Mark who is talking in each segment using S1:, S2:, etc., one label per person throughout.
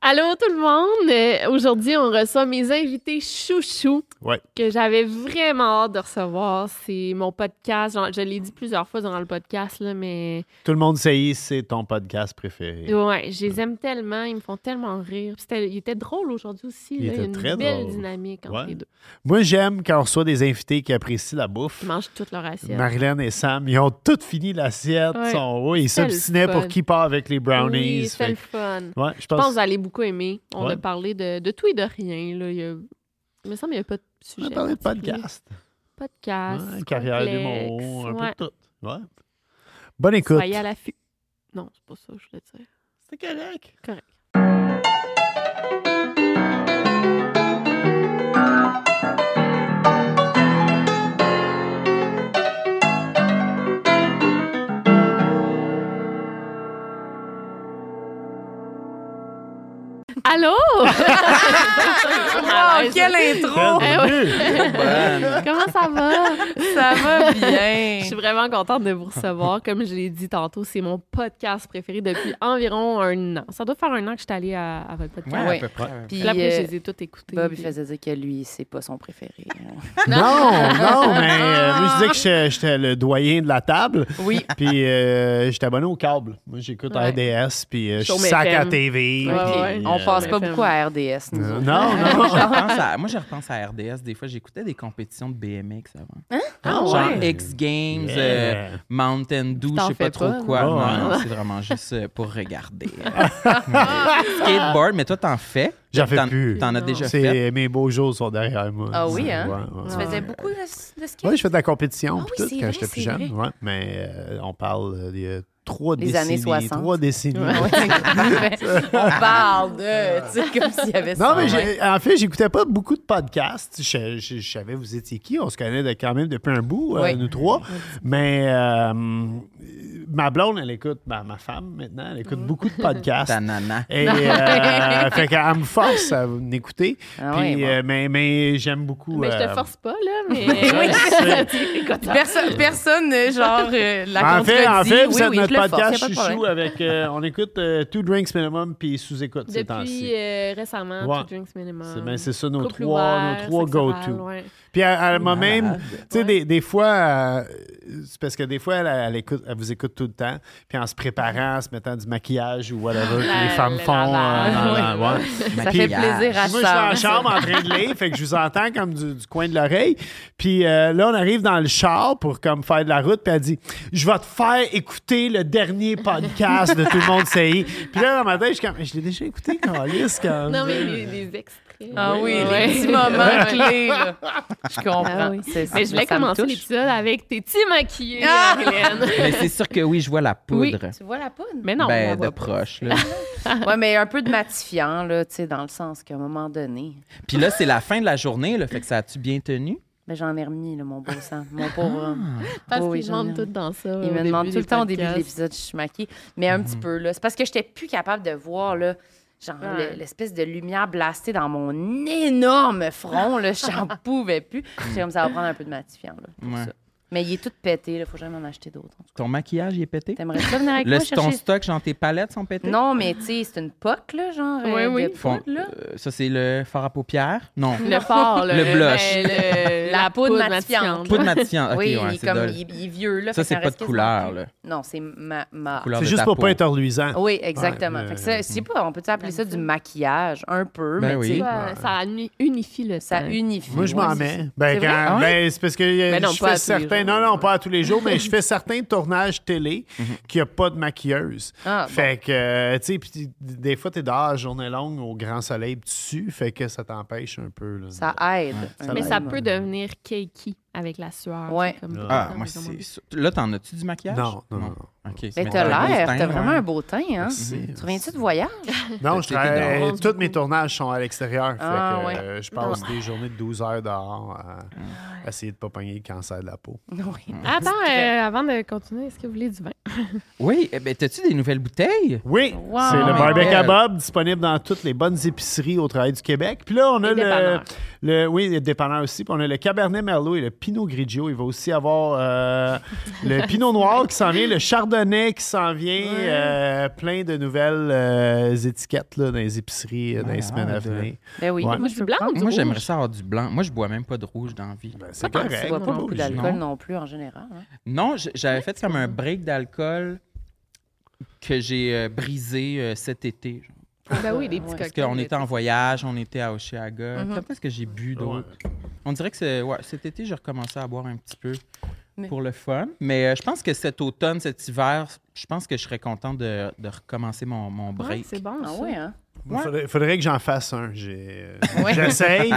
S1: Allô tout le monde! Euh, Aujourd'hui, on reçoit mes invités chouchous
S2: Ouais.
S1: que j'avais vraiment hâte de recevoir. C'est mon podcast. Genre, je l'ai dit plusieurs fois durant le podcast, là, mais
S2: Tout le monde sait, c'est ton podcast préféré.
S1: ouais, je
S2: Ah.
S1: les aime tellement. Ils me font tellement rire. Puis c'était- il était drôle aujourd'hui aussi. là. Il
S2: Il
S1: y a
S2: était
S1: une
S2: très
S1: belle
S2: drôle.
S1: dynamique entre
S2: Ouais.
S1: les deux.
S2: Moi, j'aime quand on reçoit des invités qui apprécient la bouffe.
S1: Ils mangent toute leur assiette.
S2: Marilyn et Sam, ils ont toutes fini l'assiette.
S1: Ouais.
S2: Sont, oui, ils
S1: C'était le
S2: s'obstinaient
S1: fun.
S2: pour qui part avec les brownies.
S1: Oui, c'était
S2: Fait
S1: le
S2: que-
S1: fun.
S2: Ouais, je
S1: Je pense que
S2: pense.
S1: vous allez beaucoup aimer. On
S2: Ouais.
S1: a parlé de, de tout et de rien. Là. Il, y a- il me semble qu'il n'y a pas de
S2: On
S1: sujet.
S2: a parlé de
S1: particulier.
S2: podcast.
S1: Podcast.
S2: Ouais, carrière d'humour, un
S1: Ah, complexe,
S2: peu de tout. Ouais. Bonne écoute.
S1: Soyez à l'affût. Non, c'est pas ça que je voulais dire.
S2: C'est correct.
S1: Correct. Allô?
S3: Wow, quelle intro!
S1: Eh
S2: Bienvenue.
S1: Comment ça va?
S3: Ça va
S1: Je suis
S3: bien.
S1: vraiment contente de vous recevoir. Comme je l'ai dit tantôt, c'est mon podcast préféré depuis environ un an. Ça doit faire un an que je suis allée à, à votre podcast.
S3: Ouais. Puis,
S1: Puis là, après,
S3: euh,
S1: je les ai toutes écoutées.
S3: Bob, il
S1: Puis-
S3: faisait dire que lui, c'est pas son préféré.
S2: Non, non, mais euh, moi, je disais que j'étais- j'étais le doyen de la table.
S3: oui.
S2: Puis euh, j'étais abonné au câble. Moi, j'écoute
S1: Ouais.
S2: RDS, puis euh, je
S1: Show
S2: suis sac à
S1: FM.
S2: TV.
S1: Ouais,
S2: puis,
S1: ouais.
S3: On
S2: euh,
S3: passe pas
S1: FM.
S3: beaucoup à RDS, nous
S2: euh,
S3: autres.
S2: non, non.
S4: Moi, je repense à, moi, je repense à RDS. Des fois, j'écoutais des compétitions de BMX avant.
S1: Ah
S4: Genre
S1: ouais?
S4: X Games,
S2: Yeah.
S4: euh, Mountain Dew,
S1: t'en
S4: je sais
S1: fais
S4: pas trop
S1: pas,
S4: quoi.
S2: non?
S4: Non,
S2: Ah,
S4: non, c'est vraiment juste euh, pour regarder.
S3: Ah.
S4: Mais- Skateboard, mais toi, t'en fais.
S2: J'en fais
S4: T'en-
S2: plus.
S4: T'en as
S1: Non.
S4: déjà
S2: C'est-
S4: fait.
S2: Mes beaux jours sont derrière moi.
S3: Ah oui,
S2: C'est-
S3: hein?
S2: ouais, ouais.
S3: Tu faisais beaucoup de, de ski?
S2: Ouais, je fais de la compétition
S3: Ah
S2: puis
S3: oui,
S2: tout,
S3: c'est
S2: quand
S3: vrai,
S2: j'étais plus
S3: c'est
S2: jeune.
S3: vrai.
S2: ouais. mais euh, on parle euh, il y a trois
S3: Les
S2: décennies.
S3: années 60.
S2: Trois décennies.
S3: Ah, ben, On parle de. Tu sais, comme s'il y avait
S2: Non,
S3: ça.
S2: mais j'ai- en fait, j'écoutais pas beaucoup de podcasts. Je, je- je savais vous étiez qui. On se connaît de- quand même depuis un bout, euh,
S3: Oui.
S2: nous trois. Mais euh, ma blonde, elle écoute, ben, ma femme maintenant, elle
S3: Mm.
S2: écoute beaucoup de podcasts.
S4: Ta nana.
S2: Et euh, fait qu'elle me force à m'écouter.
S3: Ah
S2: Puis,
S3: ouais, bon.
S2: euh, mais mais j'aime beaucoup.
S1: Mais je te
S2: euh,
S1: force pas, là, mais... Écoute,
S3: Personne, personne, euh, genre, euh, la
S2: En fait, en
S3: contredit.
S2: fait,
S3: Oui,
S2: vous êtes
S3: oui,
S2: notre
S3: je le force, y a
S2: podcast
S3: pas de
S2: chouchou
S3: problème.
S2: avec. euh, on écoute euh, Two Drinks Minimum puis Sous-écoute ces temps-ci.
S1: depuis euh, récemment,
S2: Ouais.
S1: Two Drinks Minimum.
S2: C'est ben, c'est ça nos
S1: Couple
S2: trois,
S1: ouvert,
S2: nos trois
S1: sexuel,
S2: go-to.
S1: ouais.
S2: Puis elle, elle m'a
S4: malade.
S2: même. Tu sais, des, des fois, euh, c'est parce que des fois, elle, elle écoute, elle vous écoute tout le temps. Puis en se préparant, en se mettant du maquillage ou whatever, que
S1: Ah, La-
S2: les femmes
S1: le
S2: font. euh,
S1: lavage.
S2: dans- ouais.
S3: Ça fait
S4: Maquillage.
S3: plaisir à
S2: Moi, je suis en
S3: ça.
S2: chambre en train de lire, fait que je vous entends comme du, du coin de l'oreille. Puis euh, là, on arrive dans le char pour comme faire de la route, puis elle dit « Je vais te faire écouter le dernier podcast de Tout le monde sait. » Puis là, dans ma tête, je suis comme « Je l'ai déjà écouté, Carlis, comme... »
S1: Non, mais les, les extraits.
S3: Ah oui,
S1: Ouais.
S3: les petits
S2: Ah
S3: moments clés, là. Je comprends.
S1: Ah oui.
S3: C'est-
S1: Mais je voulais
S3: ça me
S1: commencer
S3: touche.
S1: l'épisode avec T'es-tu maquillée,
S3: Ah!
S1: Marilyn?
S4: Mais c'est sûr que oui, je vois la poudre.
S3: Tu vois la poudre?
S1: Mais non, on la
S4: ben,
S1: voit
S4: de
S1: pas.
S4: proche. là.
S3: Ouais, mais un peu de matifiant, là, tu sais, dans le sens qu'à un moment donné,
S4: Puis là, c'est la fin de la journée, là, fait que ça a-tu bien tenu?
S3: ben, j'en ai remis, là, mon beau sang, mon pauvre
S2: Ah.
S3: homme.
S1: Parce
S3: Oui, oui,
S1: qu'ils
S3: j'en ai
S1: demandent tout dans ça.
S3: Il
S1: au
S3: me
S1: début
S3: demande tout
S1: des
S3: le temps au début de
S1: podcasts.
S3: l'épisode, je suis maquillée, mais un petit
S4: Mhm.
S3: peu, là. C'est parce que j'étais plus capable de voir, là, genre,
S1: Ouais.
S3: le- l'espèce de lumière blastée dans mon énorme front, là, j'en pouvais plus. J'étais comme, ça va prendre un peu de matifiant, là, pour
S4: Ouais.
S3: ça. Mais il est tout pété, là. Faut jamais en acheter d'autres. en tout
S4: Ton maquillage, il est pété?
S3: cas. T'aimerais ça venir avec
S4: Le,
S3: moi
S4: ton
S3: chercher...
S4: stock, genre tes palettes sont pétées?
S3: Non, mais tu sais, c'est une poque, là, genre.
S1: Oui,
S3: euh,
S1: oui.
S3: de
S4: Fond-
S3: poudre, là.
S4: euh, ça, c'est le fard à paupières? Non.
S1: Le fort,
S4: Le blush.
S1: ben, le-
S3: La poudre
S4: Pas
S3: matifiante.
S4: de matifiant. euh, Ok, ouais,
S3: oui, il, est
S4: c'est
S3: comme,
S4: dole.
S3: il, il est vieux, là.
S4: Ça, c'est
S3: fait que
S4: pas de
S3: reste quasiment
S4: couleur,
S3: plus.
S4: là.
S3: Non, c'est ma... ma...
S4: Couleur
S2: C'est
S4: de
S2: juste
S4: ta
S2: pour
S4: peau.
S2: pas être reluisant.
S3: Oui, exactement.
S2: Ouais,
S3: Fait que
S2: euh,
S3: ça, c'est pas, on peut appeler ça du maquillage, un peu,
S4: Ben
S3: mais
S4: oui.
S3: tu sais,
S1: Ça, ça uni- unifie le
S3: Ah. ça
S1: temps.
S3: unifie.
S2: Moi, je
S3: Ouais,
S2: m'en
S3: c'est-
S2: mets. Ben,
S3: C'est vrai?
S2: quand,
S3: Ah ouais?
S2: ben, c'est parce que euh,
S1: Ben non,
S2: je
S1: pas à tous
S2: fais
S1: les
S2: certains.
S1: jours.
S2: Non, non, pas à tous les jours, mais je fais certains tournages télé qu'il n'y a pas de maquilleuse.
S3: Ah, bon.
S2: fait que, euh, tu sais, puis t- des fois, t'es dehors, journée longue, au grand soleil, pis dessus, fait que ça t'empêche un peu. là.
S3: Ça aide. un
S1: Mais
S3: peu.
S1: ça peut devenir cakey avec la sueur.
S3: Ouais.
S1: c'est comme-
S4: Ah,
S1: comme-
S4: moi, c'est ça. Là, t'en as-tu du maquillage?
S2: Non, non, non.
S4: OK.
S3: Mais
S4: Mais
S3: t'as
S4: un beau
S3: l'air,
S4: teint,
S3: t'as vraiment
S4: ouais.
S3: un beau teint, hein? Tu reviens-tu de voyage?
S2: Non, je
S4: T'es dehors.
S2: travaille.
S1: Bronze
S2: Tous mes tournages sont à l'extérieur. fait
S3: Ah,
S2: que,
S3: ouais.
S2: euh, je passe des journées de 12 heures dehors à, à essayer de pas pogner le cancer de la peau.
S3: Oui. Ah,
S1: Attends, euh, avant de continuer, est-ce que vous voulez du vin?
S4: Oui, eh ben, t'as-tu des nouvelles bouteilles?
S2: Oui,
S3: Wow.
S2: c'est
S4: Oh
S2: le
S4: my
S2: barbecue
S4: God.
S2: à Bob disponible dans toutes les bonnes épiceries au travail du Québec. Puis là, on a
S1: Et
S2: le,
S1: dépanneurs.
S2: le- Oui, les dépanneurs aussi. Puis on a le Cabernet Merlot et le Pinot Grigio. Il va aussi avoir euh, le Pinot Noir qui s'en vient, le Chardonnay qui s'en vient. euh, plein de nouvelles euh, étiquettes là, dans les épiceries euh, dans les
S4: Ouais,
S2: semaines à
S4: hâte.
S2: venir.
S3: Ben oui.
S2: Ouais.
S3: Moi, je
S1: Du
S3: peux
S1: blanc
S3: prendre.
S1: ou du
S4: Ah, Moi,
S1: rouge?
S4: j'aimerais ça avoir du blanc. Moi, je bois même pas de rouge dans la vie.
S2: Ben, c'est
S1: pense que
S2: correct.
S1: tu
S3: bois pas beaucoup
S2: obligé.
S3: d'alcool
S4: non.
S3: non. plus en général. hein.
S4: Non, j- j'avais fait comme un break d'alcool que j'ai euh, brisé euh, cet été. genre.
S1: Ben oui, des petits
S3: Ouais.
S1: cocktails.
S4: Parce qu'on était en voyage, on était à Oshiaga.
S1: Mhm.
S4: Quand est-ce que j'ai bu d'eau? On dirait que c'est- ouais, cet été, j'ai recommencé à boire un petit peu
S3: Mais-
S4: pour le fun. Mais euh, je pense que cet automne, cet hiver, je pense que je serais content de, de recommencer mon, mon
S1: Ouais,
S4: break.
S1: c'est bon,
S3: Ah
S1: ça.
S3: ouais, hein?
S2: Il faudrait, faudrait que j'en fasse un. J'ai- euh,
S3: Ouais.
S2: J'essaye.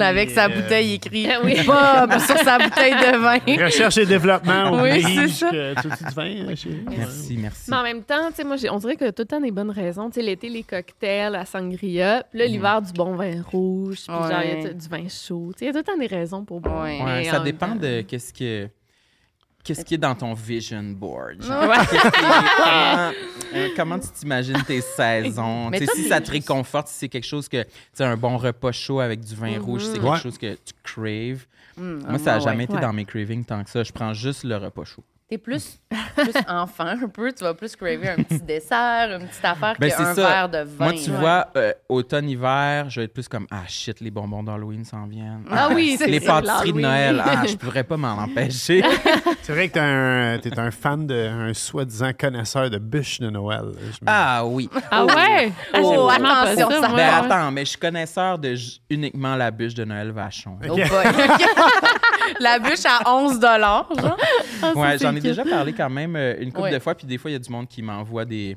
S3: Avec sa
S2: Et, euh,
S3: bouteille écrite
S1: Ah oui.
S3: Bob sur sa bouteille de vin.
S2: Recherche et développement. on
S3: Oui,
S2: exige
S3: c'est ça.
S2: que- Tu veux-tu du vin, euh, chérie?
S4: Merci, merci.
S1: Mais en même temps, tu sais, moi, j'ai- on dirait que tout le temps des bonnes raisons. Tu sais, l'été, les cocktails, la sangria. Puis là, l'hiver, du bon vin rouge. Puis genre, il y a
S3: Mm. Ouais.
S1: tout- du vin chaud. Tu sais, il y a tout le temps des raisons pour boire.
S3: Ouais.
S4: Ouais,
S1: Mais
S4: ça
S1: en
S4: dépend
S1: même temps-
S4: de qu'est-ce que qu'est-ce qui est dans ton vision board. genre.
S3: Ouais.
S4: Qu'est-ce qui est- comment, euh, comment tu t'imagines tes saisons?
S3: Mais
S4: Tu sais,
S3: toi,
S4: si
S3: t'es-
S4: ça te réconforte, si c'est quelque chose que. Tu sais, un bon repas chaud avec du vin rouge, c'est quelque
S2: Ouais.
S4: chose que tu craves.
S3: Hum,
S4: Moi, ça n'a
S3: ouais.
S4: jamais été
S1: Ouais.
S4: dans mes cravings tant que ça. Je prends juste le repas chaud.
S3: T'es plus, plus enfant un peu, tu vas plus craver un petit dessert, une petite affaire
S4: Ben,
S3: qu'un
S4: c'est ça.
S3: verre de vin.
S4: Moi, tu
S3: là.
S4: vois, euh, automne-hiver, je vais être plus comme Ah shit, les bonbons d'Halloween s'en viennent.
S3: Ah oui, c'est
S4: Les
S3: ça,
S4: pâtisseries de
S1: l'Halloween.
S4: Noël, ah, je pourrais pas m'en empêcher.
S2: C'est vrai que t'es un, t'es un fan de un soi-disant connaisseur de bûches de Noël. là, je me-
S4: Ah oui.
S1: Ah ouais? Ah, j'aime
S3: Oh,
S1: vraiment pas
S3: attention, ça
S1: moi.
S4: Ben
S3: Ah
S4: attends, mais je suis connaisseur de j- uniquement la bûche de Noël Vachon.
S3: Oh boy. La bûche à 11 dollars, genre.
S4: ouais, j'en ai déjà parlé quand même euh, une couple
S3: Ouais.
S4: de fois, puis des fois il y a du monde qui m'envoie des,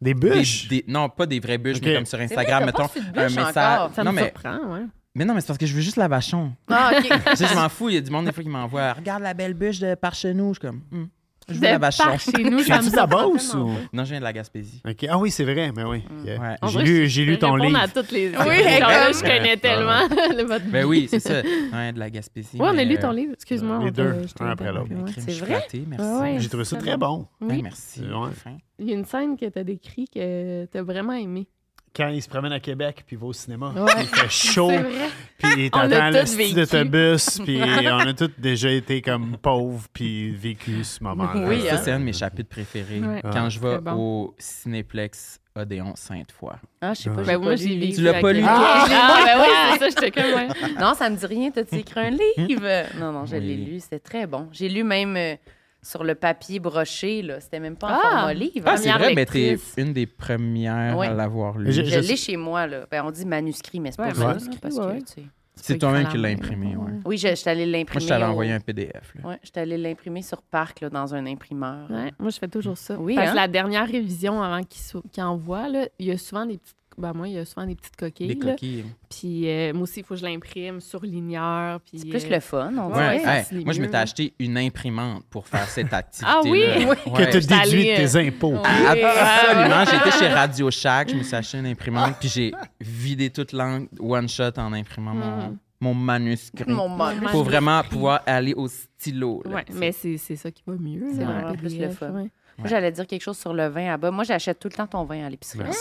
S2: Des
S4: des-
S2: bûches?
S4: des- non pas des vraies bûches,
S2: Ok.
S4: mais comme sur
S3: vrai,
S4: Instagram,
S3: t'as pas
S4: mettons
S3: reçu de
S4: un
S3: bûche
S4: message.
S3: encore.
S1: Ça
S4: non
S1: me
S4: mais
S1: surprend, ouais.
S4: mais non mais c'est parce que je veux juste la Vachon.
S3: Ah, OK.
S4: Tu sais, je m'en fous, il y a du monde des fois qui m'envoie regarde la belle bûche de par chez nous, je suis comme Hum, je veux
S1: De
S4: la Vachon.
S1: par chez nous, ça me
S2: Viens-tu de la
S1: surprend
S2: Beauce
S1: tellement.
S2: ou-
S4: Non, je viens de la Gaspésie.
S2: Ok. Ah oui, c'est vrai, mais oui. Yeah.
S4: Ouais.
S1: En
S2: J'ai
S1: vrai,
S2: lu,
S1: je-
S2: j'ai
S1: je
S2: lu ton
S1: réponds
S2: livre.
S1: à toutes les
S3: Oui,
S1: Genre, là, je
S3: comme-
S1: connais tellement le vote.
S4: Ben oui, c'est ça. Ouais, de la Gaspésie.
S1: Ouais, on a
S4: mais,
S1: lu
S4: euh,
S1: ton livre. Excuse-moi. on
S2: les
S1: t'a-
S2: deux,
S1: je t'ai
S2: un après l'autre.
S1: interrompu, ouais.
S4: crème,
S3: C'est
S4: je suis
S3: vrai?
S4: flattée, merci.
S1: Ouais,
S2: J'ai trouvé ça très bon.
S4: Ben,
S1: Oui.
S4: merci.
S2: Ouais.
S4: Fin.
S1: Il y a une scène que t'as décrit que t'as vraiment aimée.
S2: Quand il se promène à Québec, puis il va au cinéma, il fait chaud,
S1: C'est vrai.
S2: puis il
S3: On
S2: t'attend
S3: l'a
S2: le
S3: tous
S2: style
S3: vécu.
S2: d'autobus, puis on a tous déjà été comme pauvres, puis vécu ce moment-là.
S3: Oui,
S4: Ça,
S3: hein.
S4: c'est un de mes chapitres préférés.
S1: Ouais.
S4: Quand je vais
S1: Très bon.
S4: au Cinéplex Odéon Sainte-Foy.
S3: Ah, je sais pas.
S1: Ben moi, j'ai
S3: lu.
S1: vécu
S4: Tu l'as
S1: à
S4: pas lu,
S1: quel-
S4: toi?
S1: Ah, ben oui, c'est ça, j'étais comme... ouais.
S3: Non, ça me dit rien. T'as-tu écrit un livre? Non, non, je
S4: Oui.
S3: l'ai lu. C'était très bon. J'ai lu même euh, sur le papier broché, là. C'était même pas en
S1: Ah!
S3: format livre.
S4: Ah,
S3: hein.
S4: c'est
S1: Première
S4: vrai, mais t'es
S1: lectrice.
S4: une des premières
S3: Ouais.
S4: à l'avoir
S2: Mais
S4: lu.
S2: je-
S3: je
S2: je-
S3: l'ai chez moi, là. Ben, on dit manuscrit, mais c'est pas
S1: Ouais,
S3: vrai,
S2: manuscrit,
S3: là, parce que,
S1: ouais, ouais.
S3: tu sais.
S4: C'est
S1: peux
S4: toi-même
S1: écrire
S4: qui
S1: la
S4: l'as
S1: main.
S4: imprimé, ouais. Moi,
S3: Oui, je, je suis allée
S4: je
S3: l'imprimer.
S4: t'avais
S3: au-
S4: envoyé un PDF. là.
S3: Ouais, je suis allée l'imprimer sur Parc, là, dans un imprimeur.
S1: Ouais, moi, je fais toujours ça.
S3: Oui,
S1: Parce
S3: hein?
S1: que la dernière révision avant qu'il sou- qu'il envoie, là, il y a souvent des petites... Ben moi, il y a souvent des petites coquilles.
S4: Des
S1: là.
S4: coquilles.
S1: Puis euh, moi aussi, il faut que je l'imprime, surligneur. puis,
S3: C'est plus
S1: euh,
S3: le fun, on
S4: Ouais,
S1: Ouais,
S3: dirait.
S1: ça
S4: hey,
S1: se lit
S4: moi, je
S1: mieux,
S4: m'étais
S1: là.
S4: acheté une imprimante pour faire cette activité.
S1: oui? Oui.
S2: Que tu
S1: allée,
S2: déduis de tes
S1: euh,
S2: impôts.
S4: Absolument. J'étais chez Radio Shack, je me suis acheté une imprimante, puis j'ai vidé toute l'angle one shot en imprimant mon, mon manuscrit.
S3: Mon mari.
S4: Pour vraiment pouvoir aller au stylo. là,
S1: Ouais,
S4: tu sais.
S1: mais c'est c'est ça qui va mieux.
S3: C'est
S1: là, en
S3: vraiment plus le
S1: PDF,
S3: fun.
S1: ouais.
S3: Moi, j'allais dire quelque chose sur le vin à bas. Moi, j'achète tout le temps ton vin à l'épicerie.
S4: Oui,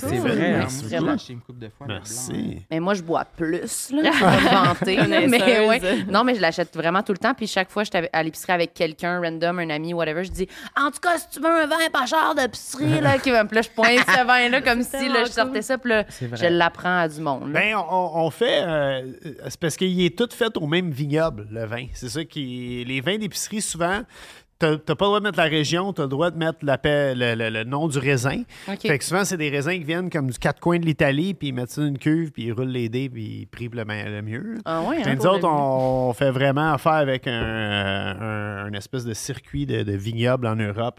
S4: c'est vrai. hein.
S2: Merci
S4: Moi, je l'ai
S2: beaucoup.
S4: acheté une couple de fois. le blanc. hein.
S2: Merci.
S3: Mais moi, je bois plus, là. Je vais me vanter, là, mais
S1: Connaisseuse.
S3: ouais. Non, mais je l'achète vraiment tout le temps. Puis chaque fois, je suis à l'épicerie avec quelqu'un, random, un ami, whatever, je dis En tout cas, si tu veux un vin pas cher d'épicerie, là, qui va me. Puis là, je pointe ce vin-là comme si là, je sortais ça. Puis là,
S4: vrai.
S3: je l'apprends à du monde. là.
S2: Ben, on- on, on fait. euh, c'est parce qu'il est tout fait au même vignoble, le vin. C'est ça qui. Les vins d'épicerie, souvent. T'as t'as pas le droit de mettre la région, t'as le droit de mettre la pa- le, le- le nom du raisin.
S3: OK.
S2: Fait que souvent, c'est des raisins qui viennent comme du quatre coins de l'Italie, puis ils mettent ça dans une cuve, puis ils roulent les dés, puis ils privent le, me- le mieux.
S3: Ah ouais, hein,
S2: Puis nous
S3: pour le
S2: autres, on, on fait vraiment affaire avec un, euh, un- un espèce de circuit de, de vignoble en Europe.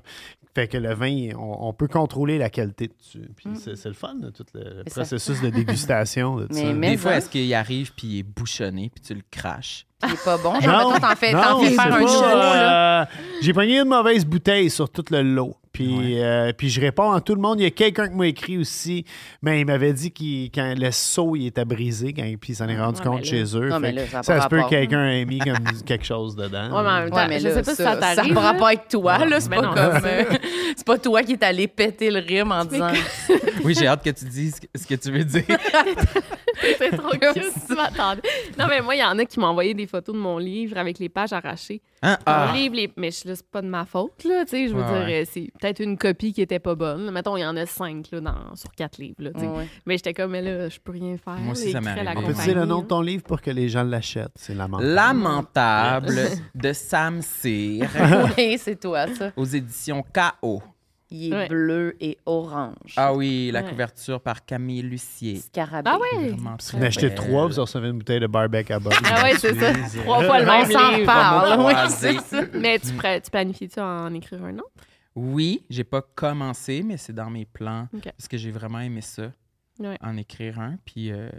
S2: Fait que le vin, on, on peut contrôler la qualité dessus. Puis c'est c'est le fun, là, tout le, le
S3: Mm. C'est ça.
S2: processus de dégustation. de tout
S3: Mais
S2: ça.
S3: même-
S4: Des fois,
S3: hein.
S4: est-ce qu'il arrive puis il est bouchonné puis tu le craches?
S3: Puis il est pas bon. Genre, mettons, t'en fais, t'en fais
S2: c'est
S3: faire un
S2: pas,
S3: show, là.
S2: euh, J'ai pogné une mauvaise bouteille sur tout le lot. Puis, euh, puis je réponds à tout le monde. Il y a quelqu'un qui m'a écrit aussi, mais il m'avait dit qu'il, quand le seau il était brisé, quand, puis il s'en est rendu
S1: Ouais,
S2: compte
S1: mais
S2: chez eux.
S3: non,
S2: Fait
S3: mais
S2: que
S3: Ah, ben là, ça a
S2: ça
S3: pas
S2: se peut que
S3: rapport.
S2: quelqu'un ait mis comme du- quelque chose dedans.
S1: Ouais, mais en même temps,
S3: Ouais, mais
S1: je
S3: là,
S1: sais pas si ça
S3: ça
S1: t'arrive. là.
S3: me prend pas avec toi, là. C'est
S1: Mais
S3: pas
S1: non,
S3: comme.
S1: c'est
S3: euh, C'est pas toi qui est allé péter le rime en disant.
S4: Oui, j'ai hâte que tu dises ce que tu veux dire.
S1: C'est trop cute, tu m'attendais. Non, mais moi, il y en a qui m'ont envoyé des photos de mon livre avec les pages arrachées.
S4: Hein?
S1: Mon
S4: Ah,
S1: livre, les- mais je- là, c'est pas de ma faute, là, tu sais, je veux
S4: Ouais,
S1: dire,
S4: ouais.
S1: euh, c'est peut-être une copie qui était pas bonne. Mettons, il y en a cinq, là, dans- sur quatre livres, là, tu sais.
S3: Ouais.
S1: Mais j'étais comme, mais là, je peux rien faire.
S4: Moi aussi,
S1: là,
S4: ça m'est
S1: écrire à la
S4: arrivé.
S2: On peut
S1: compagnie,
S2: dire le nom de
S1: là.
S2: ton livre pour que les gens l'achètent. C'est lamentable.
S4: Lamentable de Sam Cyr
S3: Oui, c'est toi, ça.
S4: aux éditions KO.
S3: Il est
S1: Ouais.
S3: bleu et orange.
S4: Ah oui, la
S1: Ouais.
S4: couverture par Camille Lucier.
S3: Scarabée.
S1: Ah ouais!
S4: Vraiment
S2: Si
S4: très
S2: vous achetez
S4: belle.
S2: trois, vous recevez une bouteille de barbecue à bord.
S1: Ah ouais, c'est ça. Trois fois le
S3: On
S1: même
S3: s'en
S1: livre.
S3: parle.
S4: Vraiment
S3: Oui,
S4: croisé.
S3: c'est ça.
S1: Mais tu, pr- tu planifies-tu à en écrire un autre?
S4: Oui, j'ai pas commencé, mais c'est dans mes plans
S1: Ok.
S4: parce que j'ai vraiment aimé ça.
S1: Ouais.
S4: En écrire un, puis euh,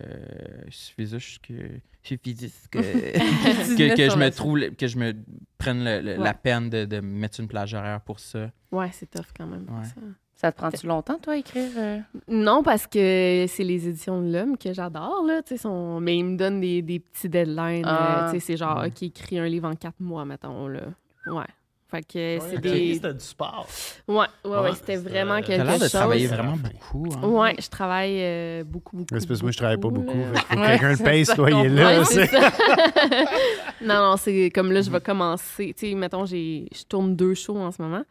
S4: il suffit juste que, il suffit juste que,
S3: Tu
S4: que,
S3: mets
S4: que
S3: sur
S4: je me
S3: le-
S4: trouve, le- que je me prenne le- le-
S1: Ouais.
S4: la peine de, de mettre une plage horaire pour ça.
S1: Ouais, c'est tough quand même.
S4: Ouais.
S1: ça.
S3: Ça te prend-tu longtemps, toi, à écrire? euh?
S1: Non, parce que c'est les éditions de l'homme que j'adore, là. tu sais, sont- Mais ils me donnent des, des petits deadlines.
S3: Ah.
S1: euh, tu sais, c'est genre, OK, écris un livre en quatre mois, mettons, là. Ouais. Fait que c'est des.
S2: C'était du sport.
S1: Ouais, ouais, ouais,
S2: Ouais,
S1: c'était
S2: c'était-
S1: vraiment
S4: T'as
S1: quelque
S4: l'air de
S1: chose.
S4: travailler vraiment beaucoup. hein.
S1: Ouais, je travaille euh, beaucoup, beaucoup.
S2: parce que moi, je travaille pas beaucoup.
S1: là.
S2: fait que faut que
S3: Ouais,
S2: quelqu'un le
S3: c'est
S2: paye,
S3: ça,
S2: toi, il est
S1: Ouais,
S2: là.
S1: Ah, c'est
S2: c'est-
S1: ça. non, non, c'est comme là, je vais commencer. Tu sais, mettons, j'ai- je tourne deux shows en ce moment.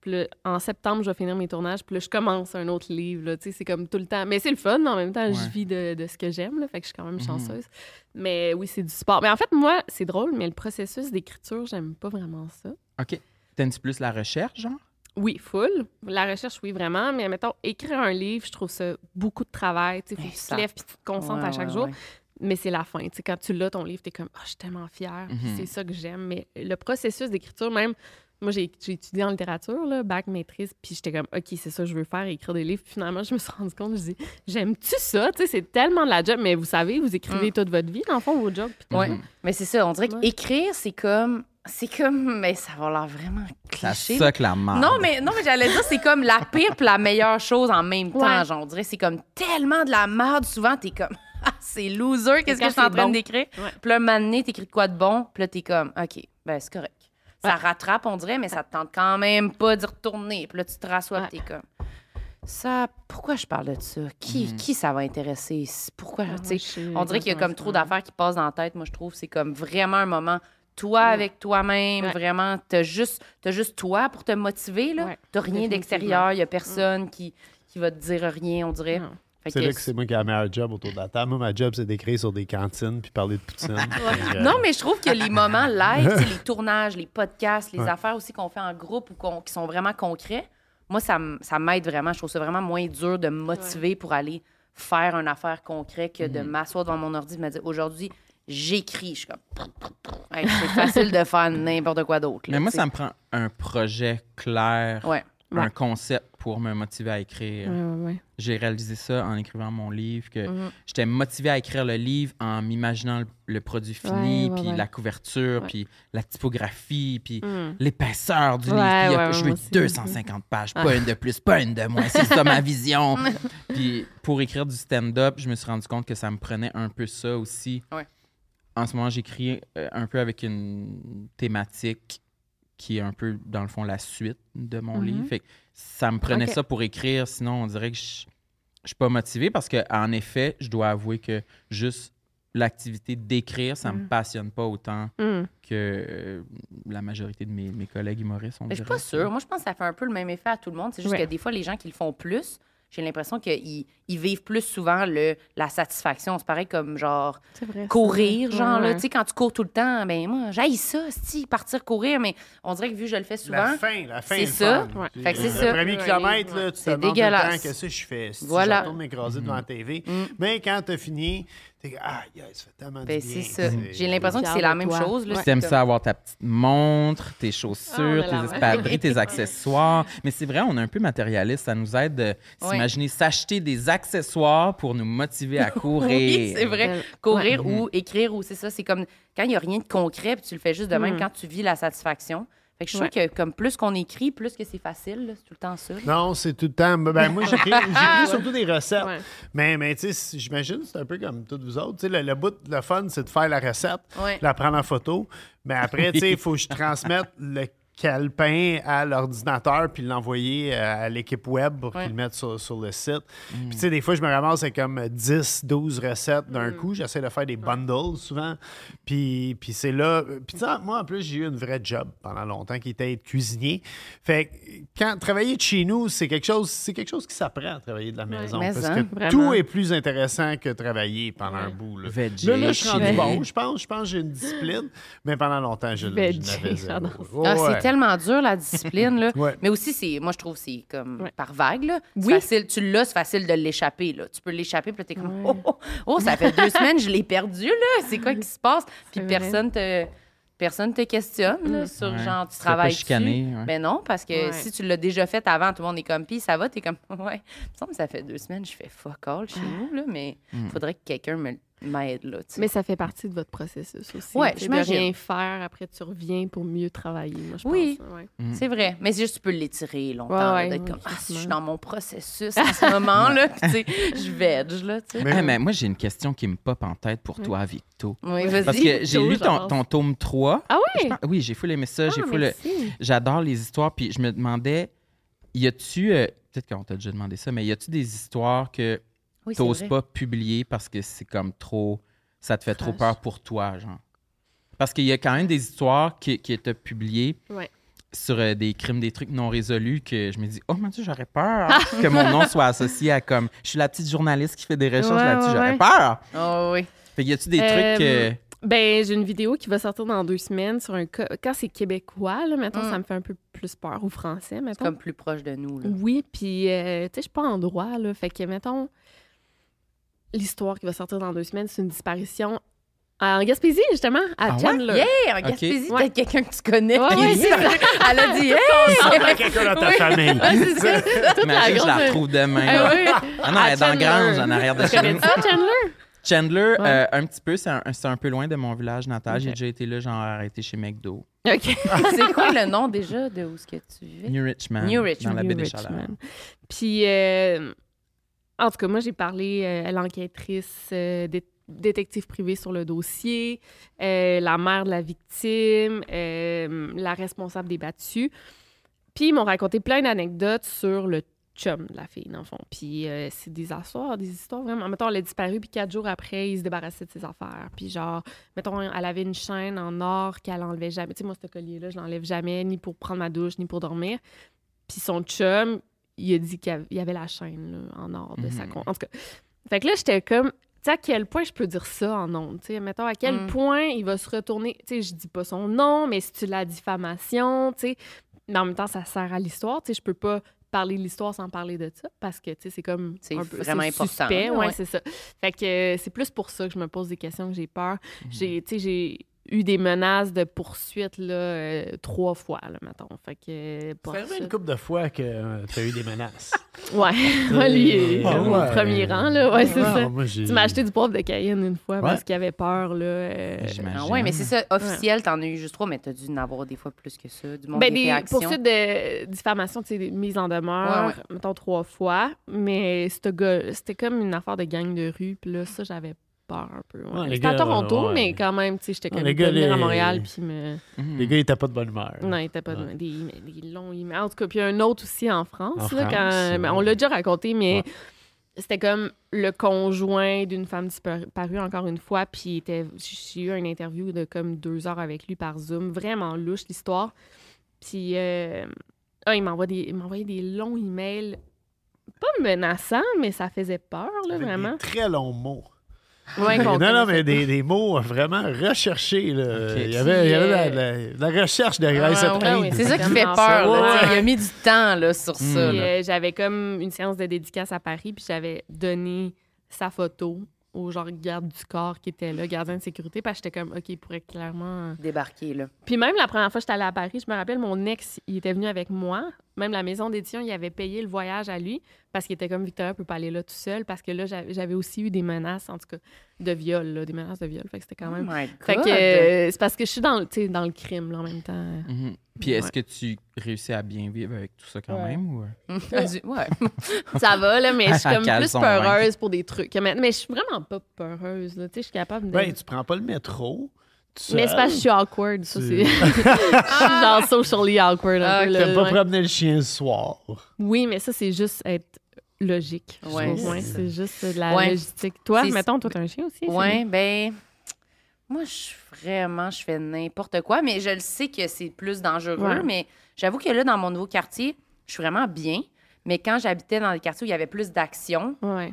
S1: Puis là, en septembre, je vais finir mes tournages. Puis là, je commence un autre livre. là. Tu sais, c'est comme tout le temps. Mais c'est le fun. En même temps, je
S4: Ouais.
S1: vis de, de ce que j'aime. là. Fait que je suis quand même chanceuse. Mais oui, c'est du sport. Mais en fait, moi, c'est drôle, mais le processus d'écriture, j'aime pas vraiment ça.
S4: OK. T'aimes-tu plus la recherche, genre?
S1: Oui, full. La recherche, oui, vraiment. Mais mettons, écrire un livre, je trouve ça beaucoup de travail. Tu sais, faut
S3: Eh,
S1: que tu te
S3: ça-
S1: lèves puis tu te concentres
S3: Ouais,
S1: Ben, à chaque
S3: ouais,
S1: jour.
S3: ouais.
S1: Mais c'est la fin. Tu sais, quand tu l'as, ton livre, t'es comme, Ah, je suis tellement fière. Puis
S4: Mhm.
S1: C'est ça que j'aime. Mais le processus d'écriture, même, moi, j'ai j'ai étudié en littérature, là, bac, maîtrise, puis j'étais comme, OK, c'est ça que je veux faire, écrire des livres. Puis finalement, je me suis rendu compte, je dis, j'aime-tu ça? Tu sais, c'est tellement de la job. Mais vous savez, vous
S3: Mm.
S1: écrivez toute votre vie, dans le fond, vos jobs. puis tout.
S3: Ouais. Mais c'est ça, on dirait
S1: Ouais.
S3: qu'écrire, c'est comme. C'est comme. Mais ça va l'air vraiment
S4: Ça
S3: cliché.
S4: soque la marde.
S3: Non, mais, non, mais j'allais dire, c'est comme la pire puis la meilleure chose en même temps.
S1: Ouais.
S3: Genre, on dirait, c'est comme tellement de la merde. Souvent, t'es comme, ah, c'est loser, qu'est-ce
S1: quand
S3: que je suis en
S1: c'est
S3: train
S1: bon.
S3: d'écrire?
S1: Ouais.
S3: Puis là, un moment donné, t'écris de quoi de bon? Puis là, t'es comme, OK, ben c'est correct.
S1: Ouais.
S3: Ça rattrape, on dirait, mais ça te tente quand même pas d'y retourner. Puis là, tu te rassois, puis t'es comme, ça, pourquoi je parle de ça? Qui, qui ça va intéresser? Pourquoi,
S1: Ah,
S3: tu
S1: moi,
S3: sais,
S1: je suis
S3: on dirait qu'il y a
S1: exactement
S3: comme
S1: ça.
S3: trop d'affaires qui passent dans la tête, moi, je trouve. C'est comme vraiment un moment, toi avec toi-même,
S1: Mm. Ouais.
S3: vraiment, t'as juste, t'as juste toi pour te motiver, là.
S1: Ouais, Mm.
S3: T'as rien d'extérieur, il y a personne qui, qui va te dire rien, on dirait.
S1: Non.
S3: Fait
S2: C'est
S3: que-
S2: là que c'est moi qui ai la meilleure job autour de la table. Moi, ma job, c'est d'écrire sur des cantines puis parler de poutine. Fait que,
S4: Euh,
S2: euh,
S3: Non, mais je trouve
S4: Ah,
S3: que les moments live, tu sais, les tournages, les podcasts, les affaires aussi qu'on fait en groupe ou qu'on- qui sont vraiment concrets, moi, ça, m- ça m'aide vraiment. Je trouve ça vraiment moins dur de me motiver pour aller faire une affaire concrète que
S4: Mm.
S3: de m'asseoir devant mon ordi et me dire aujourd'hui, j'écris. Je suis comme. Hey, c'est facile de faire n'importe quoi d'autre. là,
S4: Mais moi,
S3: tu
S4: ça me prend un projet clair,
S3: sais. Ouais.
S4: un concept pour me motiver à écrire.
S1: Ouais, ouais, ouais.
S4: J'ai réalisé ça en écrivant mon livre, que
S1: Mm-hmm.
S4: j'étais motivé à écrire le livre en m'imaginant le, le produit fini,
S1: Ouais, ouais,
S4: puis
S1: ouais.
S4: la couverture,
S1: Ouais.
S4: puis la typographie, puis
S1: Mm.
S4: l'épaisseur du
S1: Ouais,
S4: livre. Puis il y a-
S1: ouais,
S4: je
S1: ouais,
S4: veux
S1: moi aussi. Ah.
S4: 250 pages, pas une de plus, pas une de moins. C'est ça ma vision. puis pour écrire du stand-up, je me suis rendu compte que ça me prenait un peu ça aussi.
S3: Ouais.
S4: En ce moment, j'écris euh, un peu avec une thématique qui est un peu, dans le fond, la suite de mon
S3: Mm-hmm.
S4: livre. Fait que ça me prenait
S1: Ok.
S4: ça pour écrire, sinon on dirait que je je suis pas motivé parce que en effet, je dois avouer que juste l'activité d'écrire, ça
S3: Mm.
S4: me passionne pas autant
S1: Mm.
S4: que euh, la majorité de mes, mes collègues humoristes. On
S3: Mais Ben, je suis
S4: dirait.
S3: pas sûre. Moi, je pense que ça fait un peu le même effet à tout le monde. C'est juste
S1: Ouais.
S3: que des fois, les gens qui le font plus, j'ai l'impression qu'ils ils vivent plus souvent le, la satisfaction. C'est pareil comme genre
S1: C'est vrai.
S3: courir,
S1: Ouais,
S3: genre, là,
S1: ouais.
S3: tu sais, quand tu cours tout le temps, ben moi, j'aille ça, si partir courir, mais on dirait que vu que je le fais souvent,
S2: La fin, la fin.
S3: c'est
S2: est
S3: ça.
S2: fun.
S1: Ouais.
S3: Fait que c'est
S2: Le
S3: ça.
S2: premier
S1: Ouais,
S2: kilomètre,
S1: ouais.
S2: là, tu te
S3: C'est
S2: demandes tout le
S3: dégueulasse.
S2: temps qu'est-ce que je fais. Si
S3: Voilà. Mm.
S2: je retourne m'écraser devant la TV. Mais quand t'as fini, t'es comme, ah, yes, ça fait tellement
S3: Ben,
S2: du bien.
S3: c'est ça. J'ai l'impression que c'est la
S1: Fière de
S3: même
S1: toi.
S3: chose. Là,
S1: Ouais.
S3: c'est
S4: T'aimes
S3: comme- Oh
S4: ça avoir ta petite montre, tes chaussures,
S1: Ah, on a la
S4: tes
S1: même.
S4: espadrilles, tes accessoires. Mais c'est vrai, on est un peu matérialiste. Ça nous aide de
S3: Ouais.
S4: s'imaginer s'acheter des accessoires pour nous motiver à courir.
S3: Oui, c'est vrai.
S1: Euh,
S3: Courir ou écrire ou c'est ça. C'est comme quand il n'y a rien de concret, puis tu le fais juste de
S1: Mm.
S3: même quand tu vis la satisfaction. Fait que je suis sûre que comme plus qu'on écrit, plus que c'est facile. là. C'est tout le temps ça. là.
S2: Non, c'est tout le temps. Ben, moi, j'écris j'écris surtout des recettes.
S1: Ouais.
S2: Mais, mais tu sais, j'imagine que c'est un peu comme toutes vous autres. Tu sais, Le, le bout, de- le fun, c'est de faire la recette,
S3: Ouais.
S2: la prendre en photo. Mais après, tu sais, il faut que je transmette le calepin à l'ordinateur puis l'envoyer euh, à l'équipe web pour qu'ils le mettent sur, sur le site.
S4: Mm.
S2: Puis tu sais, des fois, je me ramasse avec comme 10, 12 recettes d'un
S3: Mm.
S2: coup. J'essaie de faire des bundles souvent. Puis, puis c'est là... Puis tu sais, moi, en plus, j'ai eu une vraie job pendant longtemps qui était être cuisinier. Fait que quand travailler de chez nous, c'est quelque chose, c'est quelque chose qui s'apprend à travailler de la maison.
S3: Mais
S2: parce
S3: hein,
S2: que
S1: vraiment.
S2: tout est plus intéressant que travailler pendant un bout. Là.
S4: Veggie,
S2: là, là, je suis rendu
S4: chili.
S2: bon. Je pense, je pense que j'ai une discipline, mais pendant longtemps, je, je
S1: Veggie,
S2: n'avais zéro.
S1: Ben, j'adore
S2: Oh,
S3: Ah,
S2: ouais.
S3: C'est tellement dur, la discipline. Là.
S2: Ouais.
S3: Mais aussi, c'est, moi, je trouve que c'est comme
S1: Ouais.
S3: par vague. Là. C'est
S1: Oui.
S3: Facile, tu l'as, c'est facile de l'échapper. Là. Tu peux l'échapper, puis là, t'es comme oh, oh, oh, ça fait deux semaines, je l'ai perdu. Là. C'est quoi qui se passe? Puis
S1: vrai.
S3: personne te, personne te questionne là, sur
S4: Ouais.
S3: genre, tu
S4: Tu te fais pas
S3: travailles.
S4: chicaner,
S3: dessus.
S4: ouais.
S3: Mais non, parce que
S1: Ouais.
S3: si tu l'as déjà fait avant, tout le monde est comme pis, ça va, t'es comme ouais. Il me semble que ça fait deux semaines, je fais fuck all chez
S1: Ah.
S3: nous, là, mais faudrait que quelqu'un me, m'aide. Là, tu sais.
S1: Mais ça fait partie de votre processus aussi.
S3: Ouais,
S1: tu sais,
S3: j'imagine.
S1: De rien faire, après tu reviens pour mieux travailler, moi, je
S3: Oui.
S1: pense. Ouais.
S4: Mm.
S3: C'est vrai, mais c'est juste tu peux l'étirer longtemps, là,
S1: Ouais, ouais,
S3: d'être
S1: ouais,
S3: comme ah, je
S1: effectivement.
S3: suis dans mon processus en ce moment là, puis tu sais, je veg là, tu sais.
S4: Ah, mais moi, j'ai une question qui me pop en tête pour toi, Victo.
S3: Oui, Mm. vas-y.
S4: Parce que j'ai
S1: Victo,
S4: lu
S1: je
S4: ton,
S1: pense.
S4: ton tome 3.
S1: Ah oui?
S4: Oui, j'ai full aimé ça.
S1: Ah,
S4: j'ai full, euh,
S1: merci.
S4: J'adore les histoires. Puis je me demandais, y a-tu. euh, Peut-être qu'on t'a déjà demandé ça, mais y a-tu des histoires que
S3: Oui, c'est
S4: t'oses
S3: vrai.
S4: pas publier parce que c'est comme trop. Ça te fait trop peur pour toi, genre. Parce qu'il y a quand même des histoires qui, qui étaient publiées
S1: Ouais.
S4: sur euh, des crimes, des trucs non résolus que je me dis, oh mon Dieu, j'aurais peur que mon nom soit associé à comme. Je suis la petite journaliste qui fait des recherches
S1: Ouais,
S4: là-dessus,
S1: ouais,
S4: j'aurais
S1: ouais.
S4: peur.
S3: Oh oui.
S4: Fait que y a-tu des
S1: Euh,
S4: trucs. euh,
S1: Ben, j'ai une vidéo qui va sortir dans deux semaines sur un cas. Quand c'est québécois, là, mettons, ça me fait un peu plus peur. Ou français, mettons.
S3: Comme plus proche de nous là.
S1: Oui, puis, euh, tu sais, je suis pas en droit, là. Fait que, mettons, l'histoire qui va sortir dans deux semaines, c'est une disparition en Gaspésie, justement, à
S4: Ah ouais?
S1: Chandler.
S3: Yeah, en
S4: Ok.
S3: Gaspésie,
S1: Ouais.
S3: peut-être quelqu'un que tu connais.
S1: Ouais,
S3: qui-
S1: ouais, c'est ça.
S3: Elle a dit hey!
S2: Parle à quelqu'un dans ta famille.
S3: c'est ça.
S4: Imagine, je
S1: grosse-
S4: la retrouve demain.
S1: Ah oui.
S4: Ah non, elle est dans la grange, en arrière de
S1: Tu connais
S4: chez nous.
S1: ça, Chandler?
S4: Chandler,
S1: Ouais.
S4: euh, un petit peu, c'est un, c'est un peu loin de mon village natal. J'ai
S1: Ok.
S4: déjà été là, genre arrêté chez McDo.
S1: OK.
S3: C'est quoi le nom déjà de où ce que tu vis?
S4: New Richmond.
S3: New
S4: Dans
S3: Richmond.
S4: la baie
S1: New
S4: des
S1: Richmond.
S4: Chaleurs.
S1: Puis, euh, en tout cas, moi, j'ai parlé euh, à l'enquêtrice, euh, dé- détective privée sur le dossier, euh, la mère de la victime, euh, la responsable des battus. Puis, ils m'ont raconté plein d'anecdotes sur le chum de la fille, dans le fond. Puis, euh, c'est des histoires, des histoires vraiment. Mettons, elle a disparu, puis quatre jours après, il se débarrassait de ses affaires. Puis, genre, mettons, elle avait une chaîne en or qu'elle enlevait jamais. Tu sais, moi, ce collier-là, je l'enlève jamais, ni pour prendre ma douche, ni pour dormir. Puis son chum, il a dit qu'il y avait- il y avait la chaîne là, en or de sa con. En tout cas, fait que là, j'étais comme, tu sais, à quel point je peux dire ça en ondes? Tu sais, mettons, à quel
S3: Mm.
S1: point il va se retourner. Tu sais, je dis pas son nom, mais c'est-tu de la diffamation, tu sais. Mais en même temps, ça sert à l'histoire. Tu sais, je peux pas parler de l'histoire sans parler de ça parce que, tu sais, c'est comme.
S3: C'est
S1: un peu-
S3: vraiment important,
S1: Suspect.
S3: là,
S1: Ouais,
S3: ouais.
S1: c'est ça. Fait que euh, c'est plus pour ça que je me pose des questions, que j'ai peur. J'ai, tu sais, j'ai eu des menaces de poursuite, là, euh, trois fois, là, mettons. Fait que. euh,
S2: Ça
S1: pour
S2: fait
S1: ça-
S2: une couple de fois que tu as eu des menaces.
S1: Ouais, Ouais, lui, il est
S2: Ah
S1: au
S2: ouais.
S1: premier rang, là. Ouais, c'est
S2: Ah,
S1: ça.
S2: moi, j'ai-
S1: Tu m'as acheté du poivre de Cayenne une fois parce qu'il avait peur, là. euh,
S4: J'imagine.
S3: Ah ouais, mais c'est ça, officiel, t'en as eu juste trois, mais t'as dû en avoir des fois plus que ça. Du monde
S1: Ben,
S3: des,
S1: des
S3: réactions.
S1: poursuites de diffamation, tu sais, des mises en demeure,
S3: Ouais,
S1: mettons trois fois. Mais ce gars, c'était comme une affaire de gang de rue. Puis là, ça, j'avais peur un peu. ouais.
S2: Ouais, les
S1: C'était à
S2: gars,
S1: Toronto,
S2: ouais.
S1: mais quand même, tu sais, j'étais
S2: Ouais,
S1: comme
S2: les
S1: de
S2: gars,
S1: venir à
S2: les-
S1: Montréal, puis me...
S2: Les gars, ils étaient pas de bonne humeur.
S1: Non, il n'était pas de- des, emails- des longs emails. En tout cas, puis il y a un autre aussi en France.
S2: En
S1: là,
S2: France,
S1: quand- ben,
S2: ouais.
S1: On l'a déjà raconté, mais c'était comme le conjoint d'une femme disparue encore une fois. Puis il était- j'ai eu une interview de comme deux heures avec lui par Zoom. Vraiment louche l'histoire. Puis euh, ah, il m'envoie des- il m'envoyait des longs emails. Pas menaçants, mais ça faisait peur, là,
S2: Avec
S1: vraiment.
S2: Des très longs mots.
S1: Ouais, qu'on
S2: non, non,
S1: connaissait
S2: mais
S1: pas.
S2: des, des mots vraiment recherchés. Là.
S4: Ok.
S2: Il y avait, il y avait la,
S1: Puis,
S2: la- la recherche derrière
S1: ouais,
S2: cette
S1: Ah, ouais,
S2: haine.
S1: ouais,
S3: C'est ça qui fait
S1: Exactement
S3: peur.
S1: ça.
S3: là,
S1: Ouais.
S3: tu sais. Il a mis du temps là, sur
S4: Mm.
S3: ça.
S1: Puis,
S3: là.
S1: euh, j'avais comme une séance de dédicace à Paris, puis j'avais donné sa photo au genre garde du corps qui était là, gardien de sécurité, parce que j'étais comme, OK, il pourrait clairement.
S3: Débarquer, là.
S1: Puis même la première fois que j'étais allée à Paris, je me rappelle, mon ex, il était venu avec moi. Même la maison d'édition, il avait payé le voyage à lui, parce qu'il était comme, Victoria peut pas aller là tout seul, parce que là, j'avais j'avais aussi eu des menaces, en tout cas, de viol, là, des menaces de viol. Fait que c'était quand même.
S3: Oh my
S1: fait
S3: God.
S1: que euh, c'est parce que je suis dans, le- tu sais, dans le crime, là, en même temps.
S4: Mhm. Puis est-ce
S1: Ouais.
S4: que tu réussis à bien vivre avec tout ça quand même? Ou... euh?
S3: Ah, du- ouais.
S1: Ça va, là, mais je suis
S4: À
S1: comme plus
S4: caleçon,
S1: peureuse pour des trucs. que maintenant- Mais je suis vraiment pas peureuse, là. Tu sais, je suis capable de.
S2: Ben, tu prends pas le métro. Tu
S1: mais c'est parce que je suis awkward, ça, c'est. je suis genre socially awkward, un peu, là,
S2: T'aimes pas
S1: ouais.
S2: promener le chien le soir.
S1: Oui, mais ça, c'est juste être logique. je
S3: Ouais,
S1: trouve,
S3: c'est
S1: ouais,
S3: ça.
S1: c'est juste de la
S3: Ouais.
S1: logistique. Toi,
S3: C'est-
S1: mettons, toi, t'as un chien aussi? c'est-
S3: Ouais, ben. Moi, je suis vraiment, je fais n'importe quoi, mais je le sais que c'est plus dangereux.
S1: Ouais.
S3: Mais j'avoue que là, dans mon nouveau quartier, je suis vraiment bien. Mais quand j'habitais dans des quartiers où il y avait plus d'action,
S1: Ouais.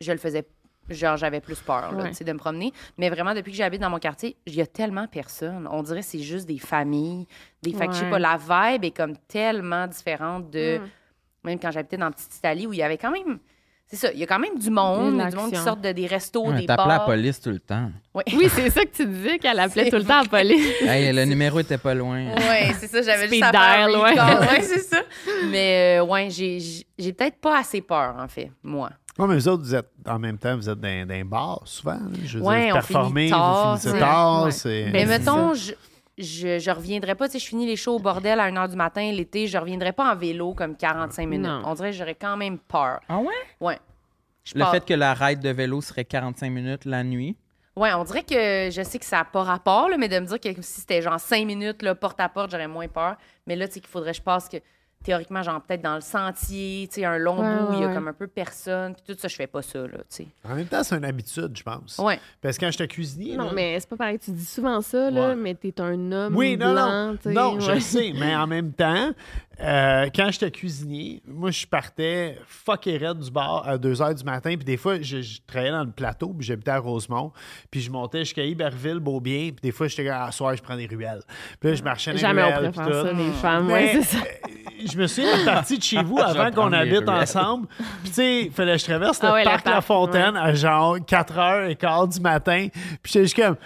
S3: je le faisais. Genre, j'avais plus peur là,
S1: Ouais.
S3: tu sais, de me promener. Mais vraiment, depuis que j'habite dans mon quartier, il y a tellement personne. On dirait que c'est juste des familles. Des... Fait que je sais
S1: Ouais.
S3: pas, la vibe est comme tellement différente de.
S1: Mm.
S3: Même quand j'habitais dans Petite Italie, où il y avait quand même. C'est ça, il y a quand même du monde, il y a du monde qui
S1: l'action.
S3: sort de des restos,
S4: Ouais,
S3: des
S4: T'appelais la
S3: bars.
S4: police tout le temps.
S3: Ouais.
S1: Oui, c'est ça que tu disais qu'elle appelait
S3: C'est
S1: tout le temps à police.
S4: Hey, le numéro était pas loin.
S3: Oui, c'est ça, j'avais
S1: Speed
S3: juste à faire
S1: dial,
S3: un
S1: ouais.
S3: recall. Ouais, c'est ça. Mais euh, ouais, j'ai- j'ai j'ai peut-être pas assez peur, en fait, moi.
S2: Non, mais vous autres, vous êtes, en même temps, vous êtes dans, dans un bar souvent. là. Je veux
S3: Ouais,
S2: dire,
S3: on
S2: vous performez,
S3: finit tard,
S2: vous finissez
S3: ouais.
S2: tard.
S1: Ouais.
S2: C'est...
S3: Mais
S1: Ben, c'est
S3: mettons, je, je, je reviendrai pas, tu sais, je finis les shows au bordel à 1h du matin l'été, je reviendrai pas en vélo comme 45 minutes.
S1: Non.
S3: On dirait que j'aurais quand même peur.
S4: Ah ouais?
S3: Ouais. Je
S4: Le
S3: pars-
S4: fait que la ride de vélo serait 45 minutes la nuit.
S3: Ouais, on dirait que je sais que ça n'a pas rapport, là, mais de me dire que si c'était genre 5 minutes, là, porte à porte, j'aurais moins peur. Mais là, tu sais, qu'il faudrait que je passe que théoriquement, genre peut-être dans le sentier, tu sais, un long
S1: Ouais,
S3: bout, il y a
S1: ouais,
S3: comme un peu personne, puis tout ça, je fais pas ça, là, tu sais.
S2: En même temps, c'est une habitude, je pense.
S3: Ouais.
S2: Parce que quand j'étais cuisinier.
S1: Non,
S2: là-
S1: mais c'est pas pareil. Tu dis souvent ça, là,
S2: Ouais.
S1: mais t'es un homme.
S2: Oui, non,
S1: blanc,
S2: non.
S1: tu sais,
S2: Non, je
S1: ouais.
S2: le sais. Mais en même temps, euh, quand j'étais cuisinier, moi, je partais fuck et raide du bar à 2 h du matin. Puis des fois, je, je travaillais dans le plateau, puis j'habitais à Rosemont. Puis je montais jusqu'à Iberville, Beaubien. Puis des fois, j'étais comme, à soir, je prends des ruelles. Puis là, je marchais dans les
S1: Jamais on
S2: ruelles,
S1: pourrait
S2: puis
S1: faire
S2: tout.
S1: ça, les femmes.
S2: Mais,
S1: Ouais, c'est ça.
S2: euh, je me souviens d'une partie de chez vous avant qu'on
S4: prendre les
S2: habite
S4: ruelles.
S2: ensemble. Puis tu sais, fallait que je traverse le
S1: Ah ouais, le
S2: parc
S1: parc,
S2: La Fontaine à genre 4h15 du matin. Puis j'étais juste comme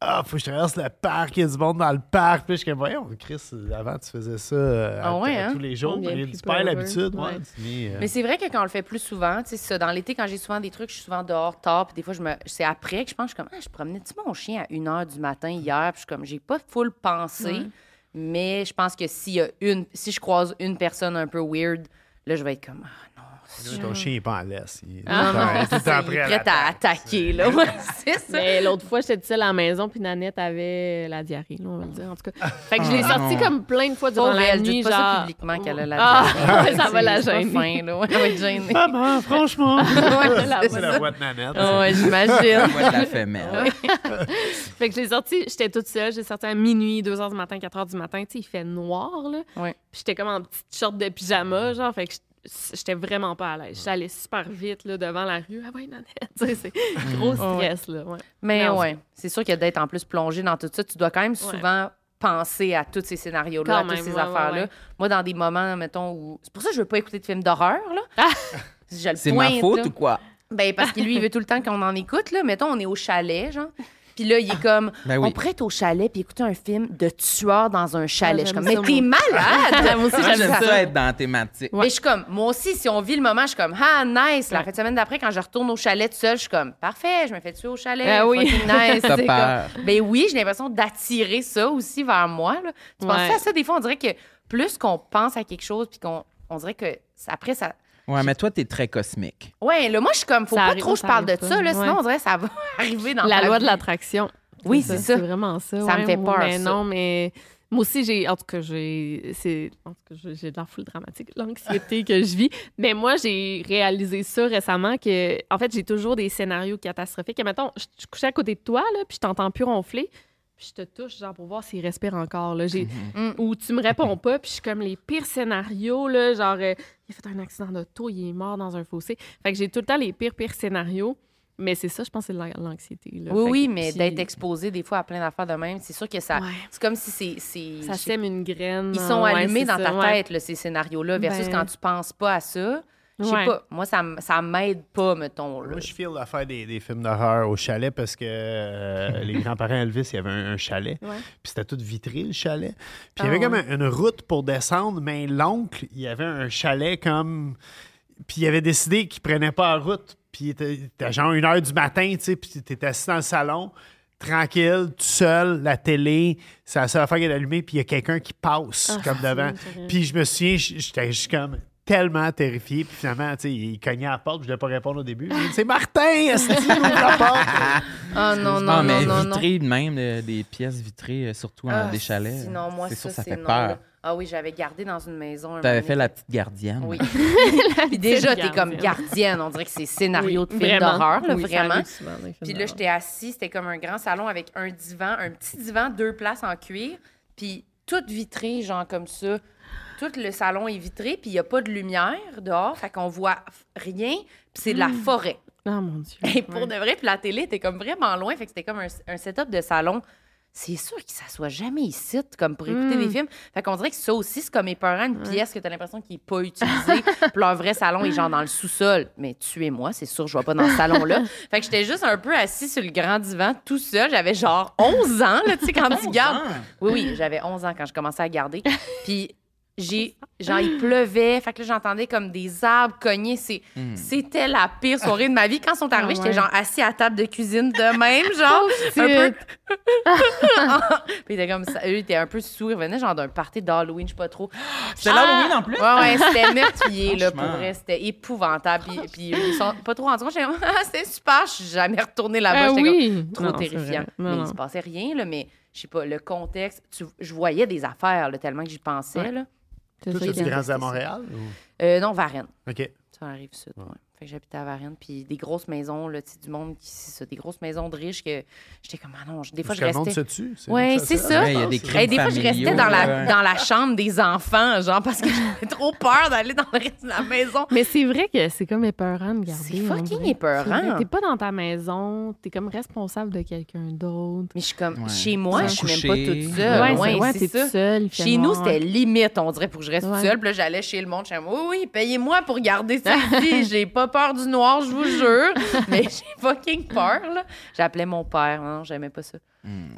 S2: Ah, faut que je traverse le parc, il y a du monde dans le parc. Puis je suis comme Voyons, Chris, avant tu faisais ça euh, à-
S3: Ah ouais,
S2: à
S3: hein?
S2: tous les jours.
S1: On devient
S2: mais
S1: plus
S2: Tu perds
S1: peureux.
S2: l'habitude, ouais.
S1: Ouais.
S2: tu dis, euh,
S3: Mais c'est vrai que quand on le fait plus souvent, tu sais, ça, dans l'été, quand j'ai souvent des trucs, je suis souvent dehors tard, puis des fois, je me, c'est après que je pense, je suis comme, ah, je promenais-tu mon chien à 1h du matin hier, puis je suis comme, j'ai pas full pensé, mais je pense que s'il y a une, si je croise une personne un peu weird, là, je vais être comme, ah non, c'est
S2: ton chien n'est pas en laisse. Il est
S3: ah, non,
S2: il est tout le
S3: c'est-
S2: temps
S3: il
S2: prêt
S3: est
S2: à la
S3: prêt à attaquer, là, ouais, c'est ça.
S1: Mais l'autre fois, j'étais toute seule à la maison, puis Nanette avait la diarrhée, là, on va le dire, en tout cas. Fait que je l'ai
S4: Ah,
S1: sortie
S4: non.
S1: comme plein de fois durant
S3: Pauvre
S1: la
S3: elle,
S1: nuit,
S3: dites pas
S1: genre...
S3: ça publiquement qu'elle a la
S1: Ah, ça va la
S3: C'est pas
S1: gêner. Ah,
S3: fin, là, ouais, elle va être gênée.
S2: Maman, franchement.
S3: Ouais, c'est
S2: c'est
S3: ça.
S2: la voix de Nanette.
S3: Ah ouais, j'imagine.
S4: Voix de la femelle.
S1: Fait que je l'ai sortie, j'étais toute seule, j'ai sorti à minuit, 2 h du matin, 4 h du matin, tu sais, il fait noir, là.
S3: Ouais.
S1: Puis j'étais comme en petite short de pyjama, genre, fait que j't- j'étais vraiment pas à l'aise. J'allais super vite, là, devant la rue. Ah ouais, Nanette, tu sais, c'est gros stress, là, ouais.
S3: Mais
S1: Mais on-
S3: ouais, c'est sûr que d'être en plus plongé dans tout ça, tu dois quand même souvent penser à tous ces scénarios-là,
S1: Quand
S3: à toutes
S1: même,
S3: ces
S1: ouais, ouais,
S3: affaires-là.
S1: ouais.
S3: Moi, dans des moments, mettons, où. C'est pour ça que je veux pas écouter de films d'horreur, là.
S1: Ah!
S3: Je le
S4: C'est ma
S3: pointe,
S4: faute
S3: là.
S4: ou quoi?
S3: Ben, parce que lui, il veut tout le temps qu'on en écoute, là. Mettons, on est au chalet, genre. Puis là, il est comme,
S4: Ben
S3: on
S4: oui.
S3: pourrait être au chalet puis écouter un film de tueur dans un chalet.
S1: Ah,
S3: je suis comme, mais
S1: j'aime ça,
S3: t'es malade! moi aussi,
S4: Moi, J'aime ça être dans la thématique.
S3: mais je suis comme, moi aussi, si on vit le moment, je suis comme, ah, nice. La fin de semaine d'après, quand je retourne au chalet tout seul, je suis comme, parfait, je me fais tuer au chalet.
S1: Ah oui.
S3: fucking nice.
S4: T'as
S3: C'est
S4: peur.
S3: comme- Ben oui, j'ai l'impression d'attirer ça aussi vers moi. là. Tu
S1: Ouais.
S3: penses à ça? Des fois, on dirait que plus qu'on pense à quelque chose, puis qu'on on dirait que ça- après, ça.
S4: Ouais, mais toi, t'es très cosmique.
S3: Ouais, là, moi, je suis comme, faut
S1: Ça
S3: pas
S1: arrive-
S3: trop que je parle de
S1: ça
S3: ça,
S1: arrive
S3: là,
S1: pas.
S3: sinon,
S1: Ouais.
S3: on dirait que ça va arriver dans
S1: La
S3: ma
S1: loi
S3: vie.
S1: de l'attraction.
S3: Oui, c'est ça.
S1: C'est vraiment ça.
S3: Ça me
S1: ouais.
S3: fait peur,
S1: Mais
S3: ça.
S1: non, mais moi aussi, j'ai. En tout cas, j'ai. c'est- En tout cas, j'ai j'ai de la foule dramatique, l'anxiété que je vis. Mais moi, j'ai réalisé ça récemment que, en fait, j'ai toujours des scénarios catastrophiques. Et mettons, je je suis couchée à côté de toi, là, puis je t'entends plus ronfler. Puis je te touche, genre, pour voir s'il respire encore. Là. J'ai- Ou tu me réponds pas, puis je suis comme les pires scénarios, là, genre, euh, il a fait un accident d'auto, il est mort dans un fossé. Fait que j'ai tout le temps les pires, pires scénarios. Mais c'est ça, je pense, c'est de la- l'anxiété. là.
S3: Oui,
S1: Fait
S3: oui,
S1: que-
S3: mais
S1: puis-
S3: d'être exposé des fois à plein d'affaires de même, c'est sûr que ça.
S1: Ouais.
S3: C'est comme si c'est- c'est.
S1: Ça
S3: je sais
S1: sème une graine.
S3: Ils sont
S1: ouais,
S3: allumés
S1: c'est
S3: dans
S1: ça,
S3: ta
S1: ouais.
S3: tête, là, ces scénarios-là, versus
S1: Ben.
S3: quand tu penses pas à ça. Je sais
S1: Ouais.
S3: pas. Moi, ça, m- ça m'aide pas, mettons. là.
S2: Moi, je file à faire des, des films d'horreur au chalet parce que euh, les grands-parents Elvis, il y avait un, un chalet. Puis c'était tout vitré, le chalet. Puis il y avait
S1: Ah,
S2: comme un- une route pour descendre, mais l'oncle, il y avait un chalet comme. Puis il avait décidé qu'il prenait pas la route. Puis il était, il était genre une heure du matin, tu sais, puis t'étais assis dans le salon, tranquille, tout seul, la télé, c'est la seule affaire qui est allumée, puis il y a quelqu'un qui passe,
S3: Ah,
S2: comme devant. Puis je me souviens, j- j'étais juste comme tellement terrifié, puis finalement, tu sais, il cognait à la porte, puis je ne devais pas répondre au début. Il dit, C'est Martin, est-ce qu'il ouvre la porte?
S3: Ah
S4: Non,
S3: non, non,
S4: mais
S3: non, non, non.
S4: vitrées de même, euh, des pièces vitrées, euh, surtout
S3: Ah,
S4: en des chalets.
S3: Sinon, moi,
S4: c'est
S3: ça,
S4: sûr, ça
S3: c'est
S4: fait
S3: non,
S4: peur.
S3: là. Ah oui, j'avais gardé dans une maison. un
S4: T'avais
S3: moment
S4: fait
S3: donné.
S4: la petite gardienne.
S3: Oui. Puis déjà, t'es
S1: gardienne.
S3: comme gardienne. On dirait que c'est scénario de
S1: Oui,
S3: film
S1: vraiment.
S3: d'horreur, là,
S1: Oui, ça
S3: vraiment.
S1: arrive souvent, des films
S3: Puis là,
S1: d'horreur.
S3: j'étais assis, c'était comme un grand salon avec un divan, un petit divan, deux places en cuir, puis toute vitrée, genre comme ça. Tout le salon est vitré, puis il n'y a pas de lumière dehors, fait qu'on voit f- rien, puis c'est de la forêt.
S1: Ah, mon Dieu.
S3: Et pour
S1: Ouais.
S3: de vrai, puis la télé était comme vraiment loin, fait que c'était comme un, un setup de salon. C'est sûr qu'ils s'assoient jamais ici, comme pour écouter des films. Fait qu'on dirait que ça aussi, c'est comme épeurant une pièce que t'as l'impression qu'il n'est pas utilisée. puis leur vrai salon est genre dans le sous-sol. Mais tuez-moi, c'est sûr, je vois pas dans ce salon-là. fait que j'étais juste un peu assis sur le grand divan tout seul. J'avais genre 11 ans, là, tu sais, quand tu gardes. Oui, oui, j'avais 11 ans quand je commençais à garder. Puis j'ai genre il pleuvait, fait que là j'entendais comme des arbres cogner, c'est
S4: Hmm.
S3: c'était la pire soirée de ma vie. Quand ils sont arrivés,
S1: Ah ouais.
S3: j'étais genre assis à table de cuisine de même genre un peu. Puis il était comme ça, eux ils étaient un peu sourds, ils venaient genre d'un party d'Halloween, je sais pas trop. Ah!
S4: C'est l'Halloween en plus.
S3: Ouais, ouais, c'était meurtrier, là, pour
S4: Franchement.
S3: vrai. C'était épouvantable. Puis, puis ils sont pas trop rendus compte. J'étais comme, Ah, c'était super. Je suis jamais retournée là-bas.
S1: Ah
S3: J'étais
S1: oui.
S3: comme, trop
S1: Non, c'est
S3: terrifiant.
S1: vrai. Non,
S3: mais
S1: non.
S3: il se passait rien, là, mais je sais pas, le contexte. tu- je voyais des affaires, là, tellement que j'y pensais, là.
S1: C'est
S2: Toi,
S1: ça
S2: tu
S1: qui est-
S2: grandi à Montréal? ou-
S3: Euh, non, Varennes.
S2: OK.
S3: Ça arrive sud, ouais. Fait que j'habitais à Varennes, puis des grosses maisons, là, tu sais, du monde qui, c'est ça, des grosses maisons de riches que j'étais comme, ah non, je- des fois,
S2: Parce
S3: je
S2: que le monde se
S3: restais.
S2: tue.
S3: Ouais,
S2: nous,
S3: c'est ça.
S4: Ouais, il y a des crimes
S3: Hey, des fois, je restais
S4: familiaux,
S3: dans la,
S4: là.
S3: dans la chambre des enfants, genre, parce que j'avais trop peur d'aller dans le reste de la maison.
S1: Mais c'est vrai que c'est comme épeurant de garder.
S3: C'est
S1: en
S3: fucking
S1: vrai.
S3: épeurant.
S1: C'est vrai, T'es pas dans ta maison, t'es comme responsable de quelqu'un d'autre.
S3: Mais je suis comme,
S4: Ouais.
S3: chez
S4: Sans
S3: moi, je suis même
S4: coucher.
S3: pas toute seule.
S4: Ouais,
S3: Ouais,
S4: c'est-
S1: ouais,
S3: c'est
S1: t'es
S3: ça.
S1: toute seule, il fait
S3: Chez nous,
S1: noir.
S3: c'était limite, on dirait, pour que je reste
S1: Ouais.
S3: toute seule. Puis là, j'allais chez le monde, je suis comme, oui, oui, payez-moi pour garder ça ici. J'ai pas peur du noir, je vous jure. Mais j'ai fucking peur, là. J'appelais mon père, non, j'aimais pas ça.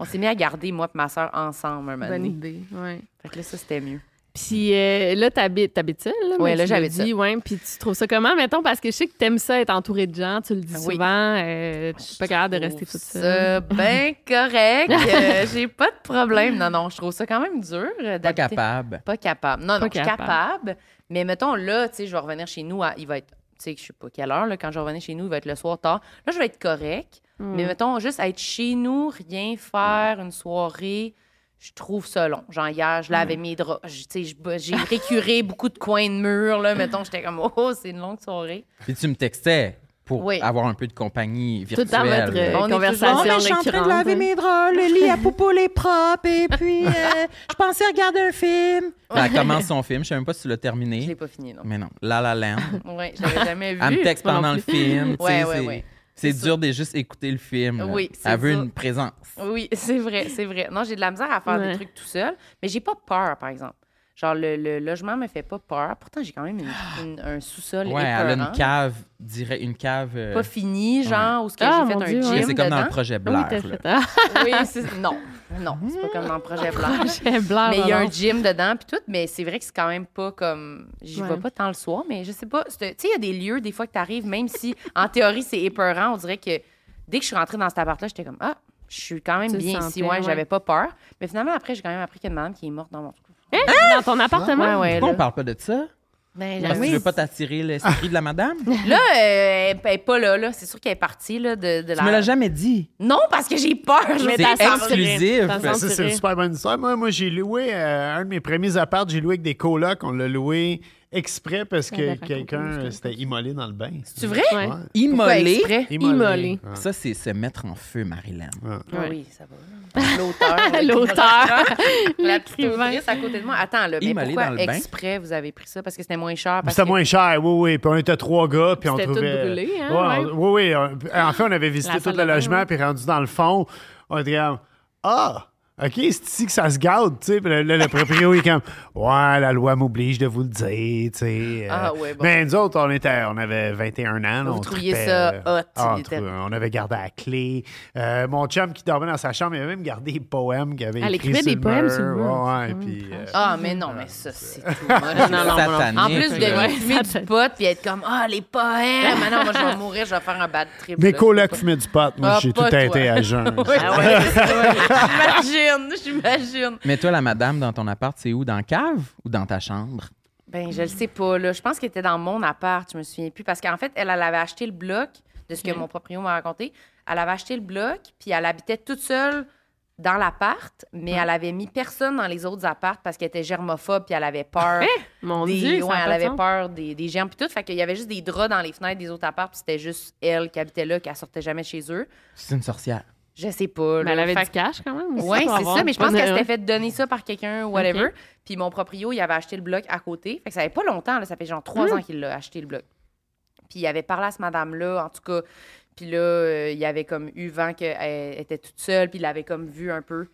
S3: On s'est mis à garder, moi et ma soeur, ensemble un moment
S1: Bonne
S3: donné.
S1: idée. Ouais.
S3: Fait que là, ça, c'était mieux.
S1: Puis euh, là, t'habites, t'habites seule. Là,
S3: Ouais,
S1: mais
S3: là,
S1: tu
S3: j'habite
S1: l'as dit, Ouais, puis tu trouves ça comment, mettons, parce que je sais que t'aimes ça être entourée de gens, tu le dis
S3: Ah Oui.
S1: souvent. euh, tu suis pas capable de rester toute seule.
S3: Ça, ben correct. Euh, j'ai pas de problème. Non, non, je trouve ça quand même dur
S4: Pas
S3: euh, d'habiter
S4: capable.
S3: Pas capable. Non,
S1: Pas
S3: non, je suis
S1: capable.
S3: capable. Mais mettons, là, tu sais, je vais revenir chez nous. à- il va être, tu sais, je sais pas quelle heure, là, quand je vais revenir chez nous, il va être le soir tard. Là, je vais être correct.
S1: Hmm.
S3: Mais mettons, juste être chez nous, rien faire, une soirée, je trouve ça long. Genre, hier, je
S1: Hmm.
S3: lavais mes draps. Je- Tu sais, je- j'ai récuré beaucoup de coins de mur, là. Mettons, j'étais comme, oh, c'est une longue soirée.
S4: Puis tu me textais pour
S3: Oui.
S4: avoir un peu de compagnie
S1: Tout
S4: virtuelle.
S1: dans votre euh,
S3: On est
S1: conversation hein.
S3: toujours- Oh, mais
S1: récurrente. ouais.
S5: draps, le lit à poupou les propres, et puis euh, je pensais regarder un film.
S4: Elle commence son film. Je sais même pas si tu l'as terminé.
S3: Je l'ai pas fini, non.
S1: Hmm.
S4: Mais non. La La Land.
S3: Ouais, je l'avais jamais vu.
S4: Elle me texte
S1: moi non
S4: pendant le
S1: plus.
S4: film. tu sais,
S3: Ouais, ouais,
S4: c'est-
S3: ouais.
S4: C'est
S3: C'est
S4: dur de juste écouter le film. là.
S3: Oui, c'est
S4: Elle veut
S3: dur.
S4: une présence.
S3: Oui, c'est vrai, c'est vrai. Non, j'ai de la misère à faire
S1: Ouais.
S3: des trucs tout seul, mais j'ai pas peur, par exemple. Genre, le, le logement me fait pas peur. Pourtant, j'ai quand même une- une- un sous-sol
S4: Ouais, elle a
S3: épeurant.
S4: une cave, dirais une cave. euh,
S3: Pas fini, genre, où ce que
S1: Ah,
S3: j'ai fait
S1: mon
S3: un
S1: Dieu, ouais.
S4: mais
S3: gym
S4: c'est comme dans
S3: dedans.
S4: le projet
S1: Oui,
S4: Blair.
S1: t'as
S4: là.
S1: fait. Ah,
S3: Oui, c'est... Non, non, c'est pas comme dans le projet Blanc.
S1: j'ai blaire.
S3: mais il y a un
S1: alors.
S3: gym dedans, puis tout. Mais c'est vrai que c'est quand même pas comme... J'y
S1: Ouais.
S3: vais pas tant le soir, mais je sais pas. c'est- Tu sais, il y a des lieux, des fois, que t'arrives, même si, en théorie, c'est épeurant, on dirait que dès que je suis rentrée dans cet appart-là, j'étais comme « Ah, je suis quand même
S1: Tu le
S3: bien ici.
S1: sentais,
S3: Ouais,
S1: ouais.
S3: j'avais pas peur. Mais finalement, après, j'ai quand même appris qu'il y a une madame qui est morte dans mon...
S1: Hein? Ah! Dans ton appartement?
S3: Ouais, ouais,
S4: Pourquoi on
S3: là.
S4: parle pas de ça?
S3: Ben,
S4: Parce que tu veux pas t'attirer l'esprit de la madame? Tu
S3: Là, euh, elle elle est pas là. là. C'est sûr qu'elle est partie là, de, de la.
S4: me l'as jamais dit.
S3: Non, parce que j'ai peur. je veux
S4: C'est
S3: dire.
S4: exclusif.
S2: Ben, ça, c'est une super bonne histoire. Moi, moi j'ai loué euh, un de mes premiers apparts, j'ai loué avec des colocs. On l'a loué exprès parce
S1: avait
S2: que
S1: raconté
S2: quelqu'un
S1: l'histoire.
S2: euh, s'était immolé dans le bain.
S3: C'est vrai?
S1: Ouais.
S3: Pourquoi
S4: Immolé.
S3: exprès?
S1: Immolé.
S2: Ouais.
S4: Ça, c'est se mettre en feu, Marilyn.
S3: Ah
S1: Ouais.
S3: oui, ça va. L'auteur. oui.
S1: L'auteur.
S3: La petite
S1: L'écrivain.
S3: autrice à côté de moi. Attends, là, mais
S4: Immolée
S3: pourquoi
S4: dans le bain.
S3: exprès vous avez pris ça? Parce que c'était moins cher. parce
S2: C'était
S3: que-
S2: moins cher, oui, oui. Puis on était trois gars, puis on
S1: C'était tout
S2: trouvait...
S1: brûlé, hein,
S2: Ouais,
S1: ouais.
S2: on- Oui, oui. on- En fait, on avait visité
S1: La
S2: tout
S1: salle
S2: le
S1: de bain,
S2: logement,
S1: ouais.
S2: puis rendu dans le fond, on était comme, ah, OK, c'est ici que ça se garde, tu sais. Puis là, le proprio, il est comme, ouais, la loi m'oblige de vous le dire, tu sais. euh.
S3: Ah, ouais, bon.
S2: Mais nous autres, on, était, on avait 21 ans.
S3: Vous
S2: on
S3: trouviez
S2: tripait,
S3: ça
S2: euh,
S3: hot,
S2: ah, on,
S3: littéralement.
S2: trouvait- on avait gardé la clé. Euh, mon chum qui dormait dans sa chambre, il avait même gardé des poèmes qu'il avait
S1: Elle
S2: écrits
S1: écrivait
S2: sur
S1: des
S2: le
S1: poèmes
S2: mur.
S1: sur le mur.
S2: Ouais,
S1: C'est
S2: puis, euh,
S3: Ah, mais non, mais ça, c'est tout. moche.
S1: Non, non, non, non.
S4: Satané.
S3: En plus
S1: Ouais,
S3: de fumer
S1: ça-
S3: du pot puis être comme Ah, les poèmes! Ah non, moi, je vais mourir, je vais faire un bad trip.
S2: Mes
S3: là.
S2: colocs fumaient du pot. Moi,
S3: Ah,
S2: j'ai tout
S3: pas toi.
S2: été à jeun.
S3: Oui, Ah c'est ça. J'imagine, j'imagine.
S4: Mais toi, la madame dans ton appart, c'est où? Dans la cave ou dans ta chambre?
S3: Ben,
S1: Mm-hmm.
S3: je le sais pas, là. Je pense qu'elle était dans mon appart, je me souviens plus. Parce qu'en fait, elle, elle avait acheté le bloc, de
S1: Mm-hmm.
S3: ce que mon proprio m'a raconté. Elle avait acheté le bloc, puis elle habitait toute seule dans l'appart, mais elle avait mis personne dans les autres apparts parce qu'elle était germophobe, puis elle avait peur.
S1: Eh, Mon
S3: des-
S1: Dieu, ça
S3: ouais,
S1: a pas
S3: elle
S1: de
S3: avait
S1: sens.
S3: peur des, des germes, puis tout. Fait qu'il y avait juste des draps dans les fenêtres des autres apparts, puis c'était juste elle qui habitait là, qu'elle sortait jamais de chez eux.
S4: C'est une sorcière.
S3: Je sais
S1: Mais
S3: pas, là.
S1: Ben, elle avait
S3: Fait
S1: du cash quand même. aussi,
S3: oui,
S1: pour
S3: c'est
S1: avoir
S3: ça, mais je pense
S1: une-
S3: qu'elle s'était fait donner ça par quelqu'un, whatever. Puis mon proprio, il avait acheté le bloc à côté. Fait que ça avait pas longtemps, là, ça fait genre
S1: Hmm.
S3: trois ans qu'il l'a acheté le bloc. Puis il avait parlé à cette madame-là, en tout cas. Puis là, euh, il avait comme eu vent qu'elle était toute seule, puis il l'avait comme vu un peu.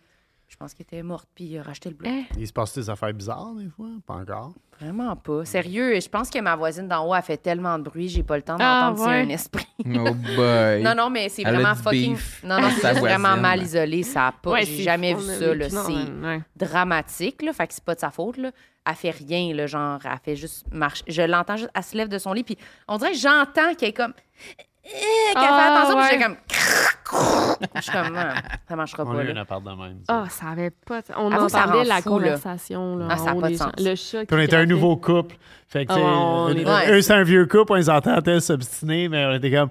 S3: Je pense qu'elle était morte, puis il a racheté le bloc.
S1: Eh.
S2: Il se passe des affaires bizarres, des fois. Pas encore.
S3: Vraiment pas. Sérieux, et je pense que ma voisine d'en haut a fait tellement de bruit, j'ai pas le temps
S1: Ah,
S3: d'entendre si
S1: ouais.
S3: un esprit.
S4: Oh boy.
S3: Non, non, mais c'est
S4: Elle a
S3: vraiment
S4: du
S3: fucking.
S4: beef
S3: Non, non,
S4: avec
S3: c'est
S4: sa
S3: juste vraiment
S4: voisine.
S3: mal isolé, ça a pas.
S1: Ouais,
S3: j'ai
S1: c'est-
S3: jamais
S1: on
S3: vu
S1: a-
S3: ça, là.
S1: non,
S3: C'est
S1: ouais.
S3: dramatique, là, fait que c'est pas de sa faute, là. Elle fait rien, là, genre, elle fait juste marcher. Je l'entends juste, elle se lève de son lit, puis on dirait que j'entends qu'elle est comme... Eh, qu'elle
S1: Ah,
S3: fait attention, puis
S1: ouais.
S3: j'ai comme... je suis comme, non, ça marchera
S2: On
S3: pas,
S2: a eu un
S3: là.
S2: appart de même. ça.
S1: Ah, ça avait pas. de- On
S3: Avoue, ça
S1: entendait
S3: rend
S1: la
S3: fou, là.
S1: conversation. Là,
S3: Ah, ça a
S1: en haut
S3: pas de
S1: des gens.
S3: sens.
S1: Le chat.
S2: Puis on
S1: qui
S2: était un
S1: grattait.
S2: nouveau couple. Fait que,
S1: Ah,
S2: tu sais,
S1: on
S2: euh,
S1: est-
S2: euh,
S3: Ouais.
S2: eux, c'est un vieux couple, on les entendait s'obstiner, mais on était comme,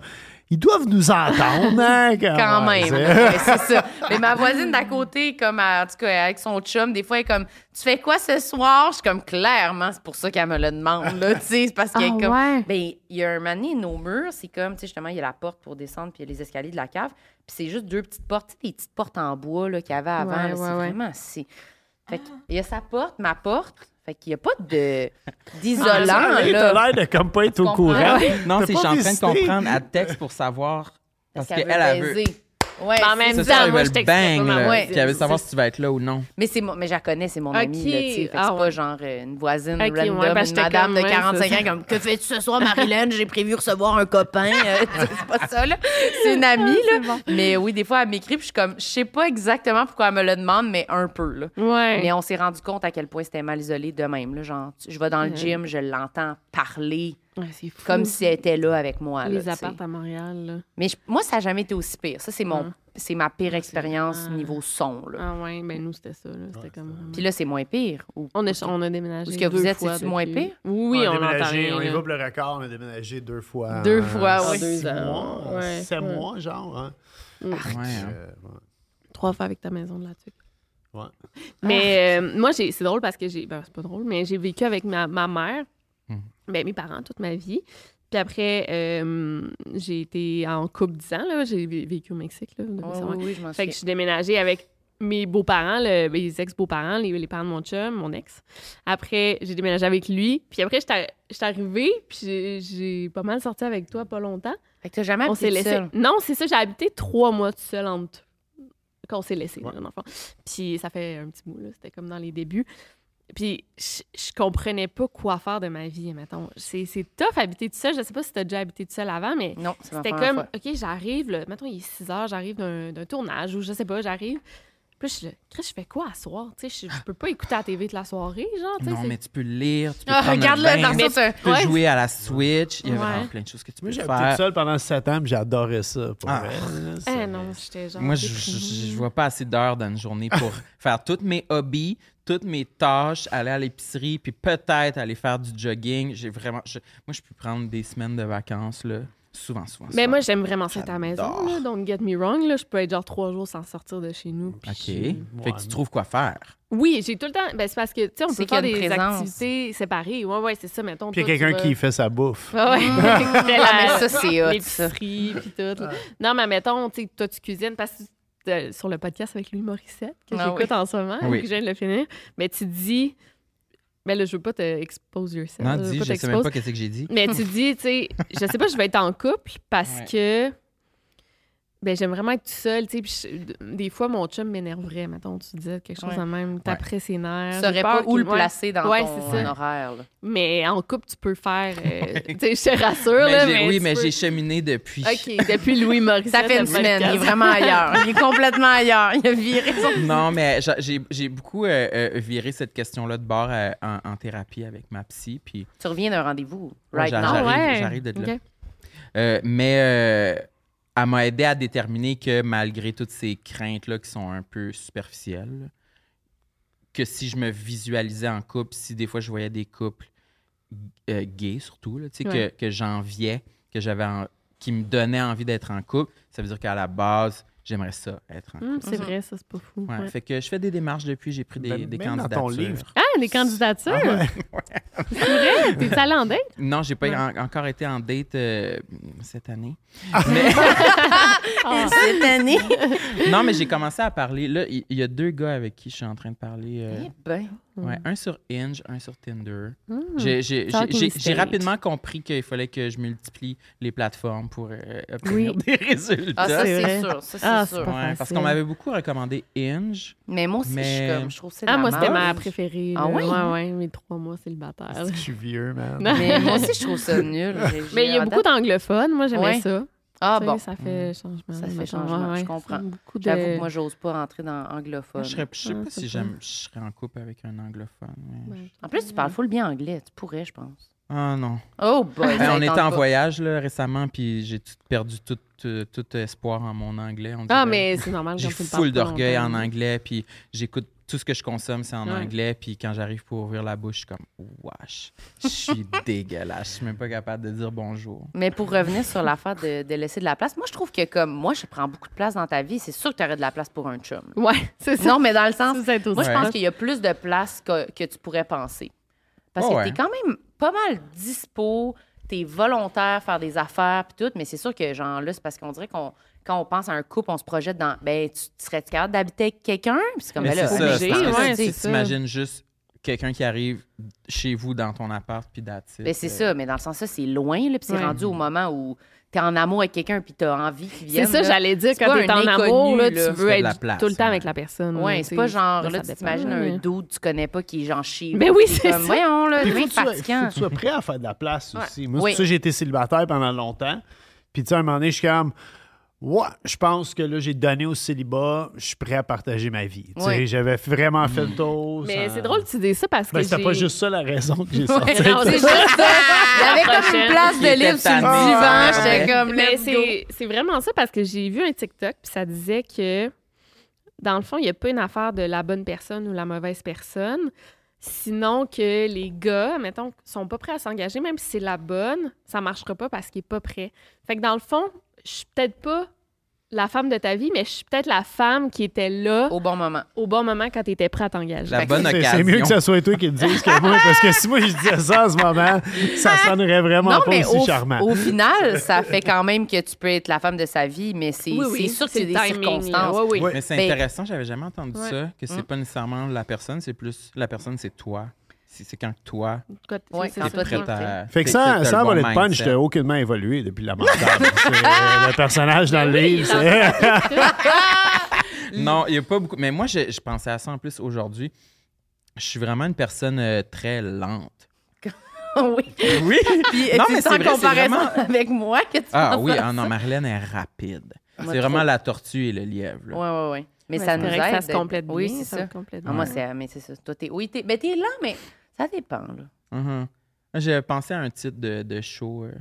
S2: ils doivent nous entendre, hein, quand,
S4: Ah,
S3: Quand
S2: ouais,
S3: même,
S2: tu sais.
S3: Ouais, c'est ça. Mais ma voisine d'à côté, comme, elle- en tout cas, avec son chum, des fois, elle est comme, tu fais quoi ce soir? Je suis comme, clairement, c'est pour ça qu'elle me le demande, là, tu sais, c'est parce qu'elle est
S1: Ah,
S3: comme...
S1: ouais.
S3: Ben, il y a un moment donné, nos murs, c'est comme, tu sais, justement, il y a la porte pour descendre, puis il y a les escaliers de la cave. Puis c'est juste deux petites portes, tu sais, des petites portes en bois là, qu'il y avait avant.
S1: Ouais,
S3: là, c'est
S1: ouais, ouais.
S3: vraiment. C'est... Fait que, il y a sa porte, ma porte. Fait qu'il n'y a pas de...
S2: Ah,
S3: d'isolant,
S2: ça, T'as
S3: là.
S2: l'air de comme pas être au
S3: comprends?
S2: courant.
S4: Non,
S2: T'as
S4: c'est
S2: pas
S4: je suis en train de
S2: visité.
S4: comprendre à texte pour savoir. Parce, qu'elle, elle veut.
S3: baiser. Ouais,
S1: Mais en
S3: c'est
S1: même
S4: C'est
S3: ça.
S4: ça,
S1: Moi,
S4: elle veut
S1: je
S4: le
S1: t'explique pas,
S4: bang,
S1: maman.
S4: là.
S3: Ouais.
S4: Puis elle veut savoir si tu vas être là ou non.
S3: Mais, c'est mon- mais je la connais, c'est mon
S1: Ok.
S3: amie. Là, tu sais. fait que
S1: Ah,
S3: c'est pas
S1: ouais.
S3: genre euh, une voisine
S1: Ok, ouais,
S3: random,
S1: parce
S3: une
S1: que j'étais
S3: madame
S1: comme,
S3: de
S1: ouais,
S3: 45
S1: c'est
S3: ans
S1: ça.
S3: comme Que fais-tu ce soir, Marilyn? J'ai prévu recevoir un copain. Euh, tu sais, c'est pas ça, là. C'est une amie,
S1: Ah,
S3: là. Mais oui, des fois, elle m'écrit, puis je suis comme Je sais pas exactement pourquoi elle me le demande, mais un peu, là.
S1: Ouais.
S3: Mais on s'est rendu compte à quel point c'était mal isolé de même. Là, genre, tu- je vais dans le gym, je l'entends parler
S1: Ouais, Ah, c'est fou.
S3: comme si elle était là avec moi. là,
S1: Les
S3: tu sais.
S1: apparts à Montréal. là.
S3: Mais je- moi, ça n'a jamais été aussi pire. Ça, c'est mon, c'est ma pire expérience niveau son. là.
S1: Ah ouais, ben nous, c'était ça. Là. C'était comme...
S3: Puis là, c'est moins pire. Ou...
S1: on, a, on a déménagé.
S3: Est-ce que vous
S1: deux
S3: êtes,
S1: fois
S3: c'est-tu moins
S1: depuis.
S3: pire?
S1: Oui,
S2: a
S1: on,
S2: déménagé,
S1: entend rien.
S2: On
S1: là.
S2: évoque le record, on a déménagé deux fois.
S1: Deux
S2: en
S1: fois,
S2: six
S1: oui. Deux ans.
S2: mois,
S1: Ouais, Mm.
S2: sept
S1: ouais.
S2: mois, genre. hein.
S4: Ouais, hein.
S2: Euh, ouais.
S1: Trois fois avec ta maison de la tuque.
S2: Ouais.
S1: Mais euh, moi, j'ai- c'est drôle parce que j'ai. Ben, c'est pas drôle, mais j'ai vécu avec ma, ma mère,
S4: Mhm.
S1: ben, mes parents, toute ma vie. Puis après, euh, j'ai été en couple 10 ans, là. J'ai vé- vécu au Mexique, là. depuis
S3: Ouais,
S1: ça, Ah ouais.
S3: oui, oui, je m'en
S1: Fait que je
S3: souviens.
S1: suis déménagée avec mes beaux-parents, le- mes ex-beaux-parents, les, les parents de mon chum, mon ex. Après, j'ai déménagé avec lui. Puis après, j'étais j'étais arrivée, puis j'ai- j'ai pas mal sorti avec toi pas longtemps.
S3: Fait que t'as jamais
S1: On s'est
S3: habité
S1: laissé.
S3: Ah, seule.
S1: Non, c'est ça, j'ai habité trois mois tout seul entre. Quand on s'est laissé,
S2: Ouais.
S1: là, dans le fond. Puis ça fait un petit bout, là. C'était comme dans les débuts. Puis je, je comprenais pas quoi faire de ma vie, mettons. C'est c'est tough habiter tout seul. Je sais pas si t'as déjà habité tout seul avant, mais
S3: Non, c'est ma
S1: c'était
S3: première
S1: comme,
S3: fois.
S1: OK, j'arrive, là, mettons, il est 6 heures, j'arrive d'un d'un tournage ou je sais pas, j'arrive. Puis là, je suis là, Chris, je fais quoi à soir? Tu sais, je, je peux pas écouter la TV de la soirée, genre. tu sais,
S4: Non,
S1: c'est-
S4: mais tu peux lire, tu peux
S3: Ah,
S4: prendre
S3: regarde-le
S4: un bain,
S3: dans
S4: tu
S3: ça,
S4: peux
S1: ouais.
S4: jouer à la Switch. Il y a
S1: Ouais.
S4: vraiment plein de choses que tu peux
S2: Moi, j'ai habité
S4: faire.
S2: seul pendant 7 ans, puis j'adorais ça. Pour
S4: Ah.
S2: vrai, là, c'est-
S1: Eh non, j'étais genre.
S4: Moi, je,
S1: déprimée.
S4: je, je vois pas assez d'heures dans une journée pour faire tous mes hobbies, toutes mes tâches, aller à l'épicerie, puis peut-être aller faire du jogging. J'ai vraiment. je- moi, je peux prendre des semaines de vacances, là, souvent, souvent.
S1: Mais
S4: souvent.
S1: moi, j'aime vraiment ça être à la
S4: J'adore.
S1: maison, là, don't get me wrong. Là, je peux être genre trois jours sans sortir de chez nous. puis je-
S4: OK. Fait que tu trouves quoi faire.
S1: Oui, j'ai tout le temps. Ben, c'est parce que, tu sais, on
S3: C'est
S1: peut
S3: qu'il y a
S1: faire
S3: une
S1: des
S3: présence.
S1: activités séparées. Ouais, ouais, c'est ça, mettons.
S2: Puis il y a
S1: toi, tu
S2: quelqu'un
S1: vas-
S2: qui fait sa bouffe.
S1: Ouais, ouais. Fais la-
S3: Ah, mais ça, c'est hot, ça.
S1: L'épicerie, puis tout. là. Non, mais mettons, tu sais, toi, tu cuisines parce que euh, sur le podcast avec Louis Morissette, que
S3: Ah
S1: j'écoute en ce moment,
S4: Oui.
S1: que je viens de le finir, mais tu dis. Mais là, je veux pas te expose yourself.
S4: Non,
S1: là, veux
S4: dis,
S1: pas
S4: je sais
S1: t'expose.
S4: même pas qu'est-ce que j'ai dit.
S1: Mais tu dis, tu sais, je sais pas, je vais être en couple parce que ben j'aime vraiment être tout seul, tu sais, puis je- des fois mon chum m'énerverait, mettons, tu disais quelque chose
S3: Ouais.
S1: de même, t'apprêtes ses nerfs.
S3: Tu
S1: j'ai
S3: saurais
S1: peur
S3: pas où
S1: qu'il-
S3: le
S1: ouais.
S3: placer dans
S1: Ouais,
S3: ton
S1: c'est ça.
S3: horaire. là.
S1: Mais en couple, tu peux faire euh, tu sais, je te rassure là,
S4: Mais j'ai- oui,
S1: tu
S4: mais
S1: peux-
S4: j'ai cheminé depuis.
S1: OK, depuis Louis Morissette.
S3: Ça fait une
S1: le
S3: semaine. Il est
S1: podcast.
S3: vraiment ailleurs. Il est complètement ailleurs. Il a viré son...
S4: Non, mais j'a- j'ai j'ai beaucoup euh, euh, viré cette question-là de bord euh, en, en thérapie avec ma psy. Puis
S3: Tu reviens d'un rendez-vous,
S4: Ouais,
S3: right
S4: j'arrive.
S3: now.
S1: Ah ouais.
S4: j'arrive de là.
S1: OK.
S4: Euh, mais euh, elle m'a aidé à déterminer que malgré toutes ces craintes-là qui sont un peu superficielles, que si je me visualisais en couple, si des fois je voyais des couples euh, gays surtout, là, tu sais,
S1: Ouais.
S4: que, que j'enviais, que j'avais en- qui me donnaient envie d'être en couple, ça veut dire qu'à la base, j'aimerais ça être en couple.
S1: Hum,
S3: Mm-hmm.
S1: c'est vrai, ça c'est pas fou.
S4: Ouais,
S1: ouais.
S4: Fait que je fais des démarches depuis, j'ai pris des,
S2: Même-
S4: des
S2: Ben, même dans
S4: candidatures.
S2: ton livre.
S1: Ah, les candidatures. C'est vrai, t'es talenté.
S4: Non, j'ai pas
S1: Ouais.
S4: en- encore été en date euh, cette année.
S1: Ah.
S3: Cette année.
S4: Non, mais j'ai commencé à parler. Là, il il y, a deux gars avec qui je suis en train de parler. euh,
S3: Eh ben,
S1: Mm.
S4: ouais, un sur Inge, un sur Tinder. J'ai- j'ai- j'ai-
S1: Talking
S4: J'ai j'ai
S1: stage.
S4: rapidement compris qu'il fallait que je multiplie les plateformes pour euh, obtenir
S1: Oui.
S4: des résultats.
S3: ah, ça,
S1: C'est
S3: c'est
S1: vrai.
S3: sûr. Ça, c'est
S1: Ah, c'est
S3: sûr.
S1: pas-
S4: Ouais, parce
S1: facile.
S4: qu'on m'avait beaucoup recommandé Inge.
S3: Mais moi aussi, je,
S4: Mais-
S3: suis comme, je trouve que c'est de
S1: Ah,
S3: la
S1: moi c'était
S3: merde.
S1: ma préférée.
S3: Ah
S1: là.
S3: oui?
S1: Ouais ouais, mes trois mois célibataires.
S2: Je suis vieux, man.
S1: Non.
S3: Mais moi aussi, je trouve ça nul. J'ai-
S1: Mais il y a
S3: en
S1: beaucoup
S3: date-
S1: d'anglophones. Moi, j'aimais
S3: Ouais.
S1: ça.
S3: Ah
S1: Tu sais,
S3: bon,
S1: Ça
S4: Mm.
S1: fait changement.
S3: Ça fait
S1: mettons.
S3: changement, je comprends.
S1: Beaucoup de...
S3: j'avoue que moi, j'ose pas rentrer dans anglophone.
S4: Moi, je serais- je sais
S1: Ah,
S4: pas
S1: c'est pas-
S4: si j'aime- je serais en couple avec un anglophone. mais-
S1: Ouais.
S3: En plus, tu parles full bien anglais. Tu pourrais, je pense.
S4: Ah non.
S3: Oh boy,
S4: Ben,
S3: ça
S4: on
S3: tente
S4: était en
S3: pas.
S4: voyage là, récemment, puis j'ai tout- perdu tout, euh, tout espoir en mon anglais. on
S1: Ah,
S4: dirait.
S1: mais c'est normal.
S4: J'ai
S1: quand tu le parles
S4: full
S1: pas
S4: d'orgueil en
S1: longtemps.
S4: anglais, puis j'écoute tout ce que je consomme, c'est en
S1: Ouais.
S4: anglais, puis quand j'arrive pour ouvrir la bouche, je suis comme wesh, je suis dégueulasse, je suis même pas capable de dire bonjour.
S3: Mais pour revenir sur l'affaire de, de laisser de la place, moi, je trouve que comme moi, je prends beaucoup de place dans ta vie. C'est sûr que tu aurais de la place pour un chum.
S1: Ouais, c'est ça.
S3: Non, mais dans le sens,
S1: Ça, c'est aussi-
S3: moi, je
S4: Ouais.
S3: pense qu'il y a plus de place que, que tu pourrais penser. Parce
S4: Oh,
S3: que
S4: ouais.
S3: t'es quand même pas mal dispo, t'es volontaire à faire des affaires puis tout, mais c'est sûr que, genre, là, c'est parce qu'on dirait qu'on. Quand on pense à un couple, on se projette dans. Ben, tu tu serais capable d'habiter avec quelqu'un? Puis c'est comme,
S4: Mais
S3: ben là,
S4: c'est ça,
S1: obligé,
S4: c'est en-
S1: ouais,
S4: tu
S1: c'est
S4: sais,
S1: ça.
S4: t'imagines juste quelqu'un qui arrive chez vous dans ton appart, puis euh, d'attitude.
S3: Ben, c'est ça, mais dans le sens, ça, c'est loin, là, puis c'est
S1: Ouais.
S3: rendu au moment où t'es en amour avec quelqu'un, puis t'as envie qu'il
S1: C'est
S3: vienne.
S1: ça,
S3: là.
S1: j'allais dire,
S3: C'est
S1: quand
S3: pas
S1: t'es
S3: un
S1: en
S3: inconnu,
S1: amour, là,
S3: là.
S1: tu
S4: Tu
S1: veux
S4: fais de
S1: être
S4: la
S1: du-
S4: place, hein.
S1: tout le temps
S4: ouais.
S1: avec la personne.
S3: Ouais,
S1: là, Ben,
S3: c'est pas genre, là,
S1: ça
S3: tu
S1: dépend,
S3: t'imagines
S1: mais-
S3: un dos que tu connais pas qui est genre chez
S1: Mais oui, c'est
S3: Comme,
S1: ça.
S3: Voyons, là,
S2: Puis
S3: c'est
S2: faut
S3: bien
S2: que tu sois- faut
S3: fatigant.
S2: que tu sois prêt à faire de la place aussi. Moi,
S3: Oui.
S2: c'est pour ça que j'ai été célibataire pendant longtemps. Puis, tu sais, à un moment donné, je suis comme, ouais, je pense que là, j'ai donné au célibat, je suis prêt à partager ma vie. Tu sais,
S3: Oui.
S2: j'avais vraiment
S4: Mm.
S2: fait le tour.
S1: Mais
S2: ça-
S1: c'est drôle que tu dis ça parce que.
S2: Ben, c'était pas
S1: j'ai-
S2: juste ça la raison que j'ai sorti.
S1: Ouais, non,
S2: avec
S1: c'est
S2: ça.
S1: juste-
S3: J'avais comme
S1: prochaine.
S3: une place
S4: Il
S3: de
S4: était
S3: libre sur le
S4: tanné, il
S1: Ah,
S3: divan.
S4: s'en
S3: J'étais
S4: allait.
S3: comme,
S1: Mais
S3: let's go.
S1: c'est c'est vraiment ça parce que j'ai vu un TikTok puis ça disait que dans le fond, il n'y a pas une affaire de la bonne personne ou la mauvaise personne, sinon que les gars, mettons, sont pas prêts à s'engager, même si c'est la bonne, ça marchera pas parce qu'il est pas prêt. Fait que dans le fond, je suis peut-être pas la femme de ta vie, mais je suis peut-être la femme qui était là
S3: Au bon moment.
S1: au bon moment quand tu étais prêt à t'engager.
S4: La
S3: Fait que
S4: bonne
S2: C'est-
S4: occasion.
S2: C'est mieux que ce soit toi qui le dises que moi, parce que si moi je disais ça en ce moment, ça
S1: Ah!
S2: sonnerait vraiment
S3: Non,
S2: pas
S3: mais
S2: aussi
S3: au,
S2: charmant.
S3: au final, ça fait quand même que tu peux être la femme de sa vie, mais c'est
S1: Oui, oui,
S3: c'est sûr que c'est
S1: le
S3: des
S1: timing, là.
S3: circonstances.
S1: Ouais, oui.
S4: Mais c'est
S3: Ben-
S4: intéressant, j'avais jamais entendu
S1: Ouais. Mm.
S4: ça, que c'est pas nécessairement la personne, c'est plus la personne, c'est toi. C'est c'est quand toi,
S1: Quand-
S3: Ouais,
S1: c'est ça.
S4: t'es
S3: quand toi, t'es
S4: prête à.
S2: Fait que
S4: t'es-
S2: sans,
S4: t'as le
S2: sans
S4: bon
S2: voler de punch,
S4: mindset.
S2: j'étais aucunement évolué depuis la mentale. C'est, euh, le personnage dans le
S1: Oui,
S2: livre,
S1: dans-
S2: c'est...
S4: Non, il n'y a pas beaucoup. Mais moi, je, je pensais à ça en plus aujourd'hui. Je suis vraiment une personne euh, très lente.
S3: oui.
S4: Oui.
S3: Puis
S4: Non, mais
S3: c'est
S4: c'est
S3: en
S4: vrai, c'est
S3: comparaison
S4: vraiment-
S3: avec moi que tu
S4: Ah
S3: penses
S4: oui,
S3: à
S4: ah
S3: ça.
S4: non, Marlène est rapide.
S3: Moi,
S4: C'est vraiment
S3: trop.
S4: la tortue et le lièvre. là.
S3: Ouais, ouais, ouais. Mais
S1: Ouais,
S3: ça
S1: c'est
S3: nous
S1: correct,
S3: aide.
S1: Ça se
S3: d'être-
S1: complète
S3: Oui,
S1: bien,
S3: c'est
S1: ça.
S3: ça.
S1: se complète
S3: Ah,
S1: bien.
S3: Moi, c'est mais c'est ça. Toi, t'es oui, t'es ben, t'es lent, mais ça dépend. Là.
S4: Mhm. J'ai pensé à un titre de, de show. euh.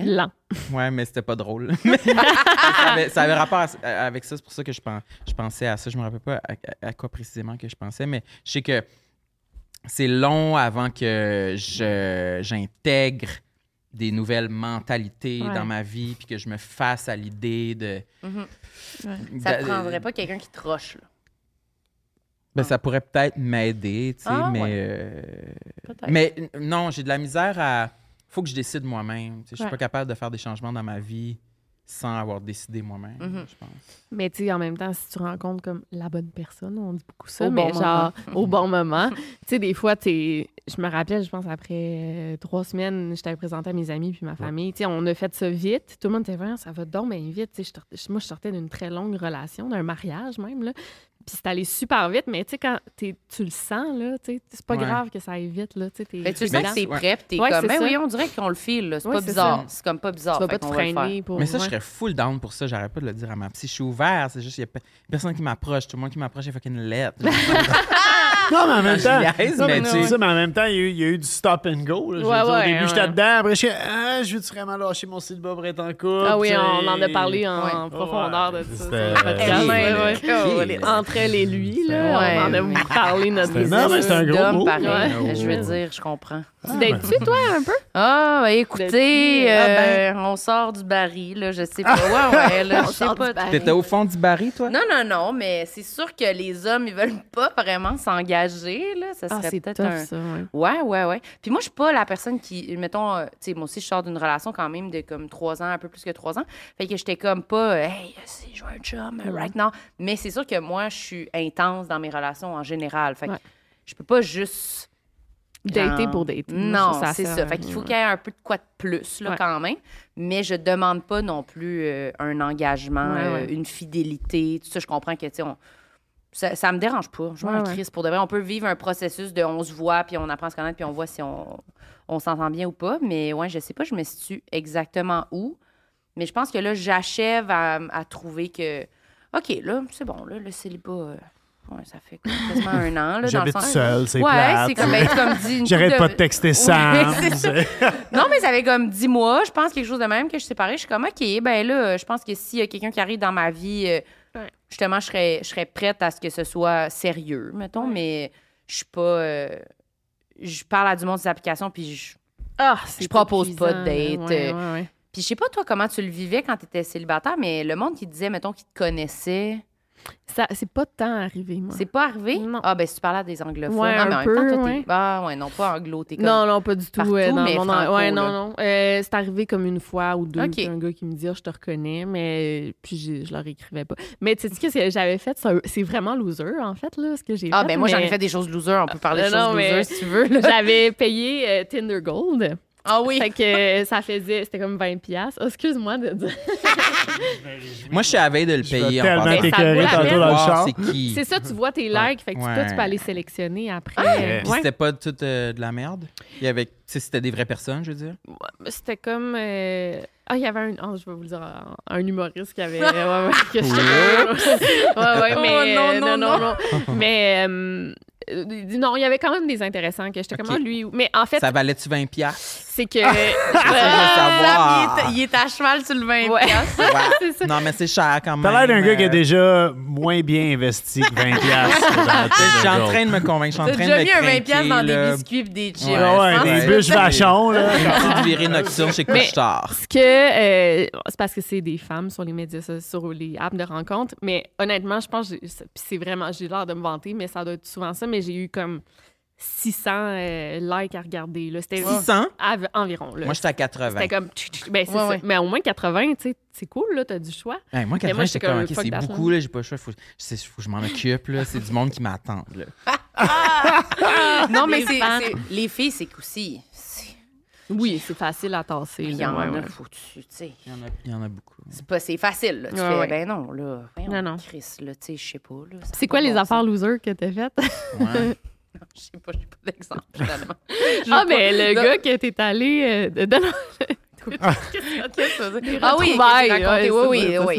S1: Lent.
S4: Ouais, mais c'était pas drôle. ça, avait, ça avait rapport à- à- avec ça, c'est pour ça que je, pen- je pensais à ça. Je me rappelle pas à, à- à quoi précisément que je pensais, mais je sais que c'est long avant que je- j'intègre des nouvelles mentalités
S1: Ouais.
S4: dans ma vie, puis que je me fasse à l'idée de...
S3: Mhm.
S4: de-
S3: Ça
S2: Ben,
S3: te
S2: euh,
S3: prendrait pas quelqu'un qui te roche. là.
S4: Ben, ça pourrait peut-être m'aider, tu sais,
S3: Ah,
S4: mais...
S3: ouais.
S4: euh,
S3: Peut-être.
S4: Mais n- non, j'ai de la misère à. Faut que je décide moi-même. Tu sais, Je suis
S1: Ouais.
S4: pas capable de faire des changements dans ma vie sans avoir décidé moi-même,
S3: Mm-hmm.
S4: je pense.
S1: Mais tu sais, en même temps, si tu rencontres comme la bonne personne, on dit beaucoup ça,
S3: Au
S1: mais
S3: bon
S1: genre au bon moment. tu sais, des fois, t'es... je me rappelle, je pense, après euh, trois semaines, je t'avais présenté à mes amis puis ma famille. Tu sais, on a fait ça vite. Tout le monde était vraiment, ça va donc bien vite. Tu sais, je sortais- moi, je sortais d'une très longue relation, d'un mariage même, là. Puis c'est allé super vite, mais tu sais, quand t'es- tu le sens, là, tu sais, c'est pas
S4: Ouais.
S1: grave que ça aille vite, là. Tu sais, t'es-
S3: Fait que tu
S1: t'es
S3: sens
S1: dedans.
S3: que t'es
S4: Ouais.
S3: prêt, puis t'es
S1: Ouais,
S3: comme,
S1: c'est
S3: ben
S1: ça.
S3: oui, on dirait qu'on le file, là. C'est
S1: Ouais,
S3: pas
S1: c'est
S3: bizarre.
S1: ça.
S3: C'est comme pas bizarre.
S1: Tu vas
S3: Fait
S1: pas te
S3: qu'on va le faire.
S1: freiner pour.
S4: Mais ça, je
S1: ouais.
S4: serais full down pour ça. J'arrête pas de le dire à ma psy. Je suis ouvert. C'est juste, il y a pe- personne qui m'approche. Tout le monde qui m'approche est fucking lettre.
S2: Non, mais en même temps.
S4: Je niaise,
S2: non,
S4: mais
S2: Ah, mais,
S4: tu-
S2: c'est ça, mais en même temps, il y a eu, il y a eu du stop and go. là. Je veux
S1: Ouais,
S2: dire,
S1: ouais,
S2: au début,
S1: ouais.
S2: j'étais dedans. Après, je suis ah, je veux-tu vraiment lâcher mon style pour être en couple?
S1: Ah oui,
S2: tu sais?
S1: on en a parlé en
S3: Ouais.
S1: profondeur de ça.
S2: C'était-
S1: sur le podcast.
S3: Eh ben,
S1: Ouais, ouais.
S4: Caliste.
S1: entre elle et lui, là,
S3: Ouais,
S1: on en a
S3: mais-
S1: beaucoup parlé notre
S2: C'était- Non, mais c'est un gros
S3: D'homme,
S2: mot. oh.
S3: pareil.
S4: Ouais.
S3: Je veux dire, je comprends.
S1: Tu dates-tu, toi, un peu?
S3: Ah, ben
S1: petit,
S3: écoutez,
S1: ah
S3: euh, on sort du baril, là, je sais pas. Ouais, ouais, là,
S1: On
S3: je sais
S1: sort
S3: pas.
S1: du baril.
S4: T'étais au fond du baril, toi?
S3: Non, non, non, mais c'est sûr que les hommes, ils veulent pas vraiment s'engager, là. Ça serait peut-être
S1: Ah, tough,
S3: un...
S1: ça, ouais.
S3: Ouais, ouais, ouais. Puis moi, je suis pas la personne qui, mettons, euh, tu sais, moi aussi, je sors d'une relation quand même de comme trois ans, un peu plus que trois ans. Fait que j'étais comme pas, euh, hey, si je veux un chum, euh, right now. Mais c'est sûr que moi, je suis intense dans mes relations en général. Fait que
S1: Ouais.
S3: je peux pas juste.
S1: Dater
S3: genre-
S1: pour dater.
S3: Euh, Non,
S1: Ça, ça
S3: c'est ça.
S1: sert à
S3: Fait qu'il
S1: rien,
S3: faut
S1: ouais.
S3: qu'il y ait un peu de quoi de plus, là,
S1: Ouais.
S3: quand même. Mais je demande pas non plus euh, un engagement,
S1: Ouais,
S3: euh,
S1: ouais.
S3: une fidélité. Tout ça, je comprends que, tu sais, on- Ça, ça me dérange pas. Je m'en
S1: Ouais, ouais.
S3: crisse pour de vrai. On peut vivre un processus de on se voit, puis on apprend à se connaître, puis on voit si on, on s'entend bien ou pas. Mais ouais, je sais pas, je me situe exactement où. Mais je pense que là, j'achève à, à trouver que, OK, là, c'est bon, là, le célibat, euh, ouais, ça fait quasiment un an. Là, dans le
S2: J'habite
S3: sens-
S2: seul, c'est
S3: Ouais,
S2: plate.
S3: c'est comme, ben, comme dit. une
S2: J'arrête
S3: couple
S2: pas de texter Sam.
S3: Ouais, c'est ça. non, mais ça fait comme 10 mois, je pense, quelque chose de même que je suis séparée. Je suis comme, OK, ben là, je pense que s'il y a quelqu'un qui arrive dans ma vie, euh,
S1: Ouais.
S3: justement, je serais, je serais prête à ce que ce soit sérieux, mettons, mais je suis pas. euh, je parle à du monde des applications, puis je.
S1: Ah, c'est
S3: Je propose
S1: épuisant,
S3: pas de date,
S1: là, ouais,
S3: euh,
S1: ouais, ouais.
S3: Puis je sais pas, toi, comment tu le vivais quand tu étais célibataire, mais le monde qui te disait, mettons, qui te connaissait,
S1: Ça, c'est pas tant arrivé, moi.
S3: c'est pas arrivé?
S1: Non.
S3: Ah, ben si tu parlais à des anglophones,
S1: Ouais,
S3: ah, mais
S1: un
S3: en même temps,
S1: peu,
S3: toi, t'es-
S1: ouais.
S3: Ah, ouais, non, pas anglo, t'es comme.
S1: Non, non, pas du tout.
S3: Partout,
S1: euh, dans
S3: mais
S1: le monde.
S3: franco,
S1: ouais, non,
S3: là.
S1: non. Euh, c'est arrivé comme une fois ou deux.
S3: Ok.
S1: qu'un Un gars qui me dit, Ah, je te reconnais, mais euh, puis j'ai- je leur écrivais pas. Mais tu sais, ce que j'avais fait, c'est un- c'est vraiment loser, en fait, là, ce que j'ai
S3: Ah,
S1: fait.
S3: ben moi, j'en ai
S1: mais
S3: fait des choses losers, on peut parler de
S1: Euh, non,
S3: choses
S1: mais-
S3: losers si tu veux. là.
S1: J'avais payé euh, Tinder Gold.
S3: Ah oui!
S1: Fait que euh, ça faisait, c'était comme 20$. piastres. Oh, excuse-moi de dire.
S4: Moi, je suis à la veille de le
S2: Je vais
S4: payer. en
S2: tellement
S1: parle.
S4: passant.
S1: Mais
S2: t'écœurer
S1: ça vaut la
S2: tantôt dans le
S4: Voir
S2: char.
S4: C'est qui?
S1: C'est ça, tu vois tes likes, fait que tu- toi, tu peux
S4: Ouais.
S1: aller sélectionner après.
S2: ouais.
S4: Puis
S1: Ouais.
S4: c'était pas tout euh, de la merde. Il y avait, tu sais, c'était des vraies personnes, je veux dire.
S1: C'était comme. euh, Ah, il y avait un. oh, je vais vous le dire, un- un humoriste qui avait. Ouais, ouais, que je- ouais, ouais, mais.
S3: Oh,
S1: euh,
S3: non, non,
S1: non. mais. euh, euh, non, il y avait quand même des intéressants que j'étais
S4: Ok.
S1: comme, ah, lui. Mais en fait,
S4: Ça valait-tu 20$? piastres?
S1: c'est que. euh,
S4: Ah,
S3: Sam, il, est, il est à cheval sur le 20
S1: Ouais.
S3: piastres.
S1: c'est ça.
S4: Non, mais c'est cher quand même.
S2: T'as l'air d'un gars qui est
S4: euh,
S2: déjà moins bien investi que 20$ piastres dans la
S4: Je suis
S2: tête de
S4: en
S2: gars.
S4: train de me convaincre, je suis en
S3: T'as
S4: train de me
S3: déjà mis un 20
S4: craquer,
S3: piastres dans
S4: là.
S3: des biscuits et des chips.
S4: Ouais,
S2: Ah
S4: je
S2: ouais,
S4: pense.
S2: des bûches vachons, là.
S4: Une petite virée nocturne chez
S1: Mais-
S4: Couche-Tard.
S1: Parce que euh, c'est parce que c'est des femmes sur les médias so- sur les apps de rencontre mais honnêtement je pense que j'ai- c'est- puis c'est vraiment j'ai l'air de me vanter mais ça doit être souvent ça mais j'ai eu comme 600 euh, likes à regarder là c'était
S4: 600?
S1: av- environ là.
S4: Moi, j'étais à 80.
S1: c'était comme tch, tch, ben, c'est
S3: Ouais,
S1: ça.
S3: ouais.
S1: mais au moins 80 tu sais c'est cool là t'as du choix
S4: Hey, moi,
S1: Mais
S4: 80,
S1: moi,
S4: j'étais
S1: j'étais
S4: comme,
S1: comme,
S4: OK,
S1: fuck
S4: c'est
S1: that,
S4: beaucoup, là, j'ai pas le choix, faut, c'est- faut que je m'en occupe, là, c'est du monde qui m'attend, là.
S3: Non, mais
S1: Les
S3: c'est,
S1: fans.
S3: c'est- les filles, c'est qu'aussi. c'est-
S1: oui c'est facile à tasser
S3: Il y
S1: là,
S3: en
S1: ouais,
S3: a,
S1: ouais.
S3: faut que tu- tu sais.
S4: Il y en a, il y en a beaucoup.
S3: C'est, pas, c'est facile. Là. Tu
S1: Ouais,
S3: fais,
S1: ouais.
S3: ben non, là. voyons,
S1: Non, non.
S3: Chris, là, tu sais, je sais pas. Là, ça
S1: c'est
S3: a
S1: quoi
S3: pas de
S1: les
S3: bon
S1: affaires
S3: sens.
S1: losers que t'as faites?
S4: Ouais.
S3: Je sais pas, j'ai pas d'exemple, finalement.
S1: Ah, mais le
S3: Non.
S1: gars que t'es allé... euh, de-
S3: Ah oui, que j'ai
S1: retrouvailles,
S3: raconté,
S1: ouais,
S3: oui,
S1: c'est
S3: oui,
S1: ça,
S3: oui.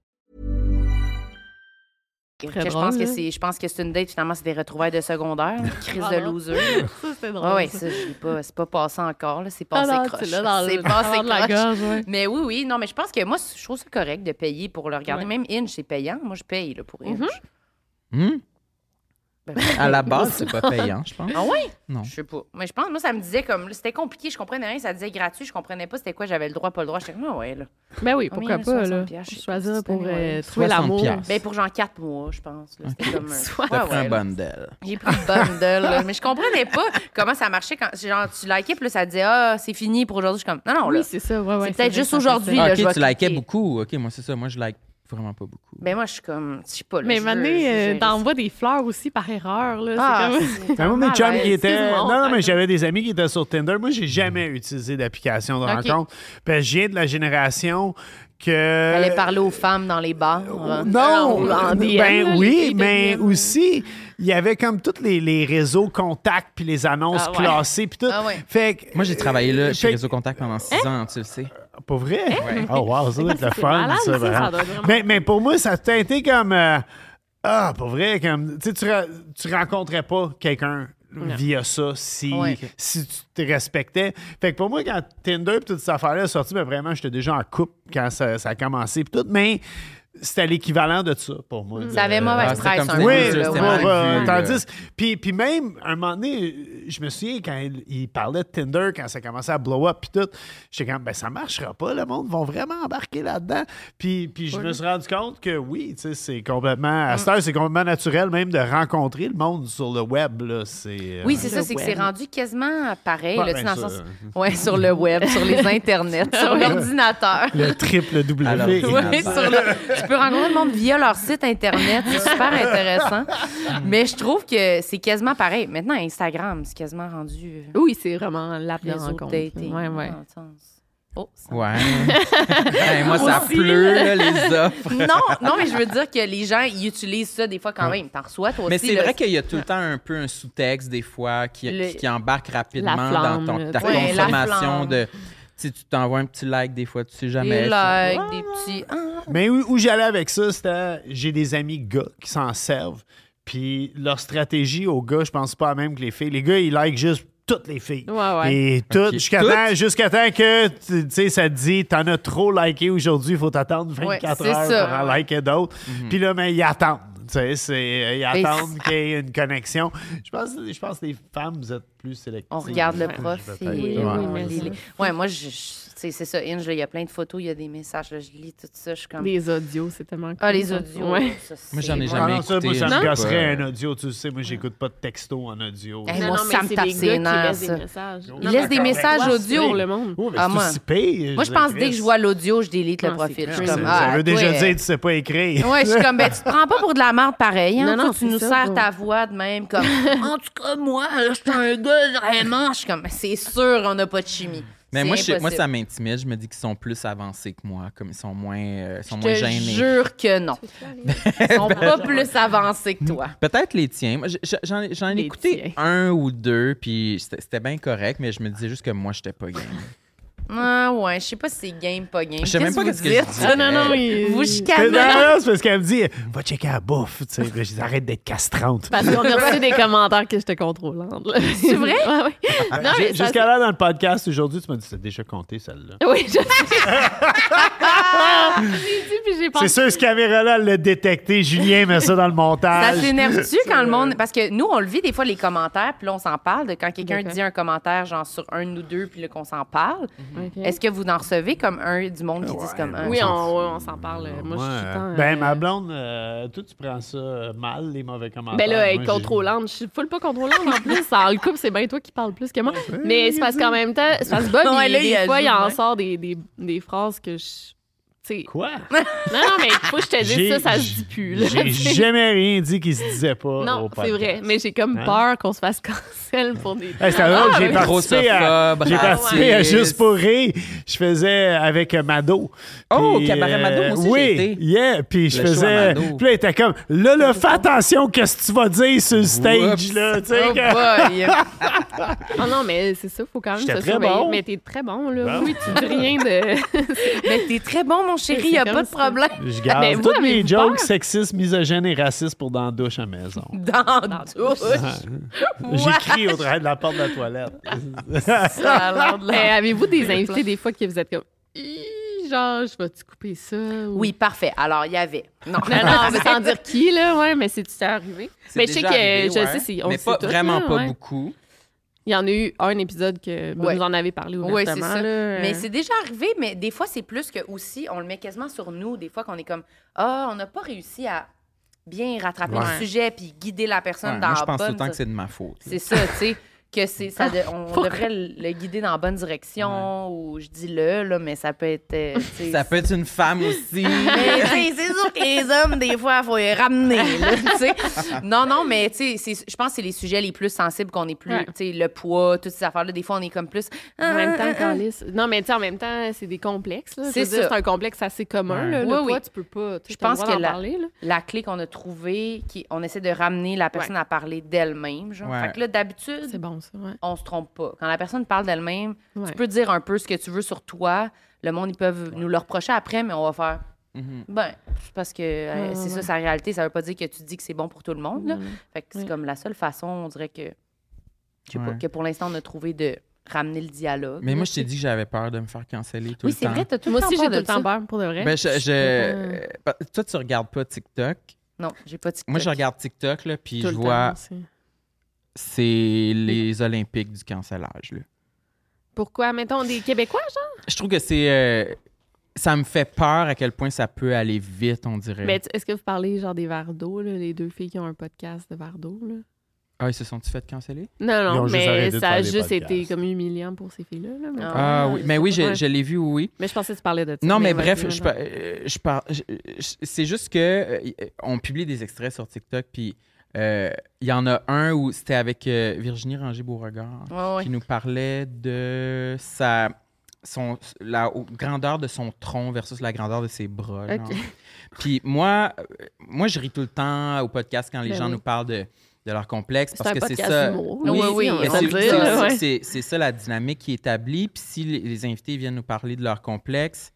S3: Que
S1: Très
S3: Je
S1: drôle,
S3: pense que
S1: là.
S3: c'est, je pense que c'est une date, finalement, c'est des retrouvailles de secondaire. Crise
S1: Ah
S3: de
S1: non.
S3: loser.
S1: Ça, c'était drôle.
S3: Oui,
S1: ça.
S3: ça, je l'ai pas, c'est pas passé encore, là, c'est
S1: Ah
S3: passé
S1: non,
S3: croche.
S1: tu l'as dans
S3: c'est
S1: le-
S3: passé
S1: dans la
S3: croche.
S1: gorge, ouais.
S3: Mais oui, oui, non, mais je pense que moi, je trouve ça correct de payer pour le regarder.
S1: Ouais. Mm-hmm.
S3: Même Inge, c'est payant. Moi, je paye là, pour Inge.
S4: Hmm?
S3: Ben, ben,
S4: À la base, c'est pas payant, je pense.
S3: Ah oui?
S4: Non.
S3: Je sais pas. Mais je pense, moi, ça me disait comme. là, C'était compliqué, je comprenais rien. Ça disait gratuit, je comprenais pas c'était quoi, j'avais le droit, pas le droit. J'étais comme, ah ouais, là.
S1: Ben oui,
S3: Ah,
S1: pourquoi
S3: mais
S1: pas,
S3: 60
S1: là.
S3: piastres, je sais pas
S1: Choisir
S3: si
S1: pour
S3: c'est
S1: euh,
S3: bien,
S1: trouver l'amour.
S4: 60
S3: Ben, pour genre quatre mois, je pense. là. C'était comme. un-
S4: T'as
S3: Ouais,
S4: pris un
S3: ouais, là.
S4: bundle.
S3: J'ai pris le bundle, là. mais je comprenais pas comment ça marchait quand genre tu likais puis là ça disait ah c'est fini pour aujourd'hui je suis comme non non là
S1: Oui, c'est ça, ouais, ouais.
S3: peut-être
S1: vrai,
S3: juste
S1: ça,
S3: aujourd'hui. Oui,
S4: Ah,
S3: là,
S4: ok,
S3: je vais
S4: tu likais
S3: cliquer.
S4: beaucoup. Ok, moi, c'est ça. Moi, je like vraiment pas beaucoup.
S3: ben moi je suis comme je sais pas là,
S1: Mais
S3: je veux- je
S1: Mané,
S3: veux
S1: euh,
S3: gérer ça.
S1: t'envoies des fleurs aussi par erreur, là.
S3: ah,
S1: c'est comme...
S3: c'est-
S2: Ben, moi, mes chums
S3: malaise.
S2: qui étaient. Non,
S1: Excuse-moi.
S2: non, mais j'avais des amis qui étaient sur Tinder. Moi, j'ai jamais utilisé d'application de
S3: Ok.
S2: rencontre. Parce que je viens de la génération que.
S1: Euh,
S3: Allait parler aux femmes dans les bars. hein.
S2: Non,
S1: Non, en DM, là,
S2: ben
S1: les
S2: oui,
S1: filles
S2: mais
S1: deviennent-
S2: aussi, il y avait comme tous les, les réseaux contacts, puis les annonces
S3: Ah ouais.
S2: classées, puis tout.
S3: Ah ouais.
S2: Fait que, euh,
S4: Moi, j'ai travaillé là chez
S2: fait-
S4: Réseau Contact pendant six ans, tu le sais. Ah,
S2: Pas vrai? Oh, wow, ça doit être le
S1: Eh? C'est
S2: fun,
S1: malade,
S2: ça,
S1: ça,
S2: vraiment.
S1: ça doit vraiment-
S2: mais, mais pour moi, ça a été comme. euh, ah, pas vrai, comme. Tu sais, tu ra- tu rencontrais pas quelqu'un via ça si,
S3: Ouais.
S2: si tu te respectais. Fait que pour moi, quand Tinder et toute cette affaire-là est sortie, ben vraiment, j'étais déjà en couple quand ça, ça a commencé puis tout, mais c'était l'équivalent de ça pour
S1: Mm.
S2: moi.
S3: Ça avait
S2: Euh,
S3: mauvais
S4: Ah, c'est
S3: presse
S4: comme
S3: un
S4: si
S3: peu.
S2: oui,
S4: C'était
S2: ouais,
S3: là,
S4: c'était
S2: ouais,
S4: mal vu,
S2: ouais,
S4: là.
S2: tandis, puis, puis même, un moment donné, je me souviens quand il, il parlait de Tinder, quand ça commençait à blow up, puis tout, j'étais comme, ben ça marchera pas, le monde vont vraiment embarquer là-dedans. Puis, puis je me suis rendu compte que oui, tu sais, c'est complètement,
S3: Mm.
S2: à cette heure, c'est complètement naturel même de rencontrer le monde sur le web, là, c'est... euh,
S3: Oui, c'est
S1: Le
S3: ça, c'est que c'est
S1: web.
S3: rendu quasiment pareil,
S2: Ouais,
S3: là, tu sais,
S2: ben,
S3: dans le
S2: ça,
S3: sens. Ouais, sur le web, sur les internets, sur l'ordinateur.
S2: le triple
S4: Alors,
S2: W.
S4: c'est-
S3: Ouais, sur le- Tu peux rencontrer le monde via leur site internet, c'est super intéressant. Mais je trouve que c'est quasiment pareil. Maintenant, Instagram, c'est quasiment rendu euh,
S1: Oui, c'est vraiment l'app de
S3: réseau de
S1: rencontre.
S3: dating. Ah,
S1: Ouais, ouais.
S3: dans le sens. Oh, ça-
S4: Ouais. Ben, moi, ça
S1: Aussi.
S4: pleut, là, les offres.
S3: Non, non, mais je veux dire que les gens ils utilisent ça des fois quand même. T'en reçois toi
S4: Mais
S3: aussi.
S4: c'est
S3: là.
S4: vrai qu'il y a tout le temps un peu un sous-texte, des fois, qui,
S3: Le-
S4: qui- qui embarque rapidement
S1: La flamme,
S4: dans ton, ta
S3: Ouais, la
S4: consommation
S3: flamme.
S4: de. Tu sais, tu t'envoies un petit like, des fois, tu sais jamais. tu-
S3: Des likes, des petits. Ah,
S2: Mais où, où j'allais avec ça, c'était j'ai des amis gars qui s'en servent. Puis leur stratégie aux gars, je pense pas la même que les filles. Les gars, ils likent juste toutes les filles.
S1: Ouais, ouais.
S2: Et toutes,
S4: Ok.
S2: jusqu'à
S4: Toutes?
S2: temps, jusqu'à temps que tu tu sais, ça te dit t'en as trop liké aujourd'hui, il faut t'attendre 24
S3: Ouais, c'est
S2: heures
S3: ça.
S2: pour en liker d'autres. Puis là, mais ils attendent. Tu sais, c'est, euh, ils
S3: Mais
S2: attendent qu'il y ait une connexion. Je pense, je pense que les femmes, vous êtes plus sélectives.
S3: on regarde le
S2: Ouais,
S3: profil.
S2: peut-être.
S1: Oui,
S2: Ouais.
S1: oui, mais
S3: Les-
S1: ça.
S3: les- Ouais, moi, je, je- tu sais, c'est ça. Inge, là, il y a plein de photos, il y a des messages. là, je lis tout ça. Je suis comme.
S1: Les audios, c'est tellement
S3: Ah, les
S1: cool,
S3: audios.
S1: ça. Ouais.
S3: ça,
S4: Moi,
S3: c'est
S4: j'en ai
S3: bon.
S2: Ah
S4: jamais
S2: non, ça,
S4: écouté.
S2: moi, ça
S4: je
S2: me
S4: sais
S2: casserait
S4: pas.
S2: un audio, tu le sais. Moi, j'écoute pas de texto en audio.
S3: Eh,
S1: Non,
S3: moi,
S1: non, mais
S3: ça me
S1: c'est
S3: tape
S1: les
S3: ses
S1: gars qui
S3: nerfs,
S1: laissent
S3: ça.
S1: des messages.
S3: Ils laissent des messages audio.
S1: Pour le monde.
S2: Oh, mais
S3: Ah,
S2: c'est
S3: moi-
S2: aussi pire,
S3: Moi, je pense dès que je vois l'audio, je délite le
S1: Non, c'est
S3: profil. Je suis
S1: clair.
S2: Ça,
S3: comme,
S2: ça
S3: ah,
S2: veut déjà
S3: toi,
S2: dire tu sais pas écrire.
S3: Ouais, je suis comme, ben, tu te prends pas pour de la merde pareil. Hein?
S1: Non,
S3: Toi,
S1: non,
S3: tu
S1: c'est
S3: nous
S1: ça,
S3: sers
S1: bon.
S3: ta voix de même, comme, en tout cas, moi, là, je suis un gars vraiment. Je suis comme, ben, c'est sûr, on n'a pas de chimie.
S4: Mais
S3: C'est
S4: moi, je- moi,
S3: impossible.
S4: ça m'intimide. Je me dis qu'ils sont plus avancés que moi, comme ils sont moins, euh, ils sont moins
S3: Je te
S4: gênés.
S3: jure que non. Ils sont pas plus avancés que toi.
S4: Peut-être les tiens. Moi, j- j- J'en j'en ai
S1: Les
S4: écouté
S1: tiens.
S4: un ou deux, puis c'était c'était bien correct, mais je me disais juste que moi, j'étais pas game.
S3: Ah, Ah ouais, je sais pas si c'est game, pas game.
S4: Je sais même pas
S3: vous
S4: qu'est-ce que je
S3: dites?
S4: dis. Ah non, non, il-
S3: Vous
S2: C'est-
S3: chicanez.
S2: non, non, c'est parce qu'elle me dit va checker la bouffe. Tu sais, Puis je dis, arrête d'être castrante.
S1: Parce qu'on a reçu des commentaires que j'étais contrôlante. C'est vrai? Ouais, ouais.
S2: Euh,
S1: Non,
S2: j'ai-
S1: mais ça-
S2: Jusqu'à là, dans le podcast aujourd'hui, tu m'as dit c'est déjà compté celle-là.
S1: Oui, je sais. J'ai dit, puis j'ai pensé-
S2: C'est sûr, ce caméra-là elle l'a détecté. Julien met ça dans le
S3: Ça
S2: montage.
S3: t'énerve-tu quand le monde. Parce que nous, on le vit des fois, les commentaires, puis là, on s'en parle de quand quelqu'un dit un commentaire, genre sur un ou deux, puis là, qu'on s'en parle.
S1: Ok.
S3: Est-ce que vous en recevez comme un du monde qui disent comme un?
S1: Mhm. Oui, on, ouais, on s'en parle. Moi, je suis tout le temps,
S2: Ben,
S1: euh,
S2: ma blonde, euh, toi, tu prends ça euh, mal, les mauvais commentaires.
S1: Ben là, elle est
S2: Moi, j'ai-
S1: contrôlante. Je suis full pas contrôlante en plus. Ça, le couple, c'est bien toi qui parles plus que moi. Mais c'est parce qu'en même temps, c'est parce que Bob,
S3: Ouais,
S1: il-
S3: là,
S1: des
S3: il ajoute,
S1: fois, il en
S3: ouais.
S1: sort des, des, des phrases que je. tu sais.
S2: Quoi?
S1: Non, non, mais il faut que je te dise
S2: J'ai-
S1: ça, ça se dit plus. là.
S2: J'ai jamais rien dit qui se disait pas.
S1: Non,
S2: au
S1: c'est
S2: podcast.
S1: vrai. Mais j'ai comme
S2: Hein?
S1: peur qu'on se fasse cancel pour des.
S2: Hey, c'était drôle,
S1: Ah,
S2: j'ai
S1: mais-
S2: participé à,
S4: Grossophobe,
S2: j'ai participé à
S4: raciste.
S2: Juste pour rire. Je faisais avec euh, Mado.
S4: Oh,
S2: Puis, euh,
S4: Cabaret Mado, moi aussi,
S2: oui,
S4: j'ai été.
S2: Yeah, puis je
S4: Le show à
S2: faisais.
S4: Mado.
S2: Puis là, il était comme, là, là, fais attention, qu'est-ce que tu vas dire sur le stage,
S4: Whoops.
S2: là. Tu sais,
S3: Oh
S2: que-
S3: boy!
S1: Ah non, mais c'est ça, faut quand même
S2: J'étais
S1: se
S2: très
S1: surveiller.
S2: bon.
S1: Mais t'es très bon, là.
S2: Bon.
S1: Oui, tu dis rien de.
S3: Mais t'es très bon, mon chéri, y a
S1: C'est
S3: pas de
S1: comme ça.
S3: problème.
S2: Je garde
S4: Ben,
S1: Mais vous,
S2: tous mes
S1: avez-vous
S2: jokes
S1: peur?
S2: sexistes, misogynes et racistes pour dans la douche à maison. Ah,
S3: Dans la douche.
S2: J'écris au travers de la porte de la toilette.
S3: Ça a l'air de la-
S1: Mais avez-vous des invités des fois que vous êtes comme. Ih, Genre, je vais-tu couper ça? ou-
S3: euh, Oui, parfait. Alors, il y avait. Non,
S1: Non, non, mais sans dire qui, là, ouais, mais c'est tu arrivé.
S4: C'est
S1: Mais je sais
S4: déjà
S1: que,
S4: arrivé,
S1: je
S4: ouais.
S1: sais, c'est, on
S4: Mais
S1: sait
S4: pas
S1: tous,
S4: vraiment
S1: là,
S4: pas
S1: ouais.
S4: beaucoup.
S1: Il y en a eu un épisode que vous
S3: Ouais.
S1: nous en avez parlé ouvertement,
S3: Oui, c'est ça.
S4: euh.
S1: là.
S3: Mais c'est déjà arrivé, mais des fois, c'est plus que aussi, on le met quasiment sur nous. Des fois, qu'on est comme, ah, on n'a pas réussi à bien rattraper
S4: Ouais.
S3: le sujet puis guider la personne
S4: Ouais,
S3: dans
S4: moi, je
S3: la
S4: pense tout
S3: bonne
S4: le temps que c'est Ah, de ma faute. là.
S3: C'est ça, tu sais, que c'est ça de- on
S1: Pourquoi?
S3: devrait le le guider dans la bonne direction ou je dis le, là, mais ça peut être. euh, tu sais,
S4: Ça peut être une femme aussi.
S3: mais, tu sais, c'est sûr que les hommes, des fois, il faut les ramener. là, tu sais. non, non, mais tu sais, c'est- je pense que c'est les sujets les plus sensibles qu'on est plus.
S1: Ouais.
S3: tu sais, Le poids, toutes ces affaires-là, des fois, on est comme plus.
S1: En même
S3: Ah,
S1: temps,
S3: ah,
S1: quand
S3: ah.
S1: Non, mais tu sais, en même temps, c'est des complexes, là. Je
S3: C'est
S1: veux dire,
S3: ça.
S1: C'est un complexe assez commun, là.
S3: Ouais,
S1: le poids,
S3: oui.
S1: tu peux pas. tu sais,
S3: Je
S1: t'as le
S3: pense
S1: droit
S3: que
S1: d'en
S3: la-
S1: parler, là.
S3: La clé qu'on a trouvée, qui, on essaie de ramener la personne à parler d'elle-même. genre.
S4: Ouais.
S3: Fait que là, d'habitude,
S1: C'est bon, ça, ouais.
S3: on se trompe pas. Quand la personne parle d'elle-même,
S1: Ouais.
S3: tu peux dire un peu ce que tu veux sur toi. Le monde, ils peuvent nous le reprocher après, mais on va faire.
S4: Mm-hmm.
S3: Ben, c'est parce que euh,
S1: Ouais,
S3: c'est
S1: ouais,
S3: ça,
S1: ouais.
S3: sa réalité. Ça veut pas dire que tu dis que c'est bon pour tout le monde. là.
S1: Non, non.
S3: Fait que c'est
S1: Ouais.
S3: comme la seule façon, on dirait que, je sais pas,
S4: Ouais.
S3: que pour l'instant, on a trouvé de ramener le dialogue.
S4: Mais moi, je t'ai dit que j'avais peur de me faire canceller tout
S3: oui,
S4: le
S3: c'est
S4: temps.
S3: vrai, t'as tout
S1: Moi
S3: le temps
S1: aussi, j'ai
S3: peur
S1: tout
S3: de
S1: le temps
S3: ça.
S1: peur, pour de vrai.
S4: Ben, je, je-
S1: peux
S4: euh, bah, Toi, tu regardes pas TikTok.
S3: Non, j'ai pas TikTok.
S4: Moi, je regarde TikTok, là, puis
S1: Tout
S4: je
S1: le temps,
S4: vois,
S1: c'est-
S4: c'est les Olympiques du cancellage. là.
S1: Pourquoi? Mettons des Québécois, genre?
S4: Je trouve que c'est. euh, ça me fait peur à quel point ça peut aller vite, on dirait.
S1: Mais tu- est-ce que vous parlez, genre, des Vardo, là? Les deux filles qui ont un podcast de Vardo, là?
S4: Ah, ils se sont-tu fait canceller?
S1: Non,
S2: Ils ont
S1: non,
S2: juste arrêté
S1: mais ça
S2: de faire
S1: a
S2: des
S1: juste été
S2: podcasts.
S1: comme humiliant pour ces filles-là. là, mais-
S4: Ah,
S3: Ah,
S4: oui. Mais oui, je,
S1: Ouais.
S4: je l'ai vu, oui.
S1: Mais je pensais que tu parlais de ça.
S4: Non, mais
S1: vas-y,
S4: bref,
S1: vas-y.
S4: je, par- euh, je par- je- je- c'est juste que euh, y- euh, on publie des extraits sur TikTok, puis euh, il y en a un où c'était avec euh, Virginie Ranger-Beauregard
S3: Ouais, ouais.
S4: qui nous parlait de sa son la au- grandeur de son tronc versus la grandeur de ses bras. genre.
S1: Ok.
S4: Puis moi, euh, moi, je ris tout le temps au podcast quand les
S1: Ben
S4: gens
S1: oui.
S4: nous parlent de, de leur complexe
S1: C'est
S4: parce
S1: un
S4: que c'est
S1: podcast
S4: ça.
S1: d'humour,
S4: Oui,
S1: là,
S4: oui,
S1: aussi,
S4: oui.
S1: on
S4: mais
S1: va
S4: c'est-
S1: le dire,
S4: c'est-
S1: là, ouais.
S4: c'est- c'est- C'est ça la dynamique qui est établie. Puis si les- les invités viennent nous parler de leur complexe,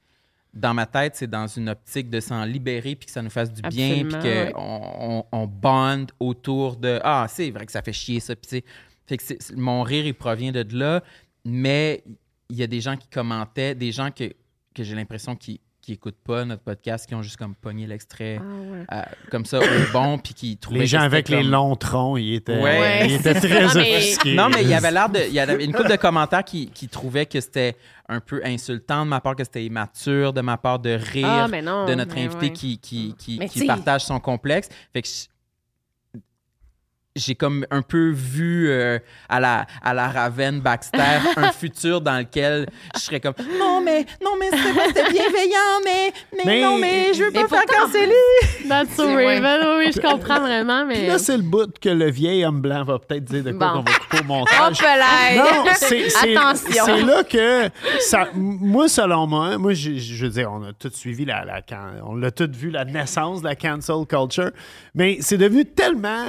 S4: dans ma tête, c'est dans une optique de s'en libérer puis que ça nous fasse du bien puis
S1: Absolument, ouais.
S4: qu'on on, on bond autour de ah c'est vrai que ça fait chier ça puis tu sais. fait que c'est- c'est- mon rire il provient de là mais il y a des gens qui commentaient des gens que, que j'ai l'impression qui qui écoutent pas notre podcast qui ont juste comme pogné l'extrait
S1: Ah, ouais.
S4: euh, comme ça au bon puis qui trouvaient
S2: Les gens
S4: que c'était
S2: avec les
S4: comme-
S2: longs troncs, ils étaient,
S4: Ouais.
S2: ils étaient
S1: Non,
S2: très
S1: mais-
S2: offusqués.
S4: non, mais il y avait l'air de. Il y avait une couple de commentaires qui, qui trouvaient que c'était un peu insultant de ma part, que c'était immature, de ma part de rire
S1: Ah, mais non,
S4: de notre
S1: mais
S4: invité
S1: ouais.
S4: qui, qui, qui,
S3: Mais
S4: qui
S3: t'sais-
S4: partage son complexe. Fait que je- j'ai comme un peu vu euh, à, la, à la Raven Baxter un futur dans lequel je serais comme Non, mais, non, mais c'est vrai, c'était bienveillant, mais, mais,
S2: Mais-
S4: non, mais je veux
S3: Mais
S4: pas faire
S3: pourtant-
S4: canceller.
S1: That's so
S3: Ouais.
S1: Raven, oui, je comprends vraiment,
S2: Puis
S1: mais.
S2: là, c'est le bout que le vieil homme blanc va peut-être dire de quoi
S1: Bon.
S2: qu'on va couper au
S3: Hop
S2: montage.
S3: là!
S2: Non, c'est c'est-
S3: Attention!
S2: c'est là que ça. Moi, selon moi, moi, je, je veux dire, on a tous suivi la, la can- on l'a tous vu la naissance de la cancel culture, mais c'est devenu tellement,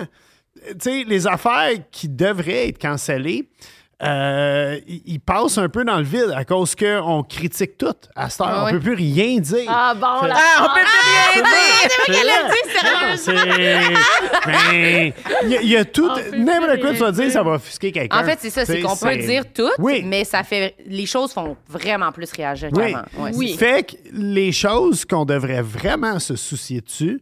S2: tu sais, les affaires qui devraient être cancellées. euh, il il passe un peu dans le vide à cause qu'on critique tout à cette heure.
S1: Ah
S2: on
S1: ouais.
S2: peut plus rien dire.
S1: Ah bon,
S2: Fait-
S1: là.
S3: Ah,
S2: C'est vrai, c'est vrai. Mais il y a- il y, a tout. N'importe quoi tu vas dire, ça va offusquer quelqu'un.
S3: En fait, c'est ça, c'est
S2: T'sais,
S3: qu'on peut
S2: c'est-
S3: dire tout, mais ça fait. Les choses font vraiment plus réagir
S2: Oui.
S3: qu'avant. Ouais, c'est-
S2: Fait que les choses qu'on devrait vraiment se soucier dessus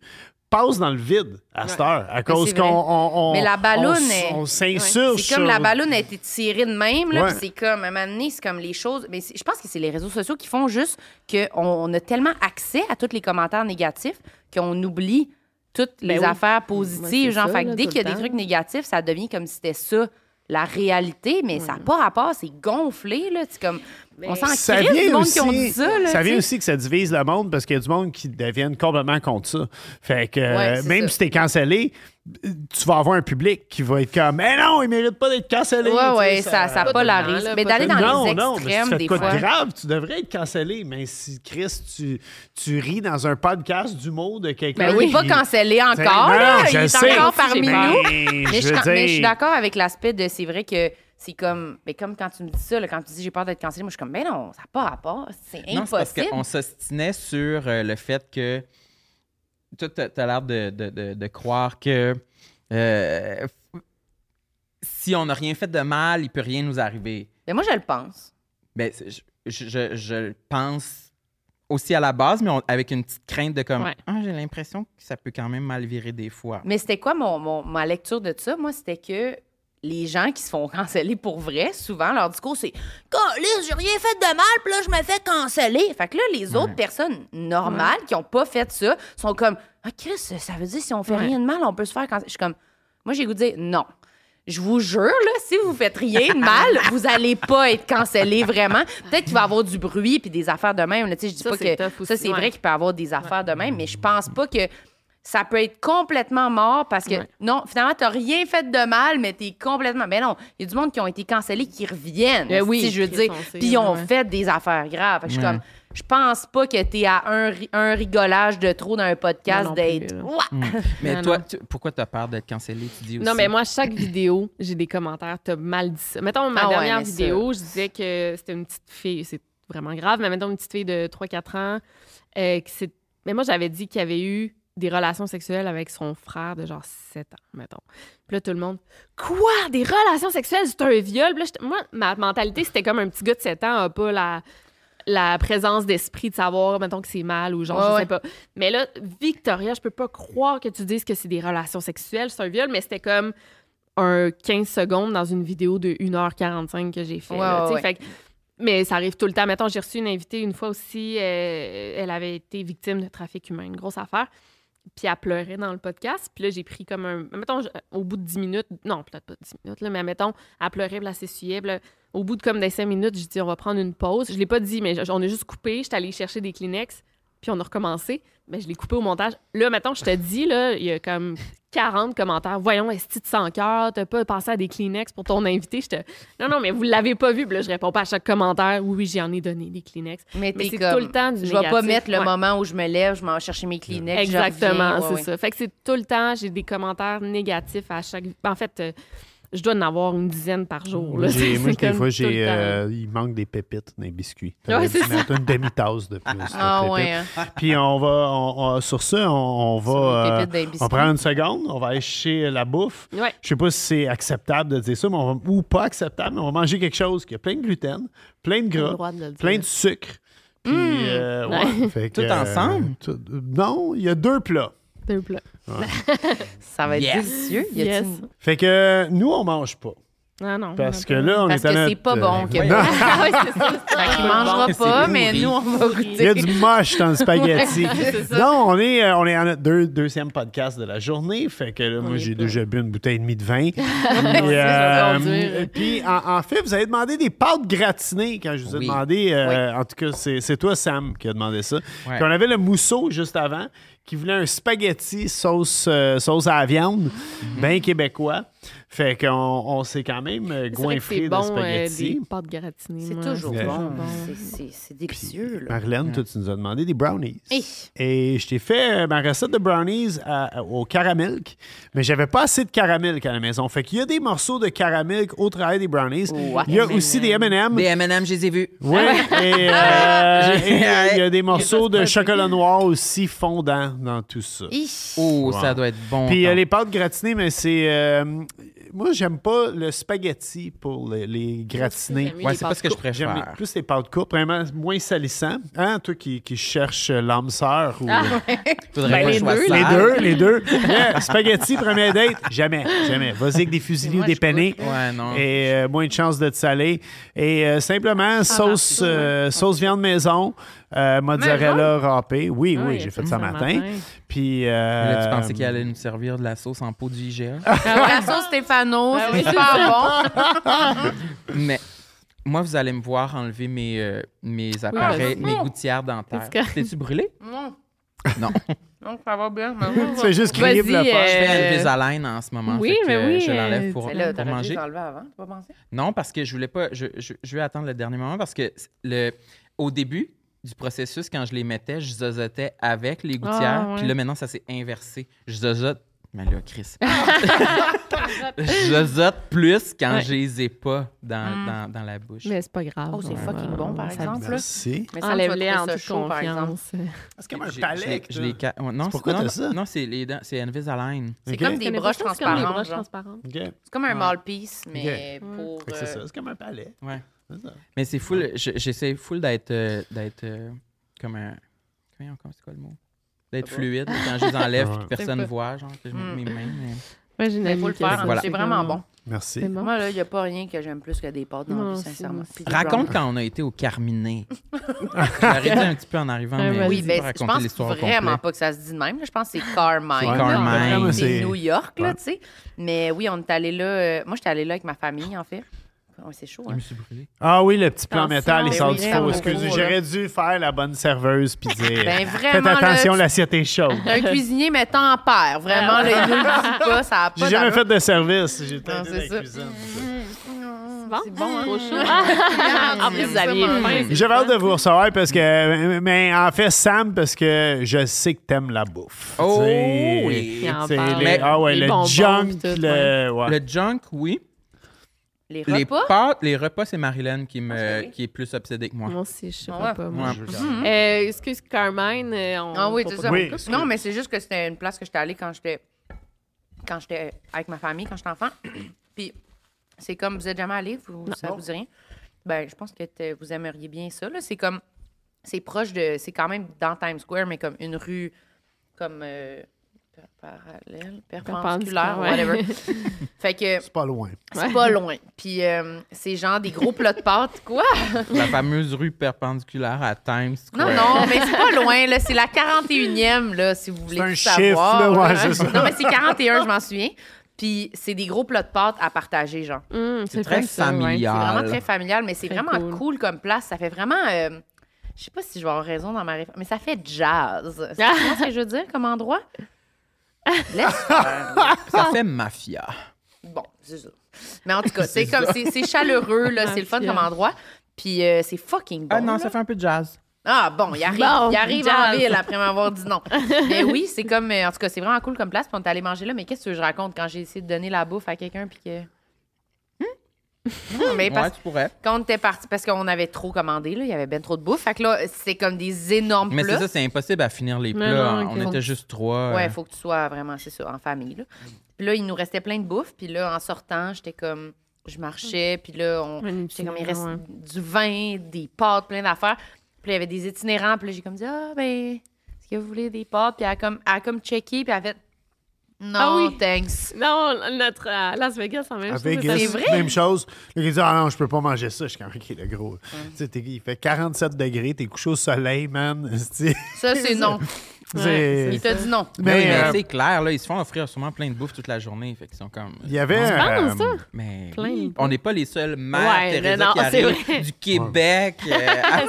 S2: passent dans le vide à cette heure à cause
S3: c'est
S2: qu'on
S3: vrai.
S2: on, on-
S3: Mais la balloune
S2: on,
S3: est-
S2: on s'insurge
S3: C'est comme
S2: sur-
S3: la balloune a été tirée de même, là,
S2: Ouais.
S3: puis c'est comme, à un moment donné, c'est comme les choses... Mais c'est- je pense que c'est les réseaux sociaux qui font juste qu'on on a tellement accès à tous les commentaires négatifs qu'on oublie toutes les
S1: Ben oui.
S3: affaires
S1: Ouais, c'est
S3: positives. genre,
S1: ça,
S3: fait que
S1: là,
S3: dès
S1: tout
S3: qu'il y a
S1: le
S3: des
S1: temps.
S3: trucs négatifs, ça devient comme si c'était ça la réalité, mais ça n'a pas rapport, c'est gonflé, là. C'est comme...
S1: Ben,
S3: On s'en
S2: ça
S3: crisse du
S2: vient
S3: monde
S2: aussi,
S3: qui ont dit ça, là,
S2: ça
S3: tu
S2: vient
S3: sais.
S2: aussi que ça divise le monde parce qu'il y a du monde qui deviennent complètement contre ça. Fait que euh,
S3: Ouais, c'est
S2: même
S3: ça.
S2: si t'es cancellé, tu vas avoir un public qui va être comme Mais non, il mérite pas d'être cancellé.
S3: Ouais,
S2: Tu sais,
S3: ouais, ça- ça a pas la raison. Mais d'aller dans
S2: non,
S3: les
S2: non, mais si tu
S3: extrêmes,
S2: fais
S3: des
S2: quoi
S3: fois.
S2: de grave, tu devrais être cancellé. Mais si Chris, tu, tu ris dans un podcast d'humour de quelqu'un.
S3: Ben oui, il n'est
S2: qui-
S3: pas cancellé
S2: T'sais,
S3: encore.
S2: non,
S3: là.
S2: je
S3: il est
S2: sais.
S3: encore parmi
S2: Ben,
S3: nous.
S2: je
S3: mais, je,
S2: veux
S3: suis- mais je suis
S2: dire-
S3: d'accord avec l'aspect de c'est vrai que c'est comme. Mais comme quand tu me dis ça, là, quand tu dis j'ai peur d'être cancellé, moi je suis comme, ben non, ça n'a pas rapport. C'est
S4: Non, c'est parce
S3: impossible.
S4: qu'on s'ostinait sur euh, le fait que. Toi, t'as t'as l'air de, de- de- de croire que. euh, f- si on n'a rien fait de mal, il peut rien nous arriver.
S3: Mais moi je le pense.
S4: Ben, c'est- je, je- je- je le pense aussi à la base, mais on- avec une petite crainte de comme.
S3: Ouais.
S4: Ah, j'ai l'impression que ça peut quand même mal virer des fois.
S3: Mais c'était quoi mon, mon- ma lecture de ça? Moi, c'était que les gens qui se font canceller pour vrai, souvent, leur discours, c'est Calisse, j'ai rien fait de mal, puis là, je me fais canceller. Fait que là, les autres personnes normales qui n'ont pas fait ça sont comme Ah, Chris, ça veut dire si on fait rien de mal, on peut se faire canceller. Je suis comme Moi, j'ai goût de dire non. Je vous jure, là, si vous faites rien de mal, vous allez pas être cancellé vraiment. Peut-être qu'il va y avoir du bruit puis des affaires de même. là. Tu sais, je dis
S1: Ça,
S3: pas
S1: c'est
S3: que
S1: tough
S3: ça,
S1: aussi,
S3: c'est
S1: ouais.
S3: vrai qu'il peut y avoir des affaires de même, mais je pense pas que ça peut être complètement mort parce que non, finalement, t'as rien fait de mal, mais t'es complètement. Mais non, il y a du monde qui ont été cancellés qui reviennent.
S1: Eh oui,
S3: si je veux
S1: Chris,
S3: dire.
S1: on sait,
S3: Puis ils ont
S1: ouais.
S3: fait des affaires graves. Fait que Je suis
S4: Ouais.
S3: comme, je pense pas que t'es à un, ri- un rigolage de trop dans un podcast
S1: Non, non plus,
S3: d'être.
S1: là.
S3: Ouah!
S4: Mm. Mais
S1: Non,
S4: toi,
S1: non.
S4: tu- pourquoi t'as peur d'être cancellé? Tu dis aussi.
S1: Non, mais moi, chaque vidéo, j'ai des commentaires. T'as mal dit ça. Mettons, ma
S3: Ah ouais,
S1: dernière
S3: mais ça-
S1: vidéo, je disais que c'était une petite fille. C'est vraiment grave, mais mettons une petite fille de 3-4 ans. euh, qui s'est- mais moi, j'avais dit qu'il avait eu des relations sexuelles avec son frère de genre 7 ans, mettons. Puis là, tout le monde, quoi? Des relations sexuelles? C'est un viol? Puis là, j'étais- moi, ma mentalité, c'était comme un petit gars de 7 ans a pas la, la présence d'esprit de savoir, mettons, que c'est mal ou genre,
S3: Ouais,
S1: je
S3: ouais.
S1: sais pas. Mais là, Victoria, je peux pas croire que tu dises que c'est des relations sexuelles, c'est un viol, mais c'était comme un 15 secondes dans une vidéo de 1h45 que j'ai fait. là,
S3: Ouais,
S1: tu
S3: ouais,
S1: sais. Fait que- mais ça arrive tout le temps. Mettons, j'ai reçu une invitée une fois aussi, euh, elle avait été victime de trafic humain, une grosse affaire. Puis elle pleurait dans le podcast. Puis là, j'ai pris comme un. Mettons, je- au bout de 10 minutes, non, peut-être pas 10 minutes, là, mais mettons, elle pleurait, puis elle s'essuyait. puis là, au bout de comme des 5 minutes, j'ai dit, on va prendre une pause. Je l'ai pas dit, mais je- on a juste coupé. J'étais allée chercher des Kleenex, puis on a recommencé. Mais je l'ai coupé au montage. Là, mettons, je te dis, là, il y a comme 40 commentaires. Voyons, est-ce que tu te sens cœur? T'as pas pensé à des Kleenex pour ton invité? J'étais, non, non, mais vous l'avez pas vu. Puis là, je réponds pas à chaque commentaire. Oui, oui, j'en ai donné des Kleenex.
S3: Mais
S1: Mais
S3: t'es
S1: c'est
S3: comme.
S1: tout le temps du
S3: je vais pas
S1: négatif,
S3: mettre le
S1: ouais.
S3: moment où je me lève, je m'en vais chercher mes Kleenex. je
S1: Exactement,
S3: reviens. Ouais,
S1: c'est
S3: ouais.
S1: ça. Fait que c'est tout le temps, j'ai des commentaires négatifs à chaque. En fait, euh, je dois en avoir une dizaine par jour.
S2: Moi,
S1: là.
S2: j'ai-
S1: C'est
S2: moi,
S1: comme
S2: des fois,
S1: tout le
S2: j'ai,
S1: temps.
S2: euh, il manque des pépites dans les biscuits.
S1: Ouais,
S2: T'aurais
S1: c'est
S2: dû
S1: ça.
S2: mettre une demi-tasse de plus. de
S3: Ah,
S2: pépites.
S3: ouais, hein.
S2: Puis on va, on- on- sur ça, on, on va,
S3: les
S2: euh,
S3: pépites dans les biscuits.
S2: on prend une seconde, on va aller chez la bouffe.
S1: Ouais.
S2: Je sais pas si c'est acceptable de dire ça, mais on va- ou pas acceptable, mais on va manger quelque chose qui a plein de gluten, plein de
S1: T'as le
S2: gras,
S1: droit de le dire.
S2: plein de sucre. Puis, euh, ouais,
S1: Ouais.
S2: fait que,
S4: Tout
S2: euh,
S4: ensemble?
S2: tout- non, il y a deux plats.
S1: Deux plats.
S3: Ça va être
S4: Yes.
S3: délicieux. Y a-t-il
S1: Yes.
S3: une-
S2: Fait que nous, on mange pas.
S1: Ah non.
S2: Parce que là, on
S3: Parce
S2: est à
S3: que
S2: notre-
S3: c'est pas bon.
S2: euh,
S3: que-
S2: non.
S1: Ah ouais, c'est ça. c'est
S3: Fait
S1: ça.
S3: qu'il mangera
S4: C'est
S3: pas, mais
S4: pourri.
S3: nous, on va
S2: Il y a
S3: goûter.
S2: du moche dans le spaghetti.
S3: C'est ça.
S2: non, on est, euh, on est à notre deux- deuxième podcast de la journée. Fait que là, moi, j'ai déjà bu une bouteille et demie de vin. puis, euh,
S1: conduire.
S2: puis, en, en fait, vous avez demandé des pâtes gratinées quand je vous ai
S4: Oui.
S2: demandé. euh, En tout cas, c'est c'est toi, Sam, qui a demandé ça.
S4: Ouais.
S2: Puis on avait le mousseau juste avant, qui voulait un spaghetti sauce, euh, sauce à la viande, bien québécois. Fait qu'on on s'est quand même euh,
S1: Mhm. C'est vrai que
S2: goinfré
S1: c'est
S2: de
S1: bon, euh,
S2: spaghetti.
S1: des pâtes gratinées.
S3: C'est
S1: moi,
S3: toujours
S2: c'est
S3: bon.
S2: bon.
S3: C'est- c'est- C'est délicieux, là.
S2: Marlène, toi, tu nous as demandé des brownies.
S3: Hey.
S2: Et je t'ai fait euh, ma recette de brownies à- au caramel, mais j'avais pas assez de caramel à la maison. Fait qu'il y a des morceaux de caramel au travail des brownies.
S4: What?
S2: Il y a aussi des M&M.
S4: Des M&M, je les ai vus.
S2: Oui, et euh, et, euh, il y a des morceaux de chocolat noir aussi fondant dans tout ça.
S4: Oh,
S2: Ouais.
S4: ça doit être bon.
S2: Puis
S4: tant.
S2: euh, les pâtes gratinées, mais c'est. euh, moi, j'aime pas le spaghetti pour les, les gratinés.
S4: mieux Ouais, les c'est pas pâtes ce que je courtes. préfère.
S2: J'aime les- plus les pâtes courtes, vraiment moins salissant. Hein, toi qui, qui cherches euh, l'âme sœur ou.
S4: Faudrait pas que je
S2: les,
S4: sois
S2: deux, les
S4: sale.
S2: deux, Ah, les deux. Yeah, spaghetti, première date, jamais, jamais. Vas-y avec des fusillis ou des pennés.
S4: Ouais, non.
S2: Et euh, moins de chance de te saler. Et euh, simplement, sauce, euh, sauce viande maison, euh, mozzarella râpée. Oui, oui, j'ai fait ça matin. Puis. euh,
S4: Là, tu pensais qu'il allait nous servir de la sauce en pot d'IGA?
S1: Ah,
S3: La sauce Stéphano, Ben c'est super bon.
S4: Mais moi, vous allez me voir enlever mes, euh, mes appareils,
S1: vas-y.
S4: mes gouttières dentaires.
S1: Est-ce que-
S4: T'es-tu brûlé?
S3: Non,
S4: Non.
S3: non, ça va bien. mais-
S2: Tu fais juste crier pour le
S1: Vas-y,
S2: faire.
S4: Je fais
S1: Euh,
S4: Elvis Alain en ce moment.
S1: oui,
S4: fait que,
S1: mais
S4: euh,
S1: oui,
S4: Je
S1: euh,
S4: l'envais pour,
S3: Mais là,
S4: pour
S3: t'aurais dû
S4: manger.
S3: les enlever avant, t'as pas pensé?
S4: Non, parce que je voulais pas. Je, je, je vais attendre le dernier moment parce que le, au début du processus, quand je les mettais, je zozotais avec les gouttières.
S1: Ah, ouais.
S4: Puis là, maintenant, ça s'est inversé. Je zozote. Mais là, Chris. je zozote plus quand
S1: Ouais. Mm.
S4: je les ai pas dans, dans, dans la bouche.
S1: Mais c'est pas grave.
S3: Oh, c'est
S1: Ouais,
S3: fucking
S1: ouais,
S3: bon, par
S1: ça-
S3: exemple. là.
S2: Merci.
S3: Mais ça, tu vas
S1: Enlève-les en
S3: trouver ça
S1: toute
S3: chaud, par exemple.
S1: confiance.
S2: C'est comme un
S4: J'ai- je
S2: palais.
S4: l'ai- je l'ai ca- ouais, non, c'est-
S2: pourquoi
S4: non,
S2: t'as
S4: non,
S2: ça?
S4: Non, c'est les dents, c'est Invisalign.
S3: C'est
S2: Ok.
S3: comme des
S1: Mais
S3: broches
S1: pourtant, c'est comme des
S3: transparentes.
S1: broches
S3: genre.
S1: transparentes.
S2: Ok.
S3: C'est comme un mouthpiece, mais pour.
S2: Fait que C'est
S3: euh,
S2: ça, c'est comme un palais.
S4: Ouais.
S2: C'est ça.
S4: Mais c'est full. je- J'essaie full d'être euh, d'être euh, comme un. Voyons, comment- c'est quoi le mot? D'être fluide quand je les enlève et
S2: Ouais.
S4: que personne
S1: pas-
S4: ne voit, genre que je
S3: Hmm.
S4: mets mes mains. mais-
S1: Moi, j'ai une
S3: Mais
S1: amie
S3: faut le
S1: qui a
S3: faire,
S1: ça,
S4: Voilà.
S3: c'est vraiment bon.
S2: Merci.
S1: C'est bon.
S3: Moi, là, il n'y a pas rien que j'aime plus que des pâtes dans
S1: Non,
S3: la vie,
S1: c'est-
S3: sincèrement.
S1: c'est-
S3: Puis des
S4: Raconte
S3: brownies.
S4: quand on a été au Carminet. J'arrêtais un petit peu en arrivant,
S1: Ouais,
S4: mais
S1: vas-y.
S3: Oui,
S4: vas-y,
S3: ben,
S4: pour
S3: je
S4: raconter
S3: pense
S4: l'histoire au
S3: vraiment
S4: complet.
S3: pas que ça se dit de même. là. Je pense que c'est Carmine.
S4: Ouais, Carmine.
S2: vraiment,
S3: C'est
S2: Ah, c'est-
S3: New York, là,
S2: Ouais.
S3: tu sais. Mais oui, on est allé là. euh, moi, j'étais allée là avec ma famille, en fait. Ouais, c'est chaud,
S4: Je
S3: hein?
S4: me suis brûlé.
S2: Ah oui, le petit plan
S1: Attention,
S2: métal, il
S1: ben
S2: sort
S1: oui,
S2: du
S1: vraiment,
S2: faux. Excusez,
S3: là.
S2: j'aurais dû faire la bonne serveuse puis dire
S3: Ben,
S2: Faites
S3: vraiment, là,
S2: attention,
S3: tu-
S2: l'assiette est chaude.
S3: Un cuisinier mettant en paire. Vraiment, là, il ne le dit pas. Ça a pas
S2: J'ai jamais
S3: d'allure.
S2: fait de service. J'ai
S3: Non,
S2: tenté
S3: c'est
S2: la
S3: ça. Mm.
S2: cuisine.
S1: C'est bon, hein?
S3: Ah,
S1: En plus, vous aviez
S3: vraiment.
S1: faim. c'est
S2: J'avais
S1: ça.
S2: hâte de vous recevoir parce que. Mais en fait, Sam, parce que je sais que t'aimes la bouffe.
S4: Oh
S2: Tu sais,
S4: oui.
S2: tu sais,
S1: Il en
S2: les-
S4: parle.
S2: ah ouais,
S1: Les
S2: le
S1: bonbons
S2: junk,
S1: pis tout,
S2: le. ouais.
S4: Le junk, oui.
S3: Les
S4: Les
S3: repas?
S4: pâtes, les repas, c'est Marilyn qui,
S3: Ah, c'est
S4: me,
S3: vrai.
S4: qui est plus obsédée que moi.
S1: Moi aussi, je sais
S3: Ah
S1: pas,
S3: ouais.
S1: pas, moi.
S4: Moi,
S1: Euh, excuse Carmine. euh, on-
S3: Hein? Ah oui,
S1: faut
S3: c'est
S1: pas
S3: ça.
S1: qu'on
S2: Oui,
S1: coupe.
S2: excuse.
S3: Non, mais c'est juste que c'était une place que j'étais allée quand j'étais quand j'étais avec ma famille, quand j'étais enfant. Puis c'est comme vous êtes jamais allé, vous ça vous dit rien. Ben, je pense que t'es- vous aimeriez bien ça. là. C'est comme c'est proche de. C'est quand même dans Times Square, mais comme une rue comme euh, par- parallèle, perpendiculaire,
S1: Perpendiculaire, ouais.
S3: whatever. fait que
S2: C'est pas loin.
S3: c'est pas loin. Puis euh, c'est genre des gros plats de pâtes. Quoi?
S4: La fameuse rue perpendiculaire à Times
S3: Non,
S4: Square.
S3: non, mais c'est pas loin, là. C'est la 41e, là, si vous voulez
S2: un
S3: tout
S2: chiffre,
S3: savoir. hein.
S2: là, ouais, c'est ça.
S3: Non, mais c'est 41, je m'en souviens. Puis c'est des gros plats de pâtes à partager, genre.
S1: Hum,
S4: C'est
S1: c'est
S4: très
S1: vrai que ça, ouais.
S4: familial.
S3: C'est
S2: Ah,
S3: vraiment très familial, mais c'est
S1: Très
S3: vraiment cool.
S1: cool.
S3: comme place. Ça fait vraiment. euh, je sais pas si je vais avoir raison dans ma réflexion, mais ça fait jazz. C'est vraiment ce que je veux dire comme endroit? Laisse faire.
S4: Ça fait mafia.
S3: Bon, c'est ça. Mais en tout cas, c'est comme c'est c'est chaleureux, là, c'est le fun comme endroit. Puis euh, c'est fucking bon.
S4: Ah non,
S3: là.
S4: ça fait un peu de jazz.
S3: Ah bon, il arrive,
S1: Bon,
S3: il arrive
S1: jazz.
S3: en ville après m'avoir dit non. Mais oui, c'est comme euh, en tout cas, c'est vraiment cool comme place. Puis on est allé manger là, mais qu'est-ce que je raconte quand j'ai essayé de donner la bouffe à quelqu'un puis que
S1: Hmm?
S3: Non, mais parce
S4: Ouais, tu pourrais.
S3: quand on était parti parce qu'on avait trop commandé là, il y avait ben trop de bouffe. Fait que là, c'est comme des énormes
S4: Mais c'est
S3: plats.
S4: ça, c'est impossible à finir les
S1: Mais
S4: plats.
S1: non, ok.
S4: On était juste trois. euh.
S2: Hein.
S3: Ouais, faut que tu sois vraiment, c'est ça, en famille. Là. Puis là, il nous restait plein de bouffe. Puis là, en sortant, j'étais comme, je marchais. Puis là, on,
S1: Un
S3: j'étais comme, il reste
S1: itinérant,
S3: du vin, des pâtes, plein d'affaires. Puis là, il y avait des itinérants. Puis là, j'ai comme dit, ah, ben, est-ce que vous voulez des pâtes? Puis elle a comme, elle a comme checké. Puis elle a fait, non,
S1: Ah oui.
S3: thanks.
S1: Non, notre à Las Vegas, en même
S2: À
S1: chose,
S2: Vegas,
S3: Ah, c'est
S1: c'est-
S3: vrai?
S2: même chose. Le gars dit Ah non, je peux pas manger ça. Je suis quand même le gros. Tu sais, t'es- il fait 47 degrés, t'es couché au soleil, man. C'est-
S3: Ça, c'est non.
S2: c'est-
S3: Il t'a dit non.
S4: Mais, oui, mais
S2: euh,
S4: c'est clair, là, ils se font offrir sûrement plein de bouffe toute la journée. Fait qu'ils sont comme.
S2: il y avait.
S1: Ah,
S2: euh,
S1: ça?
S4: Mais
S1: Plein
S4: oui,
S1: de
S4: on n'est pas les seuls
S1: Ouais,
S4: mères
S1: mais
S4: Teresa,
S1: non,
S4: qui
S1: c'est
S4: arrivent
S1: vrai.
S4: du Québec euh, avec,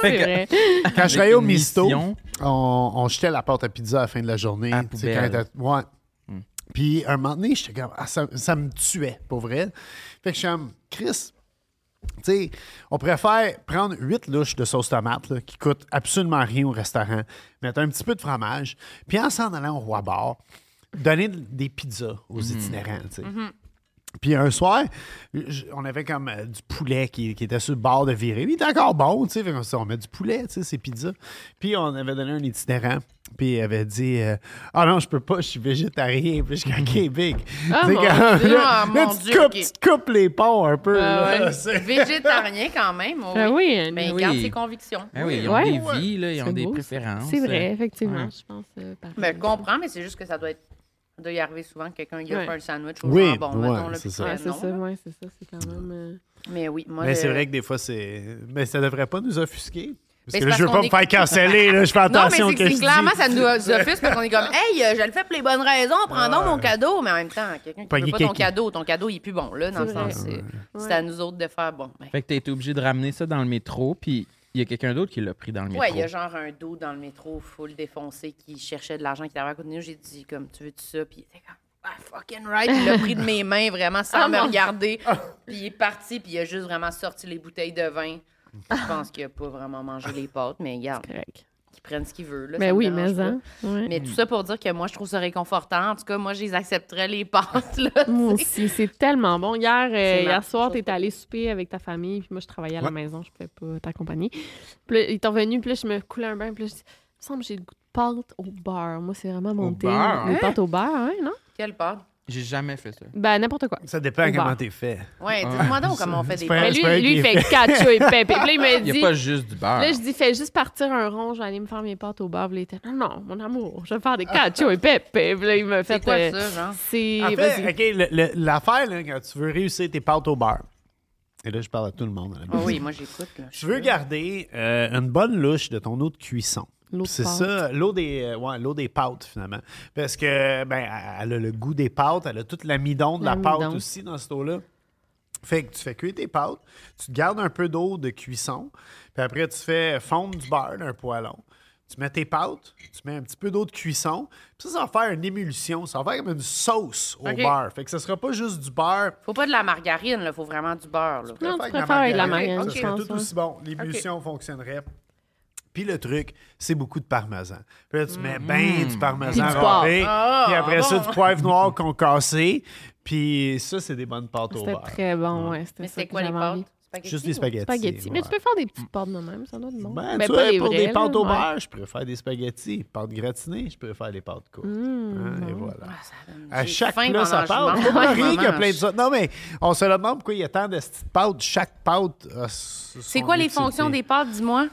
S1: C'est vrai.
S2: quand je
S4: avec
S2: travaillais au
S4: une
S2: Misto,
S4: mission.
S2: on, on jetait la pâte à pizza à la fin de la journée. tu sais, quand elle
S4: poubelle. Hmm.
S2: était- ouais. Puis un moment donné, j'étais comme, ah, ça, ça me tuait, pour vrai. Fait que je suis comme, Chris, tu sais, on préfère prendre huit louches de sauce tomate là, qui coûtent absolument rien au restaurant, mettre un petit peu de fromage, puis en s'en allant au roi bar, donner de- des pizzas aux itinérants, tu sais.
S3: Mhm.
S2: Puis un soir, je- on avait comme euh, du poulet qui, qui était sur le bord de virer. Il était encore bon, tu sais. Fait qu'on s'est dit, On met du poulet, tu sais, c'est pizza. Puis on avait donné un itinérant. Puis il avait dit euh, Ah non, je peux pas, je suis végétarien. Puis je suis comme, OK, big.
S3: Ah,
S2: Tu sais,
S3: mon
S2: quand-
S3: Dieu,
S2: là,
S3: ah, mon
S2: tu
S3: Dieu,
S2: coupes-
S3: ok.
S2: tu coupes les ponts un peu. là.
S3: Euh,
S2: C'est-
S3: végétarien quand même. oh oui.
S1: Ben oui, oui.
S3: Ben, il garde ses convictions.
S2: Ben
S4: Ah oui, ils ont
S1: Ouais.
S4: des vies, là, ils ont
S1: C'est
S4: des
S1: beau, ça.
S4: préférences.
S1: C'est vrai,
S4: Euh,
S1: effectivement,
S4: ouais.
S1: je pense. euh, par
S3: Ben, je
S1: exemple.
S3: comprends, mais c'est juste que ça doit être. doit y arriver souvent que quelqu'un qui offre
S1: Ouais.
S3: un sandwich au
S2: Oui,
S3: jambon,
S2: ouais,
S3: mettons, là,
S2: c'est
S3: puis
S2: ça.
S3: que
S1: Ouais, c'est
S3: non,
S1: ça,
S3: là.
S1: ouais, c'est ça, c'est quand même. euh,
S3: Mais oui, moi.
S2: Mais
S3: je-
S2: c'est vrai que des fois, c'est. Mais ça devrait pas nous offusquer. Parce
S3: Mais
S2: que
S3: c'est
S2: là, je veux
S3: parce
S2: pas me
S3: qu'on
S2: faire canceller, là. Je fais
S3: Non, mais
S2: attention
S3: c'est
S2: que
S3: que
S2: je
S3: c'est clairement,
S2: dis.
S3: ça nous offusque parce qu'on est comme, hey, euh, je le fais pour les bonnes raisons, prends donc mon cadeau. Mais en même temps, quelqu'un qui
S2: Pogner
S3: veut pas ton
S2: quelqu'un.
S3: cadeau, ton cadeau, il est plus bon, là, dans le
S1: C'est vrai.
S3: sens. C'est c'est à nous autres de faire, bon, ben.
S4: Fait que t'as été obligé de ramener ça dans le métro, puis il y a quelqu'un d'autre qui l'a pris dans le métro.
S3: Ouais, il y a genre un dos dans le métro full défoncé qui cherchait de l'argent qui avait à côté de nous. J'ai dit, comme, tu veux-tu ça? Puis il était comme, ah, fucking right. Il l'a pris de mes mains vraiment sans
S1: Ah,
S3: me regarder. Puis il est parti, puis il a juste vraiment sorti les bouteilles de vin. Je pense qu'il a pas vraiment mangé les pâtes, mais regarde,
S1: Correct.
S3: qu'il prenne ce qu'il veut. Là,
S1: Ben
S3: ça me
S1: oui,
S3: dérange
S1: mais
S3: pas.
S1: hein. Ouais.
S2: Mm.
S3: Mais tout ça pour dire que moi, je trouve ça réconfortant. En tout cas, moi, je les accepterais les pâtes. Là,
S1: Moi
S3: tu sais.
S1: aussi, c'est tellement bon. Hier, euh,
S3: C'est ma
S1: hier soir,
S3: chose
S1: t'es allé souper avec ta famille, puis moi, je travaillais à la
S2: Ouais.
S1: maison, je pouvais pas t'accompagner. Puis là, ils t'ont venu, puis là, je me coulais un bain, puis là, je dis, il me semble que j'ai le goût de pâtes au beurre. Moi, c'est vraiment mon
S4: Au
S1: thé.
S4: beurre?
S1: Les pâtes au beurre, hein, non?
S3: Quelle pâte?
S4: J'ai jamais fait ça.
S1: Ben, n'importe quoi.
S2: Ça dépend
S1: Au bar.
S2: comment t'es fait.
S3: Ouais, dis-moi donc comment on fait des
S2: Ah. pas-
S1: Mais
S3: pâtes.
S1: lui,
S2: vrai
S1: lui, il
S2: qu'il
S1: fait cacio et pépé. Puis là, il me
S4: Il
S1: dit...
S4: n'y a pas juste du beurre.
S1: Là, je dis, fais juste partir un rond, je vais aller me faire mes pâtes au beurre. Puis là, il était, non, non, mon amour, je vais faire des cacio et pépé. Puis là, il m'a fait...
S3: C'est quoi
S1: euh,
S3: ça, genre?
S1: C'est...
S2: En
S1: vas-y.
S2: fait, OK, le- le- l'affaire, là, quand tu veux réussir tes pâtes au beurre, et là, je parle à tout le monde. à la
S3: Ah
S2: maison.
S3: oui, moi, j'écoute. là.
S2: Tu veux garder euh, une bonne louche de ton eau de cuisson.
S1: L'eau de
S2: C'est
S1: pâte.
S2: ça, l'eau des, euh, ouais, l'eau des pâtes, finalement. Parce que, ben, elle a le goût des pâtes, elle a toute l'amidon de la pâte
S1: L'amidon.
S2: aussi dans cette eau-là. Fait que tu fais cuire tes pâtes, tu te gardes un peu d'eau de cuisson, puis après, tu fais fondre du beurre d'un poêlon. Tu mets tes pâtes, tu mets un petit peu d'eau de cuisson, puis ça, ça va faire une émulsion, ça va faire comme une sauce au
S3: Ok.
S2: beurre. Fait que ce sera pas juste du beurre.
S3: Faut pas de la margarine, là. Faut vraiment du beurre, là.
S1: Non, tu
S2: Faire
S1: préfères avec la
S2: margarine,
S1: margarine,
S2: ça
S1: je
S2: serait
S1: pense.
S2: tout
S1: ouais.
S2: aussi bon. L'ébullition fonctionnerait. Puis le truc, c'est beaucoup de parmesan. Puis là, tu mets bien du parmesan
S1: Mm. Puis du
S2: râpé. Puis après ça,
S3: Ah, bon.
S2: du poivre noir concassé. Puis ça, c'est des bonnes pâtes au
S1: C'était
S2: beurre.
S1: très bon, ouais.
S3: Mais
S1: C'était ça
S3: c'est
S1: que
S3: quoi les
S1: j'avais
S3: pâtes?
S1: envie.
S3: Spaghetti
S2: Juste des
S3: ou-
S2: spaghettis.
S1: Spaghetti. Mais
S2: ouais.
S1: tu peux faire des petites pâtes de même, ça doit être bon.
S2: Ben,
S1: Ben,
S2: tu
S1: pas
S2: vois,
S1: les
S2: pour
S1: vraies,
S2: des
S1: là,
S2: pâtes au
S1: ouais.
S2: beurre, je préfère des spaghettis. Pâtes gratinées, je préfère des pâtes courtes.
S1: Mm.
S2: Hein, et voilà. À
S3: J'ai
S2: chaque
S3: faim
S2: plat, ça
S3: pendant que
S2: pâte.
S3: je
S2: C'est
S3: mange.
S2: pas rien qu'il y a
S3: Ouais,
S2: plein de
S3: je-
S2: ça. Non, mais on se demande pourquoi il y a tant de petites pâtes. Chaque pâte a
S3: C'est quoi les fonctions des pâtes,
S2: Euh,
S3: dis-moi?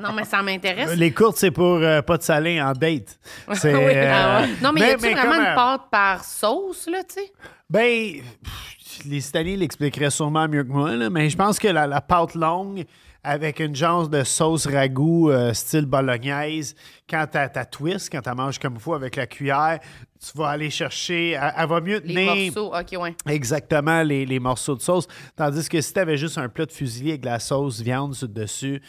S3: non, mais ça m'intéresse.
S2: Les courtes, c'est pour euh, pas de salé en date. C'est,
S3: Oui.
S2: euh,
S3: Ah ouais. Non, mais, y a-tu vraiment
S2: comme,
S3: une
S2: euh,
S3: pâte par sauce, là, tu sais?
S2: Ben, pff, les Italiens l'expliqueraient sûrement mieux que moi, là, mais je pense que la, la pâte longue avec une genre de sauce ragoût euh, style bolognaise, quand t'as ta twist, quand t'as manges comme il faut avec la cuillère, tu vas aller chercher, elle, elle va mieux
S3: Les
S2: tenir
S3: morceaux, OK, ouais.
S2: exactement les, les morceaux de sauce. Tandis que si t'avais juste un plat de fusilli avec de la sauce viande sur le dessus,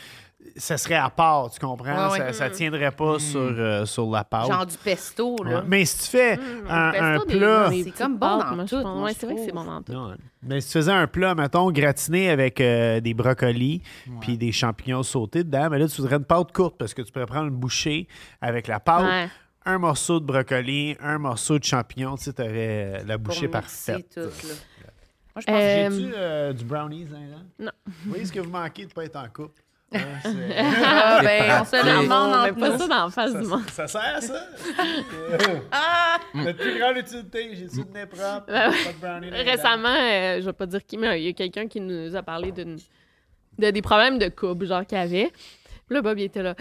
S2: ça serait à part, tu comprends?
S3: Ouais, ouais.
S2: Ça, ça tiendrait pas sur, euh, sur la pâte.
S3: Genre du pesto, là. Mm. Ben,
S2: Ouais. Mais si tu fais un, un
S1: Pesto, des-
S2: plat.
S1: des
S3: C'est
S1: petites
S3: comme bon
S1: pâtes,
S3: dans
S1: moi, je
S3: tout,
S1: pense.
S3: moi,
S1: Ouais,
S3: je
S1: c'est vrai que c'est
S3: trouve.
S1: bon dans tout.
S2: Non, Mais si tu faisais un plat, mettons, gratiné avec euh, des brocolis puis des champignons sautés dedans, mais là, tu voudrais une pâte courte parce que tu pourrais prendre une bouchée avec la pâte,
S1: Ouais.
S2: un morceau de brocoli, un morceau de champignon, tu sais, t'aurais euh, la
S3: Pour
S2: bouchée
S3: mixer
S2: parfaite.
S3: tout, là. Moi, je pense
S1: Euh,
S3: que
S2: J'ai-tu euh, du brownies là-dedans?
S1: Non.
S2: Vous voyez ce que vous manquez de ne pas être en couple? Hein,
S3: j'ai...
S2: c'est-
S3: Ah, ben, on se
S4: pratique.
S3: le demande
S1: On
S3: entre
S1: met pas
S3: nous.
S1: ça dans la face du monde.
S2: ça sert à ça? Notre plus grande utilité, j'ai du nez propre,
S1: Ah! Ben ouais.
S2: pas de brownies. là-dedans.
S1: Récemment, euh, je vais pas dire qui, mais euh, il y a quelqu'un qui nous a parlé d'une de des problèmes de couple, genre qu'il avait. Puis là, Bob, il était là.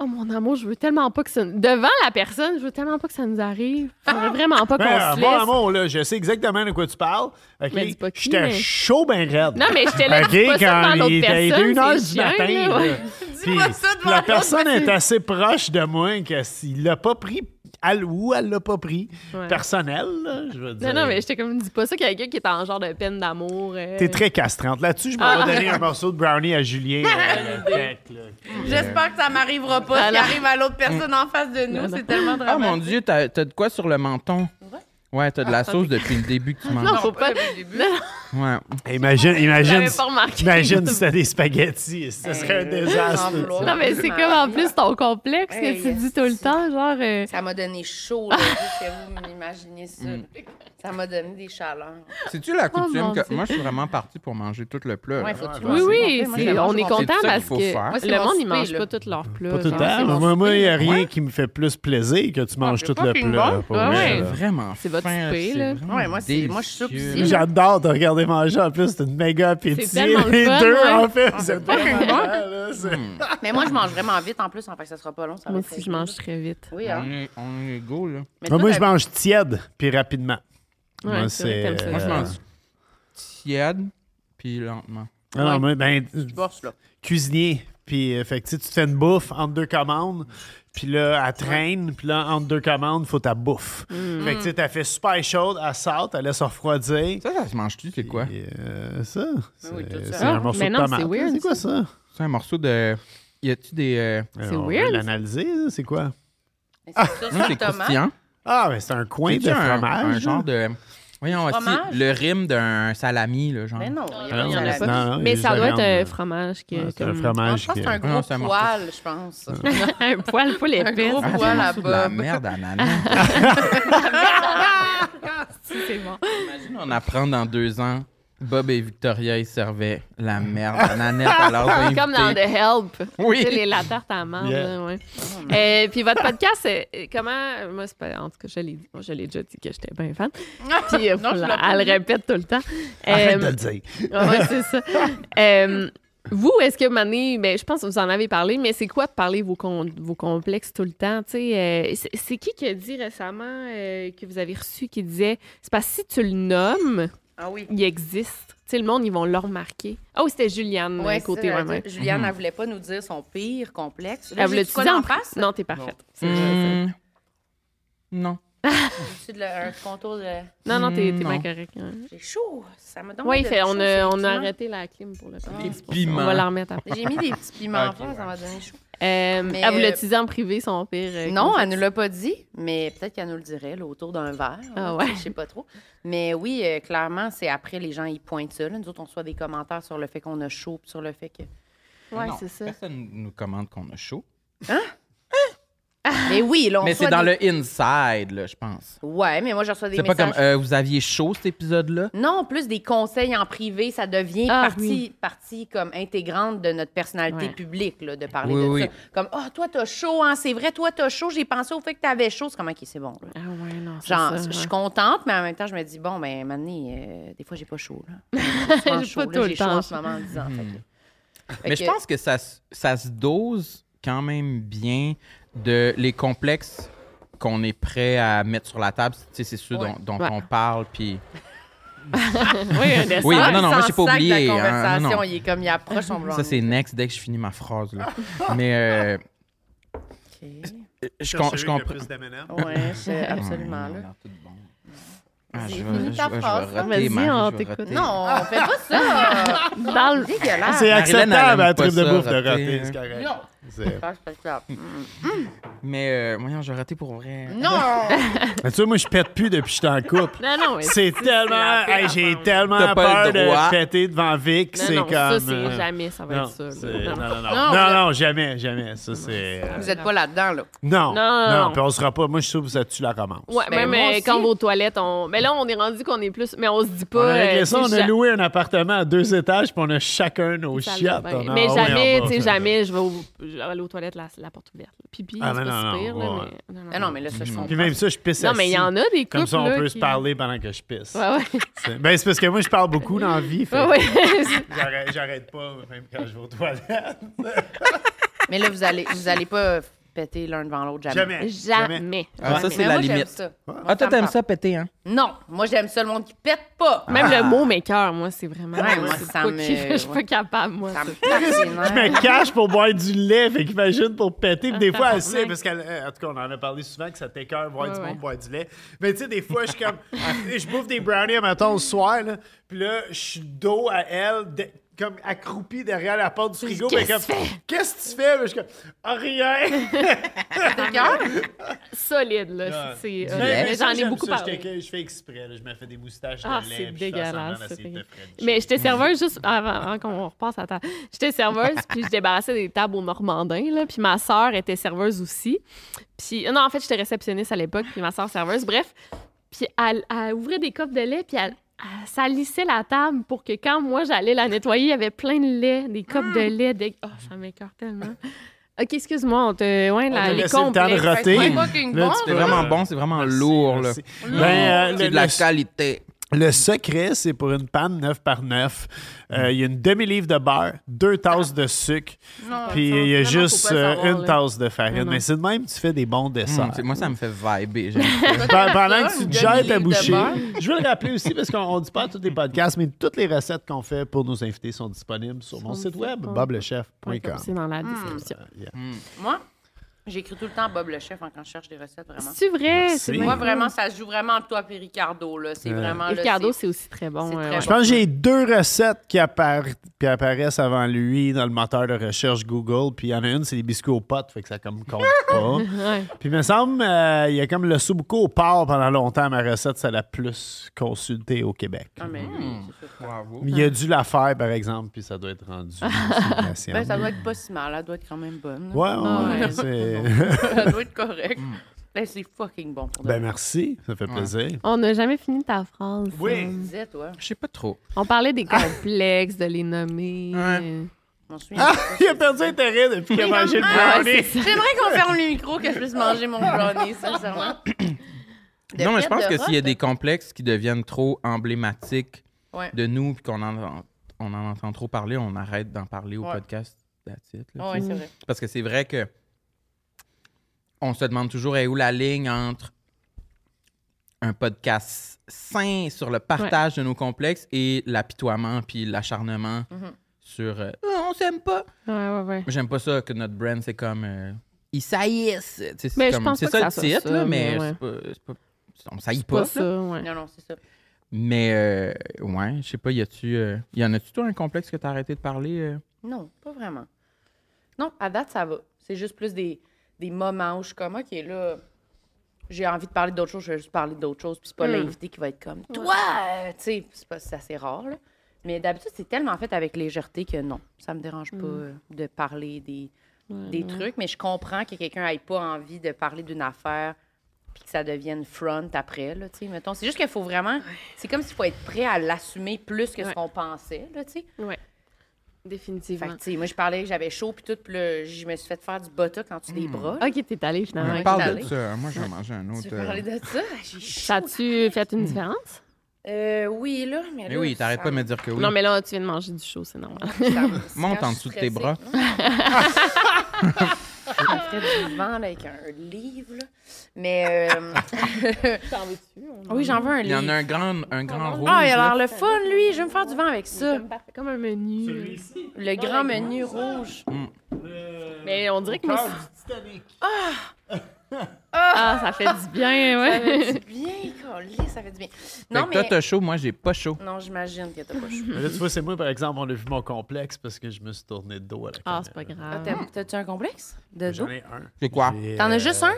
S1: Oh mon amour, je veux tellement pas que ça. Devant la personne, je veux tellement pas que ça nous arrive. Je veux vraiment pas qu'on
S2: Ben,
S1: se
S2: bon,
S1: laisse.
S2: amour, là, je sais exactement de quoi tu parles. Ok,
S1: Mais dis pas qui,
S2: J'étais
S1: mais-
S2: chaud ben raide.
S1: Non, mais j'étais là,
S2: Ok,
S1: dis pas ça
S2: quand
S1: devant
S2: il
S1: l'autre
S2: était
S1: personne,
S2: 1h
S1: c'est
S2: du matin.
S1: chiant, là, ouais.
S2: là. Puis
S3: Dis-moi ça devant
S2: la
S3: l'autre
S2: personne est assez proche de moi que s'il l'a pas pris elle ou elle l'a pas pris.
S1: Ouais.
S2: Personnel, là, je veux dire.
S1: Non, non, mais j'étais comme, dis pas ça qu'il y a quelqu'un qui est en genre de peine d'amour. euh.
S2: T'es très castrante. Là-dessus, je m'en
S1: Ah.
S2: vais donner un morceau de brownie à Julien. euh, le tech, là.
S3: J'espère que ça m'arrivera pas. Ce qui
S4: Alors-
S3: arrive à l'autre personne en face de nous, c'est tellement
S4: Ah,
S3: dramatique.
S4: mon Dieu, t'as t'as de quoi sur le menton? Ouais. Ouais, t'as de la sauce depuis le début que tu manges.
S1: Ah, Non, faut pas. Non, non.
S4: Ouais.
S2: Imagine, imagine,
S1: l'avais pas remarqué.
S2: imagine si c'était des spaghettis. Ce serait un désastre. ça.
S1: Non, mais c'est comme en plus ton complexe que tu
S3: Hey,
S1: dis tout le temps, genre. euh,
S3: Ça m'a donné chaud, là, juste que vous m'imaginiez ça. Ça m'a donné des chaleurs.
S4: C'est-tu la
S3: Oh,
S4: coutume
S3: mon
S4: que.
S3: Dieu.
S4: Moi, je suis vraiment partie pour manger tout le plat.
S3: Ouais,
S4: là.
S3: faut que tu
S1: Oui,
S3: Moi,
S1: oui,
S3: c'est mon
S1: c'est-
S3: plat,
S1: on
S3: moi, je
S1: est
S3: mange
S1: content
S4: tout. C'est ça
S1: parce
S4: qu'il faut
S1: que
S4: faire. Moi, c'est
S1: le
S3: mon
S1: monde,
S3: souper,
S1: il mange
S3: là.
S1: pas tous leurs plats.
S2: Pas tout le
S1: genre.
S2: temps.
S1: C'est
S2: mais
S1: mon
S2: Moi, moi, il n'y a
S1: souper.
S2: rien qui me fait plus plaisir que tu manges
S3: c'est
S2: tout
S3: pas
S2: le
S3: fucking
S2: plat.
S3: bon.
S2: là, pour
S1: Ouais,
S2: vrai,
S1: ouais.
S2: là.
S4: Vraiment.
S1: C'est votre
S4: fin,
S1: souper,
S4: c'est
S1: là.
S4: vraiment
S3: Ouais, moi, c'est- moi, je suis
S4: délicieux.
S3: obsédée.
S2: J'adore te regarder manger. En plus, c'est une méga appétit.
S1: C'est tellement le
S2: Les
S1: fun,
S2: deux,
S1: ouais.
S2: en fait, vous êtes
S3: pas
S2: vraiment
S3: fucking bon.
S2: mal, là, c'est-
S3: Mais moi, je mange vraiment vite en plus, en fait, que ça sera pas long. Ça
S1: Moi
S3: va être
S1: aussi, je
S3: très
S1: mange
S3: vite.
S1: très vite.
S3: Oui, hein.
S4: On est, on est go, là.
S3: Mais
S2: Ah,
S3: toi,
S2: Moi, je
S3: t'as-
S2: mange tiède, puis rapidement.
S1: Ouais,
S2: Moi,
S1: c'est vrai que t'aimes ça.
S4: Moi, je
S2: euh,
S4: mange tiède, puis lentement.
S2: Non, non, mais, ben,
S3: Je bosse, là.
S2: cuisinier. Puis, euh, fait que, tu sais, tu te fais une bouffe entre deux commandes. Puis là, elle traîne. Puis là, entre deux commandes, faut ta bouffe. Fait que, tu sais, t'as fait super chaude, elle saute, elle laisse se refroidir.
S4: Ça, ça se mange-tu? C'est quoi?
S2: Et, euh, ça, c'est
S3: oui, tout ça.
S2: c'est un
S1: Ah,
S2: morceau
S1: mais
S2: de
S1: non,
S2: tomate.
S1: c'est weird,
S2: C'est quoi ça?
S4: C'est un morceau de. Y a-tu des. euh,
S2: C'est
S1: weird.
S2: l'analyser, là, c'est quoi?
S3: Mais c'est ça,
S4: Non,
S3: c'est
S4: c'est
S3: tomate.
S4: croustillant.
S2: Ah, mais c'est un coin de
S4: C'est-tu un-
S2: fromage.
S4: Un,
S2: là?
S4: genre de. Voyons, aussi,
S3: Fromage?
S4: le rime d'un salami, là, genre.
S1: Ben
S3: Mais non, il y
S2: Ah,
S3: a
S2: non,
S3: pas de
S2: non,
S3: salade.
S2: non, il y a
S1: Mais
S2: juste
S1: ça
S2: la
S1: doit être un
S2: viande.
S1: fromage qui
S2: euh, Ouais,
S1: est
S2: C'est un
S1: comme-
S3: Ah,
S2: fromage.
S3: Je pense que c'est
S2: qui-
S3: un
S4: Non,
S3: gros
S4: c'est un morceau.
S3: poil, je pense.
S2: Ah.
S1: un poil pas
S3: Un
S1: épais.
S3: gros
S4: Ah, c'est
S3: poil
S4: un
S3: à
S4: morceau de la
S3: bob.
S4: merde à nanan.
S1: C'est bon.
S4: Imagine, on apprend dans deux ans. Bob et Victoria, ils servaient la merde à nanette à leurs invités.
S1: Comme dans The Help.
S4: Oui.
S1: Tu sais, les, la tarte à amande.
S2: Yeah.
S1: là, ouais.
S3: Oh
S1: Euh, puis votre podcast, euh, euh, comment. Moi, c'est pas. En tout cas, je l'ai dit. Moi, je l'ai déjà dit que j'étais bien fan. Puis, euh,
S3: Non, je l'ai
S1: elle
S3: pas
S1: le
S3: dit.
S1: répète tout le temps.
S2: Arrête de
S1: Euh,
S2: le dire.
S1: ouais, c'est ça. Euh, vous, est-ce que Mané, ben, je pense que vous en avez parlé, mais c'est quoi de parler vos, com- vos complexes tout le temps? tu sais, euh, c'est c'est qui qui a dit récemment euh, que vous avez reçu qui disait c'est parce que si tu le nommes,
S3: Ah oui.
S1: il existe. Tu sais, le monde, ils vont le remarquer. Oh, c'était Juliane
S3: Ouais,
S1: euh, côté
S3: c'est ça,
S1: ouais, ouais.
S3: Juliane, elle voulait pas nous dire son pire complexe. Là,
S1: Elle voulait
S3: j'ai-tu quoi d'en face?
S1: Non, Mhm. t'es parfaite. C'est vrai,
S4: Hum, Non.
S3: ça? J'ai-tu de la- un contour de...
S1: ça. Non, non, t'es t'es
S4: Non.
S1: bien correct. Oui,
S3: J'ai chaud. Ah, Ça me donne
S1: ouais, il
S3: de
S1: fait,
S3: chaud,
S1: on,
S3: ces
S1: a, on a
S3: piments.
S1: arrêté la clim pour le temps.
S4: Les
S1: On
S4: piments.
S1: va la remettre après.
S3: J'ai mis des petits piments en
S4: Ok,
S3: face, ça m'a donné chaud.
S1: Euh,
S3: Mais-
S1: Elle voulait utiliser en privé son pire. euh,
S3: Non,
S1: complexe.
S3: elle ne l'a pas dit, mais peut-être qu'elle nous le dirait là, autour d'un verre.
S1: Ah
S3: là,
S1: ouais.
S3: tu sais, Je sais pas trop. Mais oui, euh, clairement, c'est après, les gens, ils pointent ça. là. Nous autres, on reçoit des commentaires sur le fait qu'on a chaud, puis sur le fait que...
S1: Ouais,
S4: Non,
S1: c'est ça.
S4: Personne nous commande qu'on a chaud.
S3: Mais oui, là, on
S4: Mais
S3: reçoit
S4: c'est dans
S3: des-
S4: le inside, là, je pense.
S3: Ouais, mais moi, je reçois des
S4: C'est pas
S3: messages...
S4: comme euh, vous aviez chaud cet épisode-là.
S3: Non, plus des conseils en privé, ça devient
S1: Ah,
S3: partie,
S1: oui.
S3: partie comme intégrante de notre personnalité
S1: Ouais.
S3: publique, là, de parler
S4: Oui,
S3: de
S4: oui.
S3: ça. Comme, ah, toi, t'as chaud, hein, c'est vrai, toi, t'as chaud, j'ai pensé au fait que t'avais chaud. C'est comment, OK, c'est bon. là.
S1: Ah ouais, non, c'est
S3: Genre,
S1: ça, hein.
S3: je suis
S1: ouais.
S3: contente, mais en même temps, je me dis, bon, ben, Mané, des fois, j'ai pas chaud. Là. J'ai
S1: J'ai
S3: chaud,
S1: pas
S3: là,
S1: tout le
S3: j'ai chaud
S1: temps.
S3: en ce moment en disant. fait que- fait
S4: Hmm. Mais je
S3: que-
S4: pense que ça, s- ça se dose quand même bien de les complexes qu'on est prêt à mettre sur la table. Tu sais, c'est ceux
S3: Ouais.
S4: dont, dont
S1: Ouais.
S4: on parle. Puis...
S1: Oui, un dessin.
S4: Oui,
S3: Ah,
S4: non, non,
S3: il
S4: moi,
S3: s'en
S4: j'ai pas
S3: sac de
S4: oublié,
S3: La
S4: hein,
S3: conversation,
S4: non, non.
S3: il est comme, il approche son blanc.
S4: Ça, c'est next dès que je finis ma phrase. Là. Mais euh, je, com- je comprends.
S3: Ouais, c'est absolument là.
S4: Non, tout bon. Ah,
S3: Vas-y,
S4: je vais, je vais-
S3: finis ta
S4: je vais
S3: phrase, hein?
S4: rater,
S1: vas-y,
S4: Marie,
S1: on
S4: je vais
S1: t'écoute.
S4: rater.
S3: Non, on fait pas ça.
S1: Dans le-
S3: Dégueulasse.
S2: C'est
S4: Marilyn, elle
S2: acceptable
S4: aime
S2: à la trip
S4: pas
S2: de
S4: ça,
S2: bouffe de
S4: rater,
S2: rater,
S4: hein.
S2: c'est correct.
S3: Non.
S2: C'est-
S3: Ah, c'est pas
S2: Mm.
S3: grave.
S4: Mais euh, voyons, je vais rater pour vrai.
S3: Non!
S2: Mais tu vois, moi, je pète plus depuis que je suis en couple.
S1: Non, non, ouais,
S2: C'est tellement.
S1: la
S2: hey,
S1: pire
S2: J'ai
S1: affaire.
S2: tellement
S4: T'as pas le
S2: peur de
S4: droit.
S2: péter devant Vic.
S1: Non,
S2: C'est
S1: non,
S2: comme.
S1: ça,
S2: euh,
S1: c'est jamais, ça va
S2: non,
S1: être ça. là.
S2: c'est-
S1: Non.
S2: Non, non, non.
S3: Non,
S2: Non,
S3: vous-
S2: non, jamais, jamais. Ça, c'est. euh,
S3: Vous êtes pas là-dedans, là.
S2: Non,
S1: non,
S2: non,
S1: non.
S2: puis on sera pas. Moi, je suis sûr que ça tue la romance.
S1: Ouais,
S3: Ben,
S1: même
S3: moi
S1: euh,
S3: aussi.
S1: quand on va aux toilettes, on. Mais là, on est rendu qu'on est plus. Mais on se dit pas.
S2: On a réglé
S1: euh,
S2: ça,
S1: tu
S2: Hein, on
S1: sais,
S2: a
S1: ja-
S2: loué un appartement à deux étages, puis on a chacun nos
S1: ça
S2: chiottes.
S1: va bien.
S2: On a-
S1: Mais
S2: ah ouais,
S1: jamais,
S2: on va-
S1: tu sais, jamais, je vais, au- je vais aller aux toilettes, la, la porte ouverte. Pipi,
S2: Ah,
S1: c'est
S2: ben
S1: pas
S2: non,
S1: si pire,
S2: non,
S1: là,
S2: ouais.
S1: mais.
S3: Ah non, mais là, ça, je comprends.
S2: Puis même ça, je pisse
S1: Non, mais il y
S2: assis.
S1: en a des couples.
S2: Comme ça, on
S1: là,
S2: peut
S1: qui-
S2: se parler pendant que je pisse.
S1: Ouais, ouais.
S2: C'est- Ben, c'est parce que moi, je parle beaucoup dans la vie. fait
S1: Ouais,
S2: que
S1: ouais.
S2: J'arrête, j'arrête pas, même quand je vais aux toilettes.
S3: Mais là, vous allez, vous allez pas péter l'un devant l'autre.
S1: Jamais.
S3: Jamais.
S1: Jamais.
S4: Ah, ça, c'est
S3: Mais
S4: la
S3: moi, j'aime
S4: limite.
S3: ça.
S4: Ah, toi,
S3: me
S4: t'aimes
S3: parle.
S4: ça péter, hein?
S3: Non, moi, j'aime ça le monde qui pète pas.
S2: Ah.
S1: Même le mot m'écœure, moi, c'est vraiment.
S3: Ah. Ouais, moi,
S1: c'est
S3: ça
S1: pas
S3: me-
S1: qui- Je suis pas
S3: ouais.
S1: capable, moi.
S3: Ça me hein.
S2: Je me cache pour boire du lait, fait qu'imagine pour péter. Puis des fois, elle sait,
S1: Ouais.
S2: parce qu'en tout cas, on en a parlé souvent que ça t'écœure boire
S1: Ouais,
S2: du
S1: ouais.
S2: monde, boire du lait. Mais tu sais, des fois, je suis comme. je bouffe des brownies, matin au soir, là, puis là, je suis dos à elle, de- comme accroupi derrière la porte du frigo. mais
S1: Qu'est-ce
S2: comme,
S1: que tu fais?
S2: Qu'est-ce que tu fais? Mais je suis comme, ah, rien!
S1: Solide, là. c'est- c'est-
S2: Mais-
S1: euh,
S2: Ah, mais
S1: mais
S2: ça,
S1: J'en ai
S2: j'aime
S1: beaucoup
S2: ça,
S1: parlé.
S2: Je, t'écœure, je fais exprès, là, je me fais des moustaches de
S1: Ah,
S2: lait.
S1: c'est
S2: puis je fais semblant
S1: dégueulasse. ça,
S2: d'essayer de
S1: Félix.
S2: te frencher.
S1: Mais j'étais serveuse juste avant, avant qu'on repasse à ta. J'étais serveuse, puis je débarrassais des tables aux Normandins, là. Puis ma sœur était serveuse aussi. Puis, euh, non, en fait, j'étais réceptionniste à l'époque, puis ma sœur serveuse. Bref, puis elle, elle ouvrait des copes de lait, puis elle, elle salissait la table pour que quand moi j'allais la nettoyer, il y avait plein de lait, des copes de lait. Des... Oh, ça m'écoeure tellement. OK, excuse-moi, on te. Ouais,
S2: t'a
S1: la, les
S2: laissé le temps de
S1: complexes.
S2: roter.
S1: Ouais.
S2: Là, tu peux-
S4: C'est vraiment bon, c'est vraiment lourd, là.
S2: merci.
S3: Mm.
S2: Ben, euh,
S4: c'est
S2: le-
S4: de la
S2: le-
S4: qualité.
S2: Le secret, c'est pour une panne 9 par 9. euh, Il y a une demi-livre de beurre, deux tasses de sucre,
S3: Non,
S2: puis
S3: non,
S2: il y a
S3: vraiment, faut
S2: juste
S3: pas le
S2: euh,
S3: savoir,
S2: une
S3: là.
S2: tasse de farine.
S1: Non, non.
S2: Mais c'est de même que tu fais des bons desserts.
S4: Hum, c'est- moi, ça me fait vibrer. j'aime
S2: Pe- Pendant que tu
S3: Une
S2: digères ta
S3: demi-livre de
S2: bouchée,
S3: beurre.
S2: je veux le rappeler aussi parce qu'on ne dit pas à tous les podcasts, mais toutes les recettes qu'on fait pour nos invités sont disponibles sur mon site web,
S1: Ouais, comme
S2: boblechef.com.
S1: C'est dans la
S2: Euh,
S1: description.
S3: Moi, j'écris tout le temps Bob le chef hein, quand je cherche des recettes, vraiment.
S1: C'est vrai,
S2: Merci.
S1: c'est
S3: Moi,
S1: bien
S3: vraiment, ça se joue vraiment entre toi et Ricardo. Là. C'est vraiment.
S1: cool.
S3: là,
S1: Ricardo,
S3: c'est-
S1: c'est aussi très bon.
S3: c'est
S1: ouais,
S3: très
S1: ouais.
S2: Je pense que j'ai deux recettes qui, appara- qui apparaissent avant lui dans le moteur de recherche Google. Puis il y en a une, c'est des biscuits aux potes, fait que ça comme compte pas.
S1: Ouais.
S2: Puis il me semble, euh, il y a comme le soubouco au porc pendant longtemps. Ma recette, c'est la plus consultée au Québec.
S3: Ah, mais,
S2: Hmm.
S4: Bravo.
S2: Il a dû la faire, par exemple, puis ça doit être rendu. sous
S3: Ben, ça
S2: glaciaire.
S3: doit être pas si mal. Elle doit être quand même bonne. Ah,
S2: Ouais, ouais,
S3: Ouais.
S2: c'est- Hmm.
S3: ça doit être correct. Ben, c'est fucking bon pour de
S2: Ben
S3: vrai.
S2: merci, ça fait plaisir.
S1: On n'a jamais fini ta phrase.
S2: Oui.
S1: Sam.
S3: Disais, toi.
S4: Je sais pas trop.
S1: On parlait des complexes, de les nommer.
S4: Ouais.
S3: Je m'en souviens.
S2: Ah, il a perdu intérêt depuis qu'il a mangé Ah,
S4: Ah,
S2: le brownie.
S3: J'aimerais qu'on ferme le micro, que je puisse manger mon brownie, sincèrement. De
S4: non, mais je
S3: fête
S4: pense
S3: de
S4: que s'il y a
S3: rock,
S4: des complexes qui deviennent trop emblématiques
S3: Ouais.
S4: de nous, puis qu'on en, on en entend trop parler, on arrête d'en parler au
S3: Ouais.
S4: podcast. That's it, là,
S3: Ah Ouais,
S4: tu sais.
S3: c'est vrai.
S4: Parce que c'est vrai que on se demande toujours est où la ligne entre un podcast sain sur le partage de nos complexes et l'apitoiement puis l'acharnement
S1: Mm-hmm.
S4: sur euh, Ah, on s'aime pas.
S1: Ouais, ouais, ouais.
S4: J'aime pas ça que notre brand c'est comme euh, ils saillissent. Tu sais,
S1: Mais
S4: C'est
S1: je
S4: comme-
S1: pense
S4: c'est
S1: pas
S4: ça le
S1: que ça soit
S4: titre,
S1: ça,
S4: là,
S1: mais
S4: mais
S1: ouais.
S4: c'est pas- c'est pas- on saillit pas.
S1: Pas
S4: là.
S1: ça, ouais.
S3: Non, non, c'est ça.
S4: Mais euh, ouais, je sais pas, y a-tu euh, y en a-tu toi un complexe que t'as arrêté de parler euh?
S3: Non, pas vraiment. Non, à date, ça va. C'est juste plus des, des moments où je suis comme, OK, là, j'ai envie de parler d'autre chose, je vais juste parler d'autre chose, puis c'est pas l'invité qui va être comme, toi, euh, tu sais, c'est pas- c'est assez rare, là. Mais d'habitude, c'est tellement fait avec légèreté que non, ça me dérange pas euh, de parler des, des trucs, mais je comprends que quelqu'un ait pas envie de parler d'une affaire puis que ça devienne front après, là, tu sais, mettons. C'est juste qu'il faut vraiment... C'est comme s'il faut être prêt à l'assumer plus que
S1: Ouais.
S3: ce qu'on pensait, là, tu sais.
S1: Ouais.
S3: Fait que,
S1: Définitivement.
S3: tu sais, moi, je parlais que j'avais chaud, puis tout, puis là, je me suis fait faire du botox en dessous des bras. là.
S1: Ok, t'es allé finalement.
S3: Ouais.
S4: Parle de
S3: d'aller.
S4: ça, hein, Hmm. moi je vais manger un autre.
S3: Tu veux
S4: euh.
S3: parler de ça? Ah, J'ai chaud.
S1: Ça tu fait une différence?
S3: Euh, oui, là, mais
S4: Mais
S3: là,
S4: oui, t'arrêtes
S3: ça
S4: pas de
S3: me-
S4: me dire que oui.
S1: Non, mais là, tu viens de manger du chaud, c'est normal.
S3: ça me- c'est
S4: Monte
S3: quand
S4: en
S3: je
S4: dessous de
S3: suis
S4: tes
S3: stressée.
S4: bras.
S3: Ça ferait du vent, là, avec un livre, là. Mais... euh, oui, j'en veux un
S4: Il y
S3: livre.
S4: en a un grand, un grand rouge.
S3: Ah, il a
S4: là.
S3: l'air le fun, lui. Je vais me faire du vent avec ça.
S1: Comme un menu.
S3: Le grand menu rouge.
S1: Mais on dirait que. moi, c'est- Ah, ça fait du bien,
S3: Ça
S1: ouais.
S3: fait du bien, Colin, ça fait du bien.
S4: Fait
S3: Non,
S4: que toi
S3: mais...
S4: t'as chaud, moi j'ai pas chaud.
S3: Non, j'imagine que t'as pas chaud.
S2: Mais Là, tu vois, c'est moi, par exemple, on a vu mon complexe parce que je me suis tourné de dos à la
S1: Ah,
S2: caméra.
S1: c'est pas
S3: Ah,
S1: grave.
S3: t'as- T'as-tu un complexe de dos?
S2: J'en ai un.
S4: C'est quoi?
S2: J'ai,
S3: T'en
S2: euh,
S3: as juste un?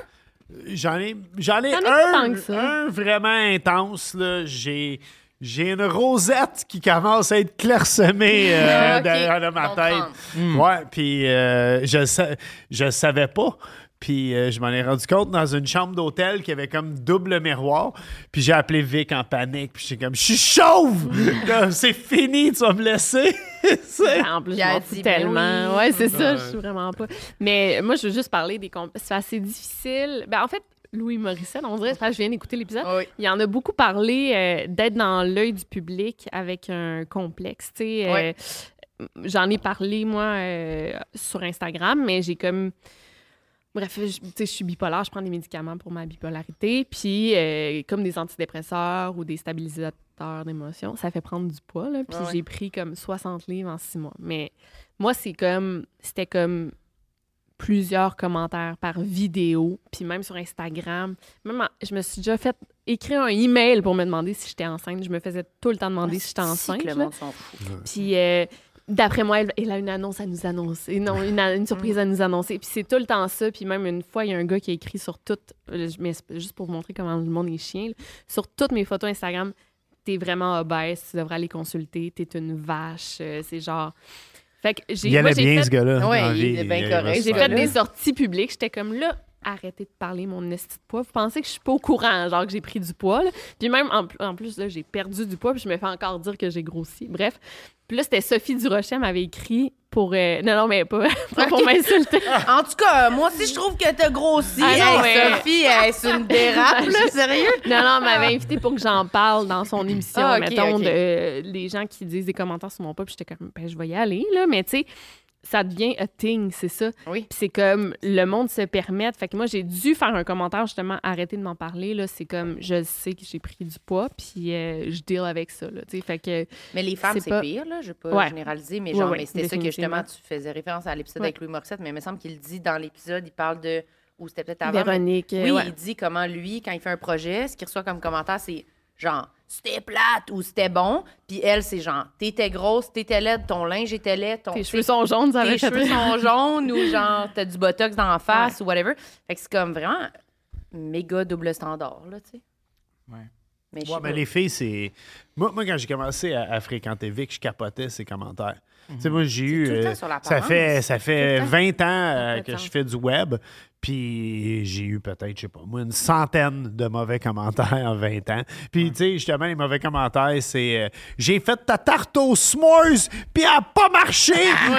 S2: J'en ai, j'en ai
S1: T'en as pas
S2: un,
S1: tant que ça.
S2: un vraiment intense. Là. J'ai, j'ai une rosette qui commence à être clairsemée euh,
S3: Ah, ok.
S2: derrière de ma
S3: Comprends.
S2: tête.
S1: Hmm.
S2: Ouais, puis euh, je sa- je savais pas. Puis euh, je m'en ai rendu compte dans une chambre d'hôtel qui avait comme double miroir. Puis j'ai appelé Vic en panique. Puis j'ai comme, je suis chauve!
S1: Hmm.
S2: Comme, c'est fini, tu vas me laisser. C'est-
S1: En plus, je
S3: Puis elle
S1: m'en
S3: dit,
S1: fous
S3: ben
S1: tellement.
S3: oui.
S1: Ouais, c'est ça, je suis vraiment pas. Mais moi, je veux juste parler des comptes. C'est assez difficile. Ben, en fait, Louis Morissette, on dirait, c'est parce que je viens d'écouter l'épisode,
S3: Oui.
S1: il en a beaucoup parlé euh, d'être dans l'œil du public avec un complexe. tu sais, euh,
S3: Ouais.
S1: J'en ai parlé, moi, euh, sur Instagram, mais j'ai comme. Bref, je, tu sais, je suis bipolaire, je prends des médicaments pour ma bipolarité, puis euh, comme des antidépresseurs ou des stabilisateurs d'émotion, ça fait prendre du poids, là, puis
S6: Ouais, ouais.
S1: j'ai pris comme 60 livres en six mois. Mais moi, c'est comme, c'était comme plusieurs commentaires par vidéo, puis même sur Instagram. Même en- je me suis déjà fait écrire un email pour me demander si j'étais enceinte. Je me faisais tout le temps demander si j'étais enceinte.
S3: le
S1: là.
S3: monde s'en fout.
S1: Puis euh, d'après moi, elle, elle a une annonce à nous annoncer. Non, une, a- une surprise à nous annoncer. Puis c'est tout le temps ça. Puis même une fois, il y a un gars qui a écrit sur toutes, euh, je- mais c'est juste pour vous montrer comment le monde est chien, là. sur toutes mes photos Instagram, t'es vraiment obèse, tu devrais aller consulter, t'es une vache. euh, c'est genre. Fait que j'ai.
S2: Il allait
S1: moi, j'ai
S2: bien,
S1: fait-
S2: ce gars-là, Ouais, dans la il vie, est bien il allait correct,
S1: J'ai
S3: Ben
S2: ce
S1: fait
S2: gars-là.
S1: des sorties publiques. J'étais comme là. Arrêtez de parler mon esti de poids. Vous pensez que je suis pas au courant, genre que j'ai pris du poids. là. Puis même, en, pl- en plus, là, j'ai perdu du poids, puis je me fais encore dire que j'ai grossi. Bref. Puis là, c'était Sophie Durocher m'avait écrit pour. euh, Non, non, mais pas, pas pour
S3: Ok.
S1: m'insulter.
S3: En tout cas, moi aussi, je trouve que t'as grossi.
S1: Ah non,
S3: Hey,
S1: mais-
S3: Sophie, hey, c'est une dérape, là, sérieux?
S1: Non, non, elle m'avait invité pour que j'en parle dans son émission,
S3: Ah, ok,
S1: mettons,
S3: ok.
S1: de, euh, les gens qui disent des commentaires sur mon pas, puis j'étais comme, ben, je vais y aller, là, mais tu sais, ça devient a thing, c'est ça.
S3: Oui.
S1: Puis c'est comme, le monde se permet. Fait que moi, j'ai dû faire un commentaire, justement, arrêter de m'en parler, là. C'est comme, je sais que j'ai pris du poids, puis euh, je deal avec ça, là, tu sais. Fait que.
S3: Mais les femmes, c'est
S1: pas-
S3: pire, là. Je ne vais pas
S1: Ouais.
S3: généraliser, mais
S1: Ouais,
S3: genre,
S1: ouais,
S3: mais c'était ça que justement,
S1: définitivement.
S3: tu faisais référence à l'épisode
S1: Ouais.
S3: avec Louis Morissette, mais il me semble qu'il le dit dans l'épisode, il parle de. Ou c'était peut-être avant. mais-
S1: Véronique, euh,
S3: Oui,
S1: ouais.
S3: il dit comment lui, quand il fait un projet, ce qu'il reçoit comme commentaire, c'est genre, c'était plate ou c'était bon. Puis elle, c'est genre, t'étais grosse, t'étais laide, ton linge était laid, ton.
S1: Tes cheveux sont jaunes, ça
S3: Tes
S1: avait fait-
S3: cheveux sont jaunes ou genre, t'as du botox dans la face ou whatever. Fait que c'est comme vraiment méga double standard, là, tu sais.
S4: Ouais.
S3: Mais je
S2: Ouais,
S3: sais
S2: ben,
S3: pas.
S2: les filles, c'est. Moi, moi, quand j'ai commencé à, à fréquenter Vic, je capotais ses commentaires. Tu sais, moi, j'ai eu.
S3: Mhm. tout le temps
S2: euh,
S3: sur l'apparence.
S2: ça fait, ça fait
S3: Tout le temps.
S2: 20 ans euh,
S3: Ça fait
S2: que
S3: du
S2: je
S3: sens.
S2: fais du web, puis j'ai eu peut-être, je sais pas, moi, une centaine de mauvais commentaires en 20 ans. Puis, tu sais, justement, les mauvais commentaires, c'est euh, J'ai fait ta tarte aux s'mores, puis elle a pas marché.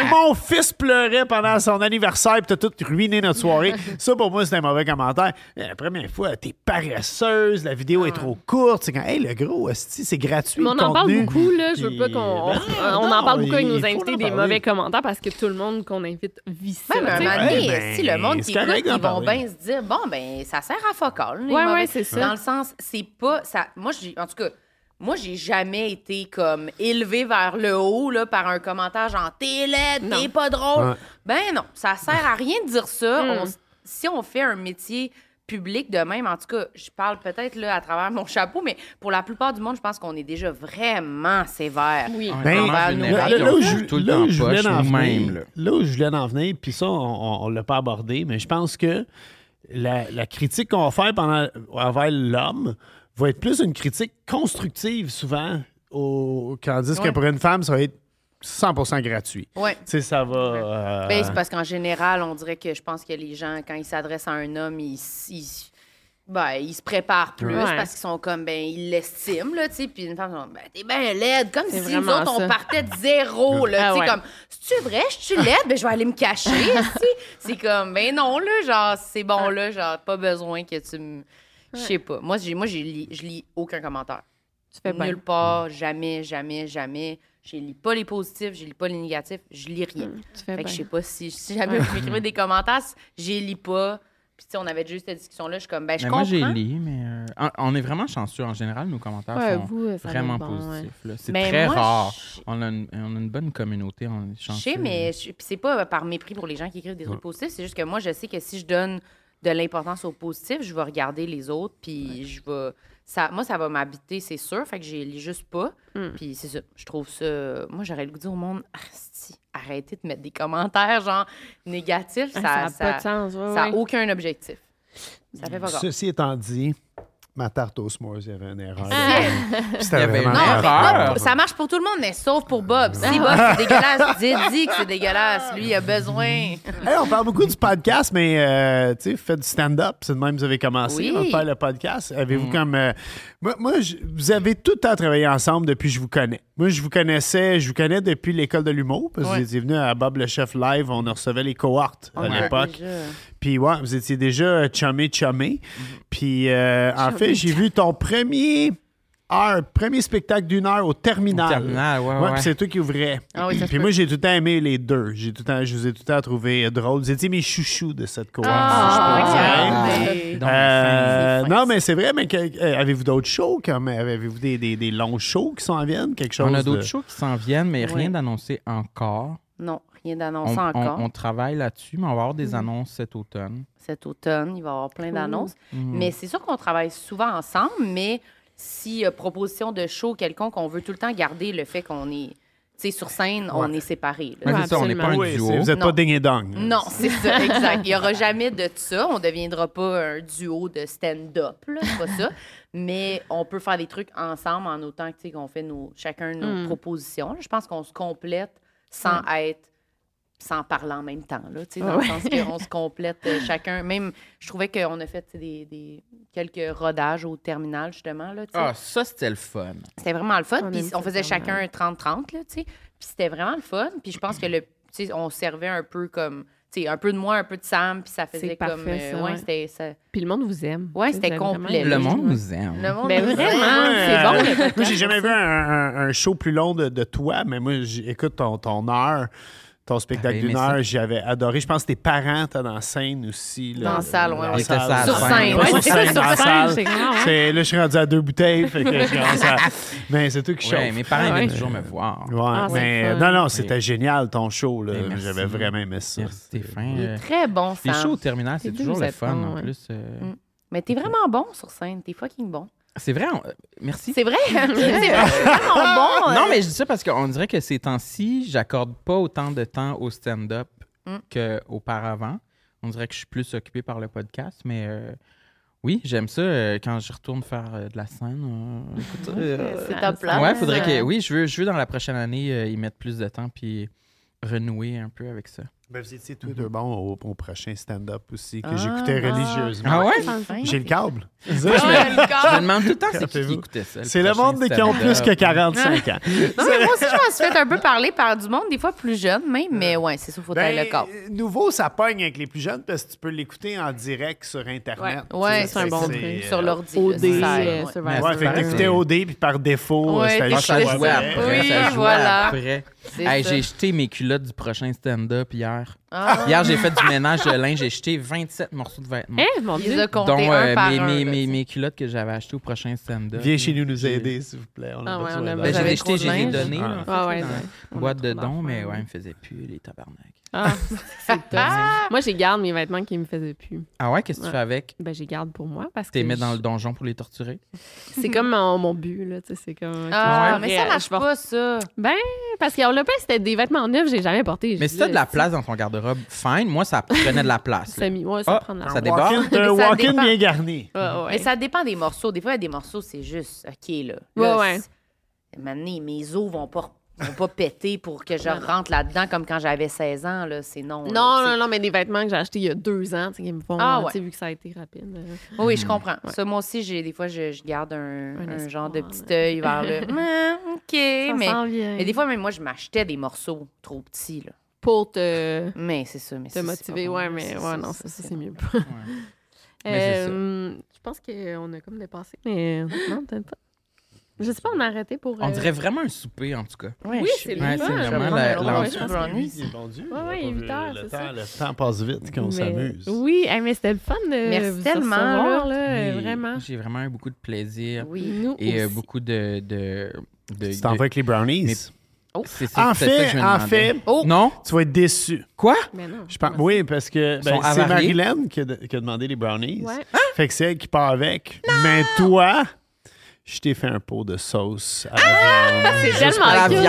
S2: Mon fils pleurait pendant son anniversaire, puis t'as tout ruiné notre soirée. Ça, pour moi, c'était un mauvais commentaire. La première fois, t'es paresseuse, la vidéo est trop courte. C'est quand, hey, le gros, hostie, c'est gratuit.
S1: Mais on
S2: le
S1: en parle
S2: contenu.
S1: beaucoup, là. Je veux
S2: Puis,
S1: pas qu'on. On,
S2: ben,
S1: on en
S2: non,
S1: parle beaucoup avec
S2: il
S1: nos
S2: faut
S1: invités
S2: en
S1: des
S2: parler.
S1: mauvais commentaires parce que tout le monde qu'on invite vit ça.
S3: Ouais, mais à un
S1: tu sais.
S3: moment donné,
S2: Ouais,
S3: si le monde
S2: ben,
S3: qui
S2: c'est
S3: écoute,
S2: correct d'en
S3: ils vont
S2: parler.
S3: bien se dire bon ben ça sert à focal.
S1: Ouais, ouais, c'est ça.
S3: Dans le sens, c'est pas ça. Moi, j'ai en tout cas. Moi, j'ai jamais été comme élevée vers le haut là, par un commentaire genre t'es laide, t'es pas drôle.
S6: Ouais.
S3: Ben non, ça sert à rien de dire ça.
S1: Hmm.
S6: Mm.
S3: On s- si on fait un métier public de même, en tout cas, je parle peut-être là à travers mon chapeau, mais pour la plupart du monde, je pense qu'on est déjà vraiment sévère.
S1: Oui.
S2: Ben,
S3: envers
S2: là,
S3: nous-mêmes.
S2: là, là où je-
S4: tout le
S2: là
S4: temps
S2: où je voulais
S4: poche,
S2: en
S4: nous-mêmes,
S2: venir, là où je voulais en venir, puis ça, on- on ne l'a pas abordé, mais je pense que la, la critique qu'on va faire pendant, envers l'homme va être plus une critique constructive souvent, au, tandis que
S3: Ouais.
S2: pour une femme, ça va être 100% gratuit.
S3: Ouais.
S2: Tu sais, ça va... euh,
S3: Ben, c'est parce qu'en général, on dirait que je pense que les gens, quand ils s'adressent à un homme, ils, s- ils s- ben, ils se préparent plus
S1: Ouais.
S3: parce qu'ils sont comme, ben, ils l'estiment, là, tu sais. Puis une femme, genre, ben, t'es bien laide, comme
S1: C'est
S3: si nous
S1: vraiment
S3: autres,
S1: ça.
S3: on partait de zéro, là,
S1: Ah
S3: tu sais,
S1: ouais.
S3: comme, c'est-tu vrai, je suis laide, ben, je vais aller me cacher, tu sais. C'est comme, ben non, là, genre, c'est bon, là, genre, pas besoin que tu me. Je sais pas. Moi, j'ai- moi j'ai li- je lis aucun commentaire.
S1: Tu fais bien.
S3: Nulle part, jamais, jamais, jamais. Je lis pas les positifs, je lis pas les négatifs, je lis rien.
S1: Tu fais
S3: Fait que je
S1: bien.
S3: sais pas si, si jamais vous m'écrivez des commentaires, si j'y lis pas. Puis tu sais, on avait déjà eu cette discussion-là, je suis comme, ben je
S4: Mais
S3: comprends.
S4: moi, j'ai lu, mais euh, on- on est vraiment chanceux. En général, nos commentaires
S3: Ouais,
S4: sont
S3: vous, ça
S4: vraiment
S3: va être bon,
S4: positifs.
S3: ouais.
S4: là. C'est
S3: Mais
S4: très
S3: moi,
S4: rare. On a, une, on a une bonne communauté. On est
S3: Je
S4: chanceux.
S3: sais, mais je- puis c'est pas euh, par mépris pour les gens qui écrivent des trucs
S4: Ouais.
S3: positifs, c'est juste que moi, je sais que si je donne de l'importance au positif, je vais regarder les autres, puis je vais. Ça, moi, ça va m'habiter, c'est sûr. Fait que j'y lis juste pas.
S1: Hmm.
S3: Puis c'est ça. Je trouve ça. Moi, j'aurais le goût de dire au monde, Asti, arrêtez de mettre des commentaires, genre, négatifs.
S1: Ah,
S3: Ça
S1: ça a pas de sens, ouais,
S3: ça a
S1: ouais.
S3: aucun objectif. Ça fait pas grave.
S2: Ceci étant dit, ma tarte aux s'mores, il y avait une erreur.
S3: Ah.
S2: Puis
S4: Il y
S2: C'était
S4: avait
S2: vraiment
S4: une
S2: ma
S4: erreur.
S2: faute.
S3: Pour- Ça marche pour tout le monde, mais sauf pour Bob. Si Bob, c'est dégueulasse, dis, dis que c'est dégueulasse. Lui, il a besoin.
S2: Hey, on parle beaucoup du podcast, mais euh, tu sais, faites du stand-up. C'est de même que vous avez commencé
S3: Oui.
S2: à faire le podcast. Avez-vous comme. euh, moi, moi, je- vous avez tout le temps travaillé ensemble depuis que je vous connais. Moi, je vous connaissais, je vous connais depuis l'école de l'humour, parce que
S3: Ouais.
S2: vous étiez venu à Bob le Chef Live, on recevait les cohortes à
S3: Ouais.
S2: l'époque.
S3: Déjà. Mm-hmm.
S2: Puis, ouais, vous étiez déjà chumé-chumé. Puis, euh, en fait, j'ai vu ton premier heure, premier spectacle d'une heure au terminal.
S4: Au Terminal, ouais, ouais.
S2: puis c'est toi qui ouvrais.
S4: Ah oui, ça se
S2: puis
S4: peut.
S2: moi, j'ai tout le temps aimé les deux. J'ai tout le temps, je vous ai tout le temps trouvé euh, drôles. Vous étiez mes chouchous de cette course.
S6: Ah,
S2: si
S4: ben,
S2: je peux
S6: regardez.
S2: dire.
S6: Donc,
S2: Euh, non, mais c'est vrai, mais que- euh, avez-vous d'autres shows? Comme, euh, avez-vous des, des, des longs shows qui s'en viennent? Quelque chose
S4: On a d'autres
S2: de-
S4: shows qui s'en viennent, mais
S3: Ouais.
S4: rien d'annoncé encore.
S3: Non, rien d'annoncé
S4: On, on-
S3: encore.
S4: on travaille là-dessus, mais on va avoir des
S3: Mhm.
S4: annonces cet automne.
S3: cet automne. Il va y avoir plein
S4: Cool.
S3: d'annonces.
S4: Mhm.
S3: Mais c'est sûr qu'on travaille souvent ensemble, mais si euh, proposition de show quelconque, on veut tout le temps garder le fait qu'on est tu sais, sur scène, on
S2: Ouais.
S3: est séparés. là.
S2: Ouais, c'est ça, on n'est pas un Oui, duo. c'est- vous êtes pas
S3: Non.
S2: ding et dong.
S3: Non, c'est ça, exact. Il n'y aura jamais de ça. On ne deviendra pas un duo de stand-up, là, c'est pas ça. Mais on peut faire des trucs ensemble en autant que, tu sais, qu'on fait nos, chacun nos
S5: Mm.
S3: propositions. Je pense qu'on se complète sans être sans parler en même temps, là, tu sais, dans
S5: Ouais.
S3: le sens qu'on se complète euh, chacun. Même, je trouvais qu'on a fait tu sais, des, des- quelques rodages au terminal, justement, là, tu sais.
S4: Ah, ça, c'était le fun.
S3: C'était vraiment le fun.
S4: On
S3: Puis
S4: aime ça
S3: on faisait
S4: quand même.
S3: chacun un 30-30, là, tu sais. Puis c'était vraiment le fun. Puis je pense que le, tu sais, on servait un peu comme, tu sais, un peu de moi, un peu de Sam, puis ça faisait
S1: C'est
S3: comme,
S1: parfait,
S3: euh,
S1: ça,
S3: ouais,
S1: ouais.
S3: c'était ça.
S1: Puis le monde vous aime.
S3: Ouais,
S1: Tu sais,
S3: c'était
S1: vous avez vraiment
S3: complet.
S1: une-
S4: Le monde nous aime.
S3: Le monde
S1: Ben
S3: nous aime.
S1: vraiment,
S3: Ouais,
S1: c'est bon. le
S2: euh, Moi,
S1: podcast.
S2: j'ai jamais vu un, un- un show plus long de, de toi, mais moi, j'ai- écoute, ton, ton heure, ton spectacle
S4: T'avais
S2: d'une
S4: aimé ça?
S2: heure, j'avais adoré. Je pense que tes parents étaient dans la scène aussi. là.
S3: Dans la salle, ouais, ouais.
S2: la
S3: Ils étaient
S2: salle,
S3: sales, Sur
S2: ouais.
S3: scène,
S2: Ouais,
S3: ouais,
S2: sur
S3: c'est ça,
S2: scène,
S3: sur
S2: dans la
S3: scène,
S2: salle.
S3: c'est grand, ouais.
S2: C'est- Là, je suis rendu à deux bouteilles, fait que je commence à... Mais c'est toi qui
S4: Ouais,
S2: chauffe.
S4: mes parents
S2: Ouais.
S4: viennent toujours me voir.
S2: Ouais,
S4: Ah, c'est
S2: mais
S4: fun.
S2: non, non, c'était génial ton show. là.
S4: merci.
S2: J'avais vraiment aimé ça.
S4: Stéphane.
S3: Il est très bon,
S4: euh, Les
S3: Sam.
S4: shows au terminal, c'est
S3: Les deux,
S4: toujours
S3: vous
S4: le
S3: êtes
S4: fun,
S3: bons,
S4: en
S3: ouais.
S4: plus. euh,
S3: Mm. Mais t'es vraiment bon sur scène. T'es fucking bon.
S4: C'est vrai, on- euh, merci.
S3: C'est vrai? C'est vrai, c'est vraiment bon,
S4: Non,
S3: hein.
S4: mais je dis ça parce qu'on dirait que ces temps-ci, j'accorde pas autant de temps au stand-up
S3: Mm.
S4: qu'auparavant. On dirait que je suis plus occupé par le podcast, mais euh, oui, j'aime ça euh, quand je retourne faire euh, de la scène. euh, écoute, euh,
S3: C'est hein. top là.
S4: Ouais, faudrait que. Oui, je veux, je veux dans la prochaine année euh, y mettre plus de temps puis renouer un peu avec ça.
S2: Ben, vous étiez tous les deux bons au, au prochain stand-up aussi, que
S4: Ah,
S2: j'écoutais
S4: ah.
S2: religieusement.
S4: Ah ouais?
S2: J'ai le câble.
S4: Ah, je me-
S3: Oh
S4: je me demande tout le temps c'est qui qui
S2: Rappelez-vous.
S4: écoutait ça, le
S2: C'est le
S4: prochain
S2: monde qui ont plus que
S4: stand-up.
S2: 45
S3: Ah.
S2: ans.
S3: Non, mais moi aussi, je m'en suis fait un peu parler par du monde, des fois plus jeune, même. Mais ouais, c'est ça, faut
S2: Ben,
S3: taire le corps.
S2: euh, Nouveau, ça pogne avec les plus jeunes parce que tu peux l'écouter en direct sur Internet.
S3: Ouais, ouais,
S2: Tu sais,
S3: c'est un bon truc.
S2: euh,
S3: Sur l'ordi,
S2: OD,
S3: là, c'est ça,
S2: euh,
S3: ouais.
S2: Ouais,
S4: Ouais,
S2: fait que t'écoutais
S4: c'est-
S2: OD, puis par défaut,
S3: Ouais,
S2: c'était
S3: t'écoutais
S2: juste
S4: Ça jouait
S2: Ouais.
S4: après. ça jouait
S3: voilà.
S4: après.
S3: C'est
S4: Hey,
S3: ça.
S4: j'ai jeté mes culottes du prochain stand-up hier.
S3: Ah.
S4: Hier, j'ai fait du ménage de linge. J'ai jeté 27 morceaux de vêtements.
S3: Eh, mon Dieu. Il les a comptés
S4: Dont, euh,
S3: un par
S4: mes,
S3: un,
S4: mes-
S3: là,
S4: mes- mes culottes que j'avais achetées au prochain stand-up.
S2: Viens chez nous nous aider, s'il vous plaît. On a
S1: Ah ouais,
S2: besoin
S1: on a-
S2: d'aide.
S4: Ben, j'ai
S1: J'avais
S4: acheté,
S1: trop de
S4: j'ai
S1: linge.
S4: donné.
S1: Ah.
S4: là, en fait,
S1: Ah ouais,
S4: dans la
S1: ouais.
S4: boîte de dons, mais ouais, il me faisait plus les tabarnak.
S1: Ah, c'est top.
S3: Ah,
S1: Moi, j'ai garde mes vêtements qui me faisaient plus.
S4: Ah ouais, qu'est-ce que tu
S1: Ouais.
S4: fais avec?
S1: Ben, j'ai garde pour moi parce
S4: Tu les
S1: que
S4: mets
S1: je-
S4: dans le donjon pour les torturer?
S1: C'est comme mon, mon but, là. tu sais, C'est comme. ok,
S3: Ah,
S1: je
S3: mais
S1: vais-
S3: ça marche
S1: je vais-
S3: pas, ça.
S1: Ben, parce qu'on l'a pas, c'était des vêtements neufs, j'ai jamais porté.
S4: Mais si t'as de la place dans ton garde-robe, fine. Moi, ça prenait de la place. là.
S1: Ça mis- ouais, ça
S4: Ah,
S1: prend de la place.
S4: Ça
S1: Ah,
S4: déborde.
S2: Walk-in, t'as un
S3: Mais ça
S2: walk-in
S3: dépend.
S2: bien garni.
S3: Mais ça dépend des morceaux. Des fois, il y a des morceaux, c'est juste, OK, là.
S1: Ouais,
S3: là,
S1: ouais.
S3: c'est- Mané, mes os vont pas, vont pas péter pour que je rentre là-dedans comme quand j'avais 16 ans, là. C'est non.
S1: Non,
S3: là, tu sais.
S1: non, non, mais des vêtements que j'ai achetés il y a deux ans, tu sais, qui me font.
S3: Ah,
S1: Ah,
S3: ouais.
S1: vu que ça a été rapide. euh.
S3: Oui, je comprends. Ça, moi aussi, j'ai des fois, je, je garde un, un
S1: espoir,
S3: genre de petit œil vers le. Hmm, OK,
S1: s'en
S3: mais,
S1: vient.
S3: mais des fois, même moi, je m'achetais des morceaux trop petits, là.
S1: Pour te.
S3: Mais c'est ça, mais
S1: Te
S3: ça, c'est pas
S1: motiver,
S3: bon,
S1: ouais,
S3: là.
S1: mais
S3: C'est
S1: ouais,
S3: ça,
S1: non,
S3: ça,
S1: ça, ça,
S3: c'est
S1: c'est
S3: non.
S1: mieux.
S4: Mais c'est ça.
S1: Euh, Je pense qu'on a comme dépassé, mais non, peut-être pas. Je sais pas, on a arrêté pour.
S4: On
S1: euh,
S4: dirait vraiment un souper, en tout cas.
S1: Oui, c'est le
S4: Ouais,
S1: fun.
S4: c'est
S1: Je vais
S4: vraiment
S1: prendre
S4: la-
S1: un autre
S4: l'ambiance.
S1: brownie. Je pense que lui, il est
S2: bon Dieu.
S1: Ouais, ouais, 8 heures,
S2: Le
S1: c'est
S2: temps,
S1: ça.
S2: Ah, le temps passe vite quand on
S1: Mais-
S2: s'amuse.
S1: Oui, hey, mais c'était le fun de
S3: Merci
S1: vous
S3: tellement,
S1: recevoir,
S3: là.
S1: là, euh,
S4: Oui,
S1: vraiment.
S4: J'ai vraiment eu beaucoup de plaisir.
S1: Oui. Nous
S4: Et euh,
S1: aussi.
S4: beaucoup de. de, de
S2: Tu t'en vas avec les brownies?
S4: C'est- c'est-
S2: En
S4: c'est ça que je
S2: fait,
S4: me
S2: en
S4: demandais.
S2: fait,
S4: Non?
S2: tu vas être déçu.
S4: Quoi?
S2: Je pense, oui, parce que
S4: Ils
S2: ben,
S4: sont
S2: c'est
S4: avariés.
S2: Marilyn qui a, de- qui a demandé les brownies.
S1: Ouais.
S2: Fait que c'est elle qui part avec. Mais toi, je t'ai fait un pot de sauce à la viande.
S1: C'est
S2: Juste
S1: tellement
S2: pour-
S1: cute, ça.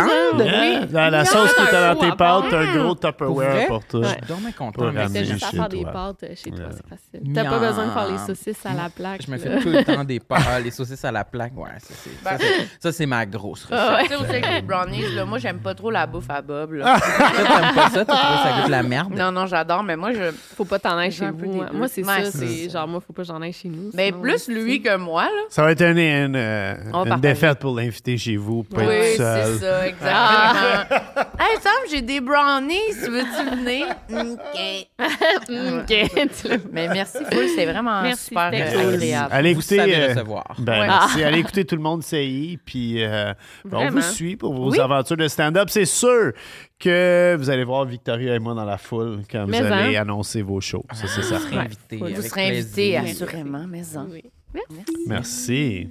S2: Yeah,
S1: Oui.
S2: la, la
S1: Oui.
S2: sauce qui
S1: Ah,
S2: était
S1: un
S2: dans
S1: pot
S2: tes
S1: à
S2: pâtes, t'as un
S1: part.
S2: gros
S4: Pour vrai?
S2: Tupperware pour toi.
S4: Ouais. Je suis donc bien content, mais
S1: T'as
S4: c'est
S1: juste à
S2: chez
S1: faire des
S2: toi.
S1: pâtes euh, chez toi,
S2: Ouais.
S1: c'est facile. T'as pas
S4: Miam.
S1: besoin de faire les saucisses à la plaque.
S4: Je me
S1: là.
S4: fais tout le temps des pâtes, les saucisses à la plaque. Ouais, ça, c'est- ça, c'est- ça, c'est ma grosse recette.
S3: Tu sais, aussi, avec les brownies, là, moi, j'aime pas trop la bouffe à Bob. Là.
S4: Ah! t'aimes pas ça? T'as trouvé ça goûte la merde?
S3: Non, non, j'adore, mais moi, je.
S1: Faut pas t'en aller
S3: J'ai
S1: chez
S3: un peu
S1: vous.
S3: des
S1: hein.
S3: deux.
S1: Moi, c'est
S3: Ouais,
S1: ça.
S3: c'est
S1: C'est
S3: ça.
S1: Ben, genre, moi, faut pas que j'en aille chez nous.
S3: Mais
S1: sinon,
S3: plus lui que moi, là.
S2: Ça va être une, une, euh,
S3: On va
S2: une
S3: partager.
S2: défaite pour l'inviter chez vous. Pour
S3: Oui,
S2: être seul.
S3: c'est ça, exactement. hey, Sam, j'ai des brownies, veux-tu venir?
S1: euh,
S3: OK. OK. Mais merci, Full, c'est vraiment
S1: Merci,
S3: super
S1: c'était
S3: euh,
S1: cool.
S3: agréable.
S2: Allez
S4: Vous
S2: écouter.
S4: savez
S2: euh,
S4: recevoir.
S2: ben,
S3: Ouais.
S2: merci.
S3: Ah.
S2: Allez écouter tout le monde CI. Puis euh, ben, on
S1: Vraiment.
S2: vous suit pour vos
S1: Oui.
S2: aventures de stand-up. C'est sûr que vous allez voir Victoria et moi dans la foule quand vous
S1: Mais
S2: allez
S1: hein.
S2: annoncer vos shows. Ça, c'est
S4: Vous
S2: ça.
S4: serez invité.
S3: Vous
S4: avec
S3: serez invité,
S4: plaisir.
S3: assurément, mais en.
S2: Merci.